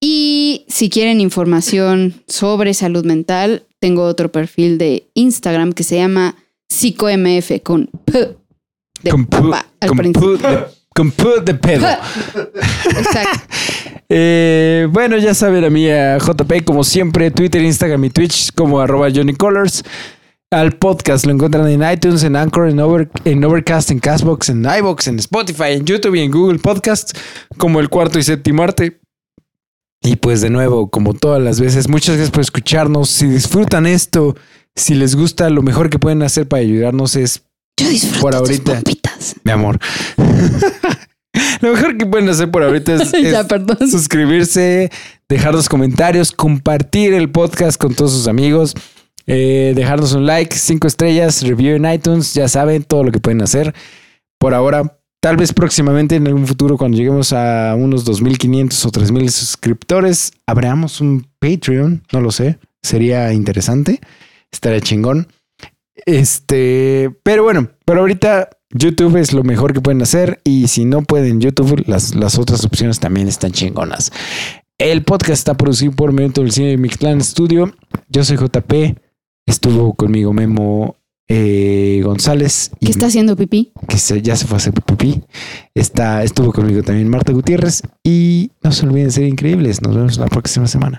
[SPEAKER 3] Y si quieren información sobre salud mental, tengo otro perfil de Instagram que se llama psicomf con p de papá al
[SPEAKER 2] con pu-
[SPEAKER 3] principio.
[SPEAKER 2] de- con pu de pedo.
[SPEAKER 3] Exacto.
[SPEAKER 2] Eh, bueno, ya saben a mí, a JP, como siempre, Twitter, Instagram y Twitch, como arroba Johnny Colors. Al podcast lo encuentran en iTunes, en Anchor, en, Over- en Overcast, en Castbox, en iBox, en Spotify, en YouTube y en Google Podcasts, como el cuarto y séptimo arte. Y pues de nuevo, como todas las veces, muchas gracias por escucharnos. Si disfrutan esto, si les gusta, lo mejor que pueden hacer para ayudarnos es
[SPEAKER 3] Yo disfruto
[SPEAKER 2] Por
[SPEAKER 3] tus
[SPEAKER 2] ahorita.
[SPEAKER 3] pompitas.
[SPEAKER 2] mi amor. Lo mejor que pueden hacer por ahorita es,
[SPEAKER 3] Ya,
[SPEAKER 2] es
[SPEAKER 3] perdón.
[SPEAKER 2] suscribirse, dejarnos comentarios, compartir el podcast con todos sus amigos, eh, dejarnos un like, cinco estrellas, review en iTunes, ya saben todo lo que pueden hacer. Por ahora, tal vez próximamente en algún futuro, cuando lleguemos a unos 2.500 o 3.000 suscriptores, abramos un Patreon, no lo sé, sería interesante, estaría chingón. Este, pero bueno, pero ahorita YouTube es lo mejor que pueden hacer y si no pueden YouTube, las, las otras opciones también están chingonas. El podcast está producido por Minuto del Cine de Mictlán Studio. Yo soy JP. Estuvo conmigo Memo eh, González. y-
[SPEAKER 3] ¿Qué está haciendo pipí?
[SPEAKER 2] que se- ya se fue a hacer pipí. Está, estuvo conmigo también Marta Gutiérrez. Y no se olviden ser increíbles. Nos vemos la próxima semana.